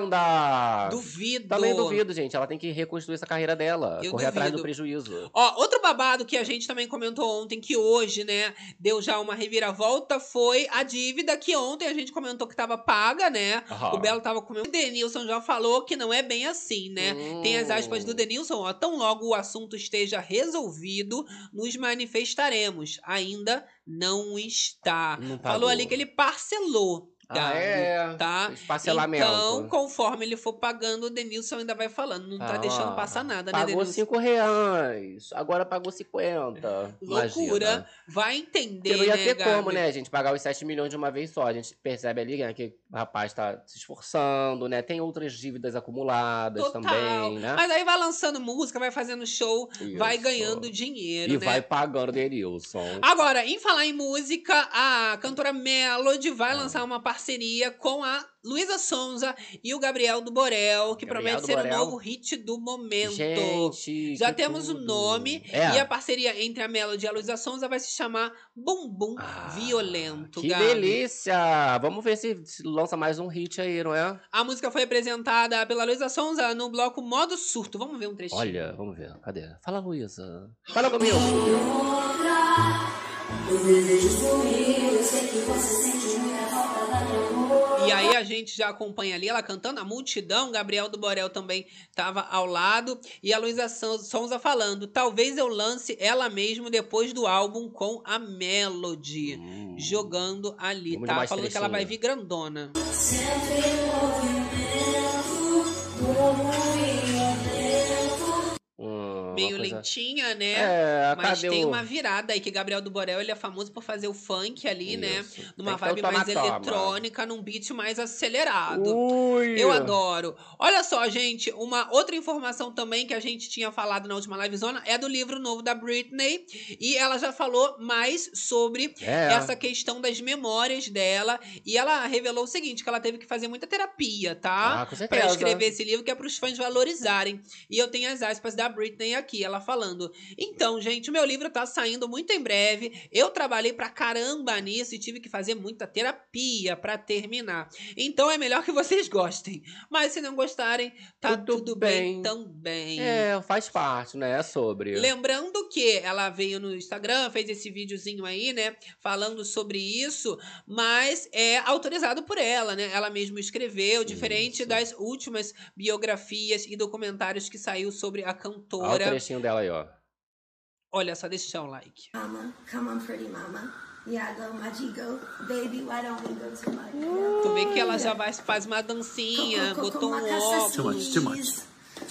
[SPEAKER 1] fazenda.
[SPEAKER 2] Duvido.
[SPEAKER 1] Também duvido, gente. Ela tem que reconstruir essa carreira dela.
[SPEAKER 2] Eu
[SPEAKER 1] correr atrás do
[SPEAKER 2] duvido.
[SPEAKER 1] prejuízo.
[SPEAKER 2] Ó, outro babado que a gente também comentou ontem, que hoje, né, deu já uma reviravolta, foi a dívida que ontem a gente comentou que tava paga, né?
[SPEAKER 1] Aham.
[SPEAKER 2] O Belo tava comendo. O Denilson já falou que não é bem assim, né? Tem
[SPEAKER 1] Hum.
[SPEAKER 2] as aspas do Denilson, ó. Tão logo o assunto esteja resolvido, nos manifestaremos. Ainda não está.
[SPEAKER 1] Não pagou.
[SPEAKER 2] falou ali que ele parcelou. Tá,
[SPEAKER 1] Hum, tá Ah, é.
[SPEAKER 2] tá?
[SPEAKER 1] Fez parcelamento.
[SPEAKER 2] Então, conforme ele for pagando, o Denilson ainda vai falando. Não tá
[SPEAKER 1] Ah,
[SPEAKER 2] deixando passar nada, né,
[SPEAKER 1] Pagou
[SPEAKER 2] Denilson?
[SPEAKER 1] 5 reais. Agora pagou 50.
[SPEAKER 2] Loucura.
[SPEAKER 1] Imagina.
[SPEAKER 2] Vai
[SPEAKER 1] Porque
[SPEAKER 2] entender,
[SPEAKER 1] não ia
[SPEAKER 2] né,
[SPEAKER 1] ter
[SPEAKER 2] Gabi?
[SPEAKER 1] como, né, gente? Pagar os 7 milhões de uma vez só. A gente percebe ali né, que o rapaz tá se esforçando, né? Tem outras dívidas acumuladas
[SPEAKER 2] Total.
[SPEAKER 1] também, né?
[SPEAKER 2] Mas aí vai lançando música, vai fazendo show, vai
[SPEAKER 1] Isso.
[SPEAKER 2] ganhando dinheiro,
[SPEAKER 1] E
[SPEAKER 2] né?
[SPEAKER 1] vai pagando Denilson.
[SPEAKER 2] Agora, em falar em música, a cantora Melody
[SPEAKER 1] Ah.
[SPEAKER 2] vai lançar uma parceria com a Luísa Sonza e o Gabriel do Borel, que
[SPEAKER 1] Gabriel
[SPEAKER 2] promete
[SPEAKER 1] do
[SPEAKER 2] ser
[SPEAKER 1] Borel.
[SPEAKER 2] o novo hit do momento.
[SPEAKER 1] Gente,
[SPEAKER 2] Já
[SPEAKER 1] que
[SPEAKER 2] temos o
[SPEAKER 1] tudo.
[SPEAKER 2] nome
[SPEAKER 1] É.
[SPEAKER 2] e a parceria entre a Melody e a Luísa Sonza vai se chamar Bumbum Violento,
[SPEAKER 1] Ah, Que
[SPEAKER 2] Gabi.
[SPEAKER 1] delícia! Vamos ver se, se lança mais um hit aí, não é?
[SPEAKER 2] A música foi apresentada pela Luísa Sonza no bloco Modo Surto. Vamos ver um trechinho.
[SPEAKER 1] Olha, vamos ver. Cadê? Fala, Luísa. Fala comigo.
[SPEAKER 2] E aí a gente já acompanha ali ela cantando, a multidão, Gabriel do Borel também estava ao lado, e a Luísa Son- Sonza falando, talvez eu lance ela mesmo depois do álbum com a Melody, jogando ali,
[SPEAKER 1] Hum. Vamos de
[SPEAKER 2] tá?
[SPEAKER 1] mais
[SPEAKER 2] Falando que ela vai vir
[SPEAKER 1] trechinho.
[SPEAKER 2] grandona.
[SPEAKER 1] Hum,
[SPEAKER 2] Meio
[SPEAKER 1] uma coisa-
[SPEAKER 2] lentinha, né?
[SPEAKER 1] É,
[SPEAKER 2] Mas
[SPEAKER 1] cadê
[SPEAKER 2] tem
[SPEAKER 1] o-
[SPEAKER 2] uma virada aí, que Gabriel do Borel ele é famoso por fazer o funk ali, né?
[SPEAKER 1] Isso.
[SPEAKER 2] Numa
[SPEAKER 1] Tem que ter o tá
[SPEAKER 2] vibe mais
[SPEAKER 1] toma-toma.
[SPEAKER 2] eletrônica, num beat mais acelerado.
[SPEAKER 1] Ui.
[SPEAKER 2] Eu adoro. Olha só, gente, uma outra informação também que a gente tinha falado na última livezona é do livro novo da Britney e ela já falou mais sobre
[SPEAKER 1] É.
[SPEAKER 2] essa questão das memórias dela e ela revelou o seguinte, que ela teve que fazer muita terapia, tá?
[SPEAKER 1] Ah, com certeza.
[SPEAKER 2] Pra escrever esse livro que é pros fãs valorizarem. E eu tenho as aspas da Britney aqui, ela falando: "Então, gente, o meu livro tá saindo muito em breve. Eu trabalhei pra caramba nisso e tive que fazer muita terapia pra terminar. Então é melhor que vocês gostem. Mas se não gostarem, tá tudo,
[SPEAKER 1] Tudo
[SPEAKER 2] bem.
[SPEAKER 1] bem.
[SPEAKER 2] também."
[SPEAKER 1] É, faz parte, né? É sobre.
[SPEAKER 2] Lembrando que ela veio no Instagram, fez esse videozinho aí, né? Falando sobre isso, mas é autorizado por ela, né? Ela mesma escreveu, diferente das últimas biografias e documentários que saiu sobre a
[SPEAKER 1] Olha o
[SPEAKER 2] cantora.
[SPEAKER 1] trechinho dela aí, ó.
[SPEAKER 2] Olha só, deixa um like.
[SPEAKER 11] Mama, come on, pretty mama. Yeah, go, Maji, go. Baby, why don't we go to my
[SPEAKER 2] Tu vê que ela já vai, faz uma dancinha, botou um
[SPEAKER 11] assim.
[SPEAKER 2] óculos.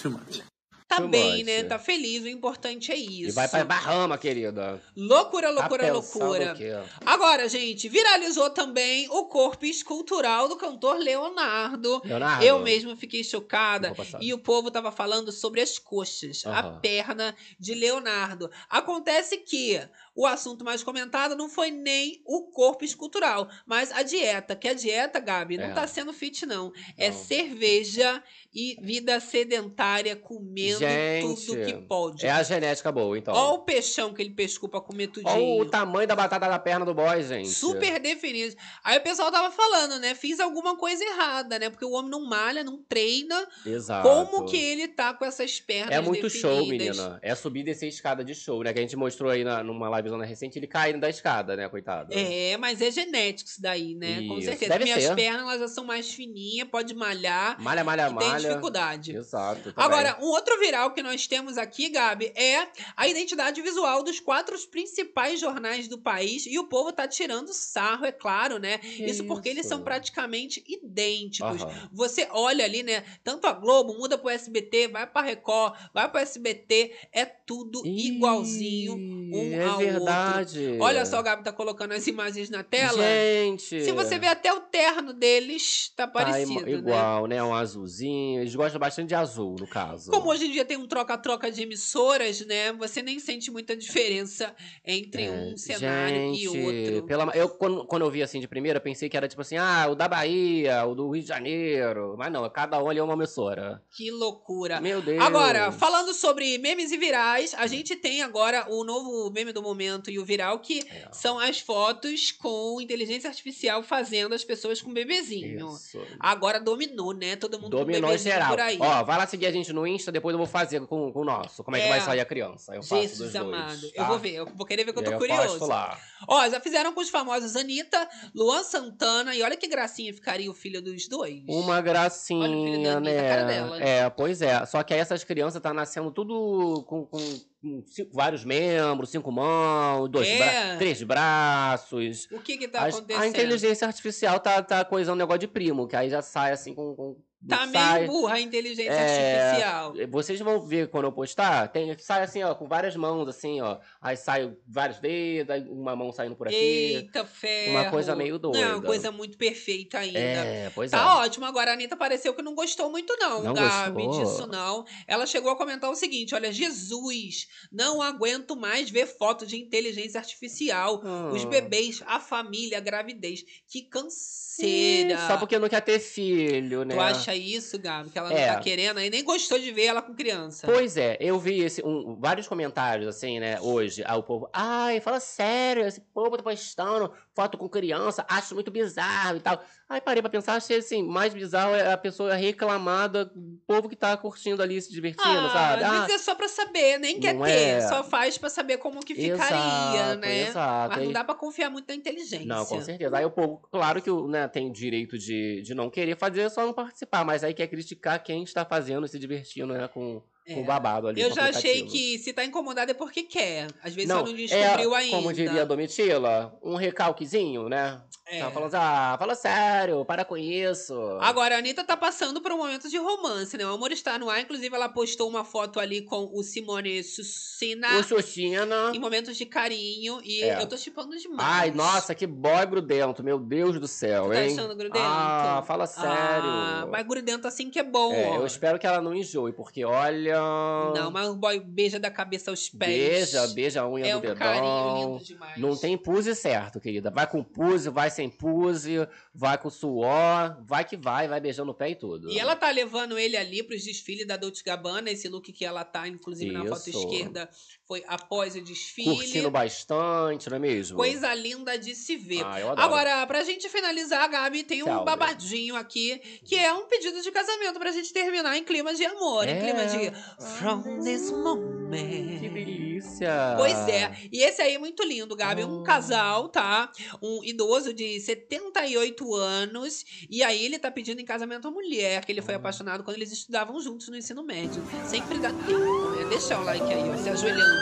[SPEAKER 3] Too much.
[SPEAKER 2] Tá
[SPEAKER 1] Too
[SPEAKER 2] bem,
[SPEAKER 1] much.
[SPEAKER 2] né? Tá feliz, o importante é
[SPEAKER 1] E
[SPEAKER 2] isso.
[SPEAKER 1] vai pra Bahama, querida.
[SPEAKER 2] Loucura,
[SPEAKER 1] Tá
[SPEAKER 2] loucura,
[SPEAKER 1] pensando
[SPEAKER 2] loucura.
[SPEAKER 1] o quê?
[SPEAKER 2] Agora, gente, viralizou também o corpo escultural do cantor Leonardo.
[SPEAKER 1] Leonardo.
[SPEAKER 2] Eu mesma fiquei chocada
[SPEAKER 1] Ficou passada.
[SPEAKER 2] e o povo tava falando sobre as coxas, a
[SPEAKER 1] Aham.
[SPEAKER 2] perna de Leonardo. Acontece que o assunto mais comentado não foi nem o corpo escultural, mas a dieta. Que a dieta, Gabi, não
[SPEAKER 1] É.
[SPEAKER 2] tá sendo fit, não. É
[SPEAKER 1] Não.
[SPEAKER 2] cerveja e vida sedentária, comendo tudo
[SPEAKER 1] Gente,
[SPEAKER 2] que pode.
[SPEAKER 1] É a genética boa, então.
[SPEAKER 2] Olha o peixão que ele pescou pra comer tudinho.
[SPEAKER 1] Olha o tamanho da batata da perna do boy, gente. é.
[SPEAKER 2] Super definido. Aí o pessoal tava falando, né? Fiz alguma coisa errada, né? Porque o homem não malha, não treina.
[SPEAKER 1] Exato.
[SPEAKER 2] Como que ele tá com essas pernas
[SPEAKER 1] Ah, É muito show,
[SPEAKER 2] definidas?
[SPEAKER 1] menina. É subir e descer escada de show, né? Que a gente mostrou aí na- numa livezona recente, ele caindo da escada, né, coitado?
[SPEAKER 2] É, mas é genético isso daí, né? Com
[SPEAKER 1] Isso,
[SPEAKER 2] certeza.
[SPEAKER 1] deve
[SPEAKER 2] Minhas
[SPEAKER 1] ser.
[SPEAKER 2] pernas elas já são mais fininhas, pode malhar.
[SPEAKER 1] Malha, malha,
[SPEAKER 2] e
[SPEAKER 1] malha.
[SPEAKER 2] Tem dificuldade.
[SPEAKER 1] Exato. tá também.
[SPEAKER 2] Agora, um outro viral que nós temos aqui, Gabi, é a identidade visual dos quatro principais jornais do país. E o povo tá tirando sarro, é claro, né? isso porque eles
[SPEAKER 1] isso?
[SPEAKER 2] são tipo, praticamente idênticos.
[SPEAKER 1] Aham.
[SPEAKER 2] Você olha ali, né? Tanto a Globo, muda pro SBT, vai pra Record, vai pro SBT. É tudo igualzinho um
[SPEAKER 1] é
[SPEAKER 2] ao
[SPEAKER 1] verdade.
[SPEAKER 2] outro. Olha só, o Gabi tá colocando as imagens na tela.
[SPEAKER 1] Gente.
[SPEAKER 2] Se você vê até o terno deles, tá
[SPEAKER 1] Tá
[SPEAKER 2] é parecido, né?
[SPEAKER 1] im- igual, né? Um azulzinho, assim, eles gostam bastante de azul, no caso.
[SPEAKER 2] Como hoje em dia tem um troca-troca de emissoras, né? Você nem sente muita diferença entre
[SPEAKER 1] É,
[SPEAKER 2] um cenário e outro.
[SPEAKER 1] pela- eu, quando, quando eu vi assim de primeira, eu pensei que era tipo assim, ah, o da Bahia, o do Rio de Janeiro. Mas não, cada um ali é uma emissora.
[SPEAKER 2] Que loucura.
[SPEAKER 1] Meu Deus.
[SPEAKER 2] É. Agora, falando sobre memes e virais, a gente tem agora o novo meme do momento e o viral, que
[SPEAKER 1] É,
[SPEAKER 2] são as fotos com inteligência artificial fazendo as pessoas com bebezinho.
[SPEAKER 1] Isso.
[SPEAKER 2] Agora dominou, né? Todo mundo com
[SPEAKER 1] Dominou
[SPEAKER 2] bebezinho
[SPEAKER 1] geral.
[SPEAKER 2] por aí.
[SPEAKER 1] Ó, vai lá seguir a gente no Insta, depois eu vou fazer com, com o nosso. Como é que
[SPEAKER 2] É.
[SPEAKER 1] vai sair a criança? Eu faço
[SPEAKER 2] Jesus
[SPEAKER 1] dos
[SPEAKER 2] amado.
[SPEAKER 1] dois.
[SPEAKER 2] Eu
[SPEAKER 1] tá?
[SPEAKER 2] vou ver, eu vou querer ver que eu
[SPEAKER 1] E
[SPEAKER 2] tô
[SPEAKER 1] aí
[SPEAKER 2] curioso.
[SPEAKER 1] posto lá.
[SPEAKER 2] Ó, já fizeram com os famosos Anitta, Luan Santana, e olha que gracinha ficaria o filho dos dois.
[SPEAKER 1] Uma gracinha,
[SPEAKER 2] Anitta,
[SPEAKER 1] né?
[SPEAKER 2] a cara dela.
[SPEAKER 1] É, pois é. Só que aí essas crianças tá nascendo tudo com, com- com cinco- vários membros, cinco mãos, dois
[SPEAKER 2] É.
[SPEAKER 1] bra- três braços.
[SPEAKER 2] O que que tá
[SPEAKER 1] As-
[SPEAKER 2] acontecendo?
[SPEAKER 1] A inteligência artificial tá, tá coisando um negócio de primo, que aí já sai assim com. com
[SPEAKER 2] Tá
[SPEAKER 1] sai-
[SPEAKER 2] meio burra a inteligência
[SPEAKER 1] É,
[SPEAKER 2] artificial.
[SPEAKER 1] Vocês vão ver quando eu postar, tem, sai assim, ó, com várias mãos, assim, ó. Aí sai vários dedos, aí uma mão saindo por aqui.
[SPEAKER 2] Eita, ferro.
[SPEAKER 1] Uma coisa meio
[SPEAKER 2] Não, é uma
[SPEAKER 1] doida.
[SPEAKER 2] coisa muito perfeita ainda.
[SPEAKER 1] É, pois
[SPEAKER 2] tá
[SPEAKER 1] é.
[SPEAKER 2] ótimo. Agora a Anitta pareceu que não gostou muito, não,
[SPEAKER 1] Não
[SPEAKER 2] Gabi,
[SPEAKER 1] gostou?
[SPEAKER 2] disso não. Ela chegou a comentar o seguinte: olha, Jesus, não aguento mais ver foto de inteligência artificial, os
[SPEAKER 1] Ah. Hum.
[SPEAKER 2] bebês, a família, a gravidez. Que canseira.
[SPEAKER 1] Ih, Só porque não quer ter filho, né?
[SPEAKER 2] Tu acha isso, Gabi? Que ela não
[SPEAKER 1] É.
[SPEAKER 2] tá querendo aí, nem gostou de ver ela com criança.
[SPEAKER 1] Pois é, eu vi esse, um- vários comentários, assim, né, hoje, ao povo. Ai, fala sério, esse povo tá postando foto com criança, acho muito bizarro e tal. Aí parei pra pensar, achei assim, mais bizarro é a pessoa reclamada, o povo que tá curtindo ali, se divertindo,
[SPEAKER 2] ah,
[SPEAKER 1] sabe?
[SPEAKER 2] Às
[SPEAKER 1] Ah,
[SPEAKER 2] vezes é só pra saber, nem quer
[SPEAKER 1] não
[SPEAKER 2] ter.
[SPEAKER 1] é.
[SPEAKER 2] Só faz pra saber como que ficaria,
[SPEAKER 1] Exato,
[SPEAKER 2] né?
[SPEAKER 1] exato.
[SPEAKER 2] Mas não
[SPEAKER 1] Aí-
[SPEAKER 2] dá pra confiar muito na inteligência.
[SPEAKER 1] Não, com certeza. Aí o povo, claro que o, né, tem direito de, de não querer fazer, é só não participar, mas aí quer criticar quem está fazendo, se divertindo, né, com,
[SPEAKER 2] É.
[SPEAKER 1] com o babado ali.
[SPEAKER 2] Eu
[SPEAKER 1] com o
[SPEAKER 2] já achei
[SPEAKER 1] aplicativo.
[SPEAKER 2] que se tá incomodado é porque quer. Às vezes só não
[SPEAKER 1] é,
[SPEAKER 2] descobriu ainda.
[SPEAKER 1] Como diria a Domitila, um recalquezinho, né?
[SPEAKER 2] É.
[SPEAKER 1] Tava falando assim, ah, fala sério, para com isso.
[SPEAKER 2] Agora, a Anitta tá passando por um momento de romance, né? O amor está no ar. Inclusive, ela postou uma foto ali com o Simone Sucina.
[SPEAKER 1] O Sucina.
[SPEAKER 2] Em momentos de carinho. E
[SPEAKER 1] É.
[SPEAKER 2] eu tô chipando demais.
[SPEAKER 1] Ai, nossa, que boy grudento, meu Deus do céu,
[SPEAKER 2] Tá
[SPEAKER 1] hein?
[SPEAKER 2] achando grudento?
[SPEAKER 1] Ah, fala sério.
[SPEAKER 2] Ah, mas grudento assim que é bom,
[SPEAKER 1] É,
[SPEAKER 2] ó.
[SPEAKER 1] eu espero que ela não enjoe, porque olha...
[SPEAKER 2] Não, mas o boy beija da cabeça aos pés.
[SPEAKER 1] Beija, beija a unha
[SPEAKER 2] É
[SPEAKER 1] do
[SPEAKER 2] um
[SPEAKER 1] dedão.
[SPEAKER 2] carinho lindo demais.
[SPEAKER 1] Não tem puse certo, querida. Vai com puse, vai sem puse, vai com suor, vai que vai, vai beijando o pé e tudo.
[SPEAKER 2] E ela tá levando ele ali pros desfiles da Dolce Gabbana, esse look que ela tá, inclusive na foto
[SPEAKER 1] Isso.
[SPEAKER 2] esquerda, foi após o desfile.
[SPEAKER 1] Curtindo bastante, não é mesmo?
[SPEAKER 2] Coisa linda de se ver.
[SPEAKER 1] Ah, eu adoro.
[SPEAKER 2] é. Agora, pra gente finalizar, Gabi, tem um
[SPEAKER 1] Salve.
[SPEAKER 2] babadinho aqui, que é um pedido de casamento pra gente terminar em clima de amor, em
[SPEAKER 1] É.
[SPEAKER 2] clima de From this moment.
[SPEAKER 1] Que delícia!
[SPEAKER 2] Pois é. E esse aí é muito lindo, Gabi. Um casal, tá? Um idoso de 78 anos. E aí ele tá pedindo em casamento a mulher, que ele foi apaixonado quando eles estudavam juntos no ensino médio. Sempre dá tempo, né? Deixa o like aí, ó, se ajoelhando.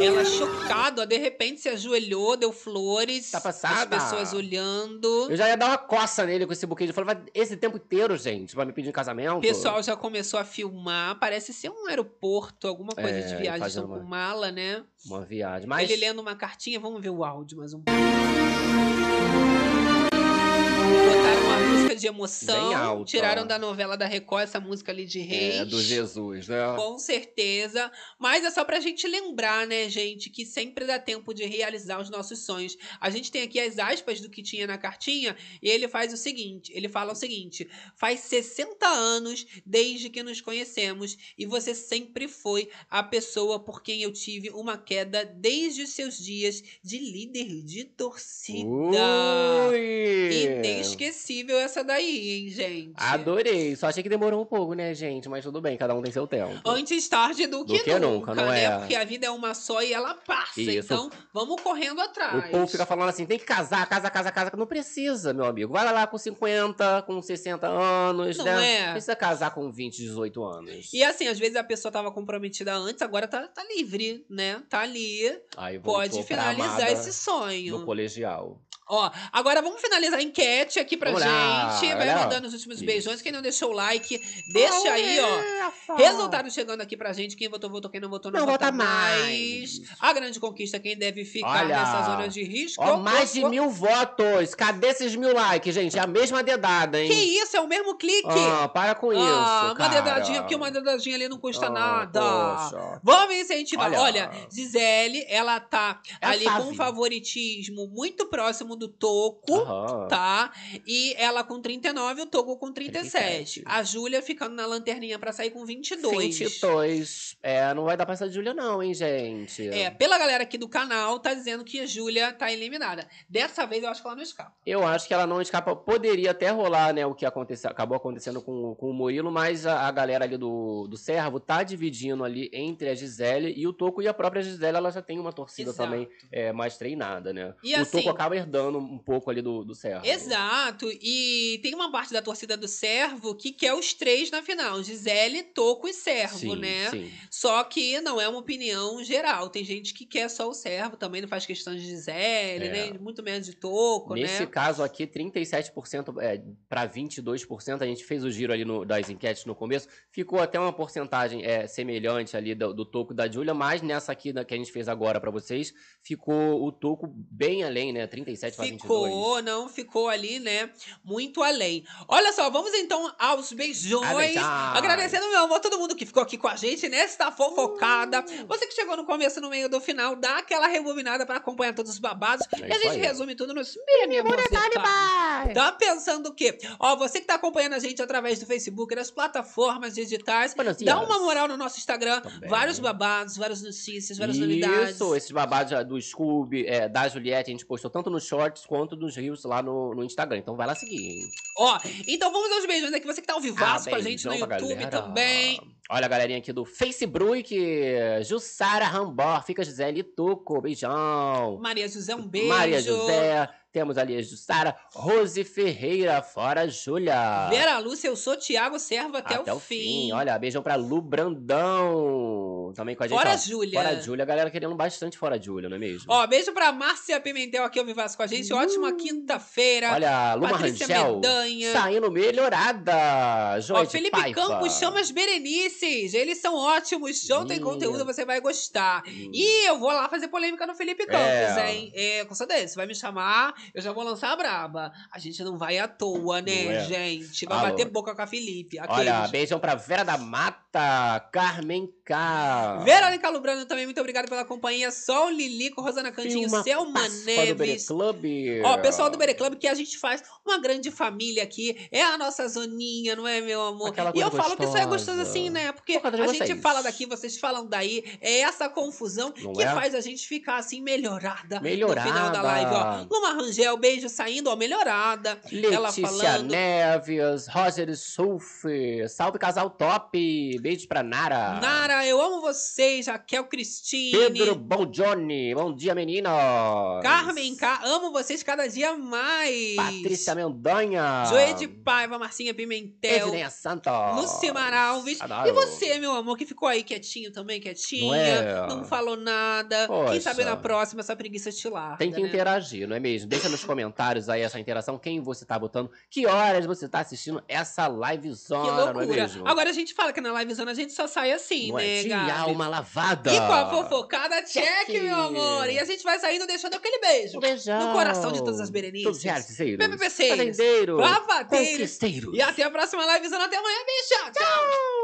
[SPEAKER 2] Ela chocada, ó, de repente se ajoelhou, deu flores. Tá
[SPEAKER 1] passada?
[SPEAKER 2] As pessoas olhando.
[SPEAKER 1] Eu já ia dar uma coça nele com esse buquê de flores. mas Esse tempo inteiro, gente, vai me pedir em casamento.
[SPEAKER 2] O pessoal já começou a filmar, parece ser um aeroporto, alguma coisa
[SPEAKER 1] É,
[SPEAKER 2] de viagem,
[SPEAKER 1] fazendo
[SPEAKER 2] estão com
[SPEAKER 1] uma-
[SPEAKER 2] mala, né?
[SPEAKER 1] Uma viagem. Mas
[SPEAKER 2] Ele lendo uma cartinha, vamos ver o áudio mais um pouco. Botaram uma música de
[SPEAKER 1] Bem
[SPEAKER 2] emoção,
[SPEAKER 1] alta.
[SPEAKER 2] tiraram da novela da Record essa música ali de Reis.
[SPEAKER 1] é do Jesus, né?
[SPEAKER 2] Com certeza. Mas é só pra gente lembrar, né, gente, que sempre dá tempo de realizar os nossos sonhos. A gente tem aqui as aspas do que tinha na cartinha, e ele faz o seguinte: ele fala o seguinte: faz 60 anos desde que nos conhecemos, e você sempre foi a pessoa por quem eu tive uma queda desde os seus dias de líder de torcida. é.
[SPEAKER 1] Ui!
[SPEAKER 2] Inesquecível essa daí, hein, gente?
[SPEAKER 1] Adorei. Só achei que demorou um pouco, né, gente? Mas tudo bem, cada um tem seu tempo.
[SPEAKER 2] Antes tarde do que,
[SPEAKER 1] Do que
[SPEAKER 2] nunca,
[SPEAKER 1] nunca, não
[SPEAKER 2] né?
[SPEAKER 1] é?
[SPEAKER 2] Porque a vida é uma só e ela passa.
[SPEAKER 1] Isso.
[SPEAKER 2] Então, vamos correndo atrás.
[SPEAKER 1] O povo fica falando assim, tem que casar, casa, casa, casa. Não precisa, meu amigo. Vai lá com 50, com 60 anos,
[SPEAKER 2] Não
[SPEAKER 1] né?
[SPEAKER 2] é?
[SPEAKER 1] Precisa casar com 20, 18 anos.
[SPEAKER 2] E assim, às vezes a pessoa tava comprometida antes, agora tá, tá livre, né? Tá ali.
[SPEAKER 1] Aí
[SPEAKER 2] Pode
[SPEAKER 1] voltou pra
[SPEAKER 2] finalizar
[SPEAKER 1] amada
[SPEAKER 2] esse
[SPEAKER 1] Do
[SPEAKER 2] sonho.
[SPEAKER 1] colegial.
[SPEAKER 2] Ó, agora vamos finalizar a enquete aqui pra
[SPEAKER 1] Vamos lá,
[SPEAKER 2] gente. Vai
[SPEAKER 1] olha lá.
[SPEAKER 2] mandando os últimos
[SPEAKER 1] Isso.
[SPEAKER 2] beijões. Quem não deixou o like, deixa aí, ó. Resultados chegando aqui pra gente. Quem votou, votou. Quem não votou, não,
[SPEAKER 1] Não
[SPEAKER 2] vota
[SPEAKER 1] vota
[SPEAKER 2] mais. A grande conquista, é quem deve ficar
[SPEAKER 1] Olha.
[SPEAKER 2] nessa zona de risco.
[SPEAKER 1] Ó, mais de mil votos. Cadê esses mil likes, gente? É a mesma dedada, hein?
[SPEAKER 2] Que isso, é o mesmo clique.
[SPEAKER 1] Ah, para com isso,
[SPEAKER 2] Ah, uma
[SPEAKER 1] cara.
[SPEAKER 2] dedadinha aqui, uma dedadinha ali não custa
[SPEAKER 1] Ah,
[SPEAKER 2] nada.
[SPEAKER 1] poxa.
[SPEAKER 2] Vamos incentivar. Olha,
[SPEAKER 1] Olha.
[SPEAKER 2] Gisele, ela tá
[SPEAKER 1] É a
[SPEAKER 2] ali com um
[SPEAKER 1] Fábio.
[SPEAKER 2] favoritismo muito próximo do Toco,
[SPEAKER 1] Aham.
[SPEAKER 2] tá? E ela com 39, o Toco com 37. A Júlia ficando na lanterninha pra sair com 22.
[SPEAKER 1] 22. É, não vai dar pra essa Júlia, não, hein, gente?
[SPEAKER 2] É, pela galera aqui do canal, tá dizendo que a Júlia tá eliminada. Dessa vez eu acho que ela não escapa.
[SPEAKER 1] Eu acho que ela não escapa. Poderia até rolar, né, o que aconteceu, acabou acontecendo com, com o Murilo, mas a, a galera ali do, do Servo tá dividindo ali entre a Gisele e o Toco. E a própria Gisele, ela já tem uma torcida
[SPEAKER 2] Exato.
[SPEAKER 1] também é, mais treinada, né?
[SPEAKER 2] E
[SPEAKER 1] o
[SPEAKER 2] assim-
[SPEAKER 1] Toco acaba herdando um pouco ali do, do Servo.
[SPEAKER 2] Exato, e tem uma parte da torcida do Servo que quer os três na final: Gisele, Toco e Servo,
[SPEAKER 1] Sim,
[SPEAKER 2] né?
[SPEAKER 1] sim.
[SPEAKER 2] Só que não é uma opinião geral. Tem gente que quer só o Servo, também não faz questão de Gisele,
[SPEAKER 1] É.
[SPEAKER 2] nem muito menos de Toco,
[SPEAKER 1] Nesse
[SPEAKER 2] né?
[SPEAKER 1] caso aqui, 37% é, para 22%, a gente fez o giro ali no- das enquetes no começo, ficou até uma porcentagem é, semelhante ali do, do toco da Júlia, mas nessa aqui da- que a gente fez agora pra vocês, ficou o toco bem além, né? 37 para 22.
[SPEAKER 2] Ficou, não ficou ali, né? Muito além. Olha só, vamos então aos
[SPEAKER 1] Ah,
[SPEAKER 2] beijões.
[SPEAKER 1] A beijões.
[SPEAKER 2] Agradecendo, meu amor, todo mundo que ficou aqui com a gente nesta fofocada.
[SPEAKER 1] Uh!
[SPEAKER 2] Você que chegou no começo, no meio do final, dá aquela rebobinada pra acompanhar todos os babados.
[SPEAKER 1] É
[SPEAKER 2] e a
[SPEAKER 1] isso
[SPEAKER 2] gente
[SPEAKER 1] aí.
[SPEAKER 2] resume tudo nos mini tá, tá pensando o quê? Ó, você que tá acompanhando a gente através do Facebook, das plataformas digitais, dá
[SPEAKER 1] dias.
[SPEAKER 2] uma moral no nosso Instagram. Vários babados, várias notícias, várias novidades.
[SPEAKER 1] Isso, esses babados ah, do Scooby, é, da Juliette, a gente postou tanto nos shorts quanto nos reels lá no, no Instagram. Então vai lá seguir. hein?
[SPEAKER 2] Ó, então vamos aos beijões aqui. Você que tá ao vivaço
[SPEAKER 1] Ah,
[SPEAKER 2] com a gente no
[SPEAKER 1] beijão pra
[SPEAKER 2] YouTube
[SPEAKER 1] galera.
[SPEAKER 2] também.
[SPEAKER 1] Olha a galerinha aqui do Facebook. Jussara Rambor, fica Gisele Tuco, beijão.
[SPEAKER 2] Maria José, um beijo.
[SPEAKER 1] Maria José, temos ali a Jussara. Rose Ferreira, fora Júlia.
[SPEAKER 2] Vera Lúcia, eu sou Tiago Servo até,
[SPEAKER 1] Até o fim. Olha, beijão pra Lu Brandão. Também com a gente.
[SPEAKER 2] Fora
[SPEAKER 1] ó.
[SPEAKER 2] Júlia.
[SPEAKER 1] Fora Júlia, a galera querendo bastante fora Júlia, não é mesmo?
[SPEAKER 2] Ó, beijo pra Márcia Pimentel aqui ao Vivaço com a gente. Ótima quinta-feira.
[SPEAKER 1] Uh. Olha, Luma
[SPEAKER 2] Patrícia
[SPEAKER 1] Rangel
[SPEAKER 2] Medanha.
[SPEAKER 1] saindo melhorada.
[SPEAKER 2] Ó,
[SPEAKER 1] Joyce
[SPEAKER 2] Felipe
[SPEAKER 1] Paiva.
[SPEAKER 2] Campos chama as Berenices. Eles são ótimos. John tem
[SPEAKER 1] Ih.
[SPEAKER 2] conteúdo, você vai gostar. E eu vou lá fazer polêmica no Felipe Campos,
[SPEAKER 1] Hum. É.
[SPEAKER 2] hein? É, com certeza. Vai me chamar, eu já vou lançar a braba. A gente não vai à toa,
[SPEAKER 1] Não
[SPEAKER 2] né,
[SPEAKER 1] é.
[SPEAKER 2] gente? Vai
[SPEAKER 1] Alô.
[SPEAKER 2] bater boca com a Felipe.
[SPEAKER 1] Olha,
[SPEAKER 2] aqueles.
[SPEAKER 1] beijão pra Vera da Mata, Carmen K.
[SPEAKER 2] Verônica Lubrano também, muito obrigada pela companhia. Sol Lilico, Rosana Cantinho,
[SPEAKER 1] Vilma
[SPEAKER 2] Selma
[SPEAKER 1] Fã do Bere
[SPEAKER 2] Neves.
[SPEAKER 1] Club.
[SPEAKER 2] Ó, pessoal do Bere Club, que a gente faz uma grande família aqui. É a nossa zoninha, não é, meu amor?
[SPEAKER 1] Aquela
[SPEAKER 2] e
[SPEAKER 1] coisa
[SPEAKER 2] eu falo que isso é gostoso
[SPEAKER 1] gostosa.
[SPEAKER 2] assim, né? Porque
[SPEAKER 1] Por causa de
[SPEAKER 2] a gente
[SPEAKER 1] vocês.
[SPEAKER 2] fala daqui, vocês falam daí. É essa confusão
[SPEAKER 1] Não
[SPEAKER 2] que
[SPEAKER 1] é?
[SPEAKER 2] faz a gente ficar assim, melhorada,
[SPEAKER 1] Melhorada.
[SPEAKER 2] no final da live, ó. Luma Rangel, beijo saindo, ó, melhorada. Ela
[SPEAKER 1] Letícia
[SPEAKER 2] falando.
[SPEAKER 1] Neves, Roger Sulf, salve casal top, beijos pra Nara.
[SPEAKER 2] Nara, eu amo vocês, Raquel Cristine.
[SPEAKER 1] Tá. Pedro Bom Johnny, bom dia menino.
[SPEAKER 2] Carmen K, amo vocês cada dia mais.
[SPEAKER 1] Patrícia Mendanha.
[SPEAKER 2] Joê de Paiva, Marcinha Pimentel.
[SPEAKER 1] Edneia Santos.
[SPEAKER 2] Lucimar Alves.
[SPEAKER 1] Ah, Adoro.
[SPEAKER 2] E você, meu amor, que ficou aí quietinho também, quietinha.
[SPEAKER 1] Não é?
[SPEAKER 2] não falou nada. Quem
[SPEAKER 1] Poxa.
[SPEAKER 2] sabe na próxima essa preguiça te larga.
[SPEAKER 1] Tem que
[SPEAKER 2] né?
[SPEAKER 1] interagir, não é mesmo? Deixa nos comentários aí essa interação, quem você tá botando, que horas você tá assistindo essa
[SPEAKER 2] Que
[SPEAKER 1] livezona, não é
[SPEAKER 2] loucura.
[SPEAKER 1] mesmo?
[SPEAKER 2] Agora a gente fala que na livezona a gente só sai assim,
[SPEAKER 1] Não
[SPEAKER 2] né,
[SPEAKER 1] é? De
[SPEAKER 2] Gabi?
[SPEAKER 1] alma lavada.
[SPEAKER 2] E com a fofocada, check,
[SPEAKER 1] Check.
[SPEAKER 2] meu amor. E a gente vai saindo deixando aquele beijo.
[SPEAKER 1] Um beijão.
[SPEAKER 2] No coração de todas as berenices.
[SPEAKER 1] Todos os realisticeiros.
[SPEAKER 2] PPPCeiros.
[SPEAKER 1] Fazendeiros.
[SPEAKER 2] Babadeiros.
[SPEAKER 1] Conquisteiros.
[SPEAKER 2] E até a próxima livezona. Até amanhã, bicha. Tchau.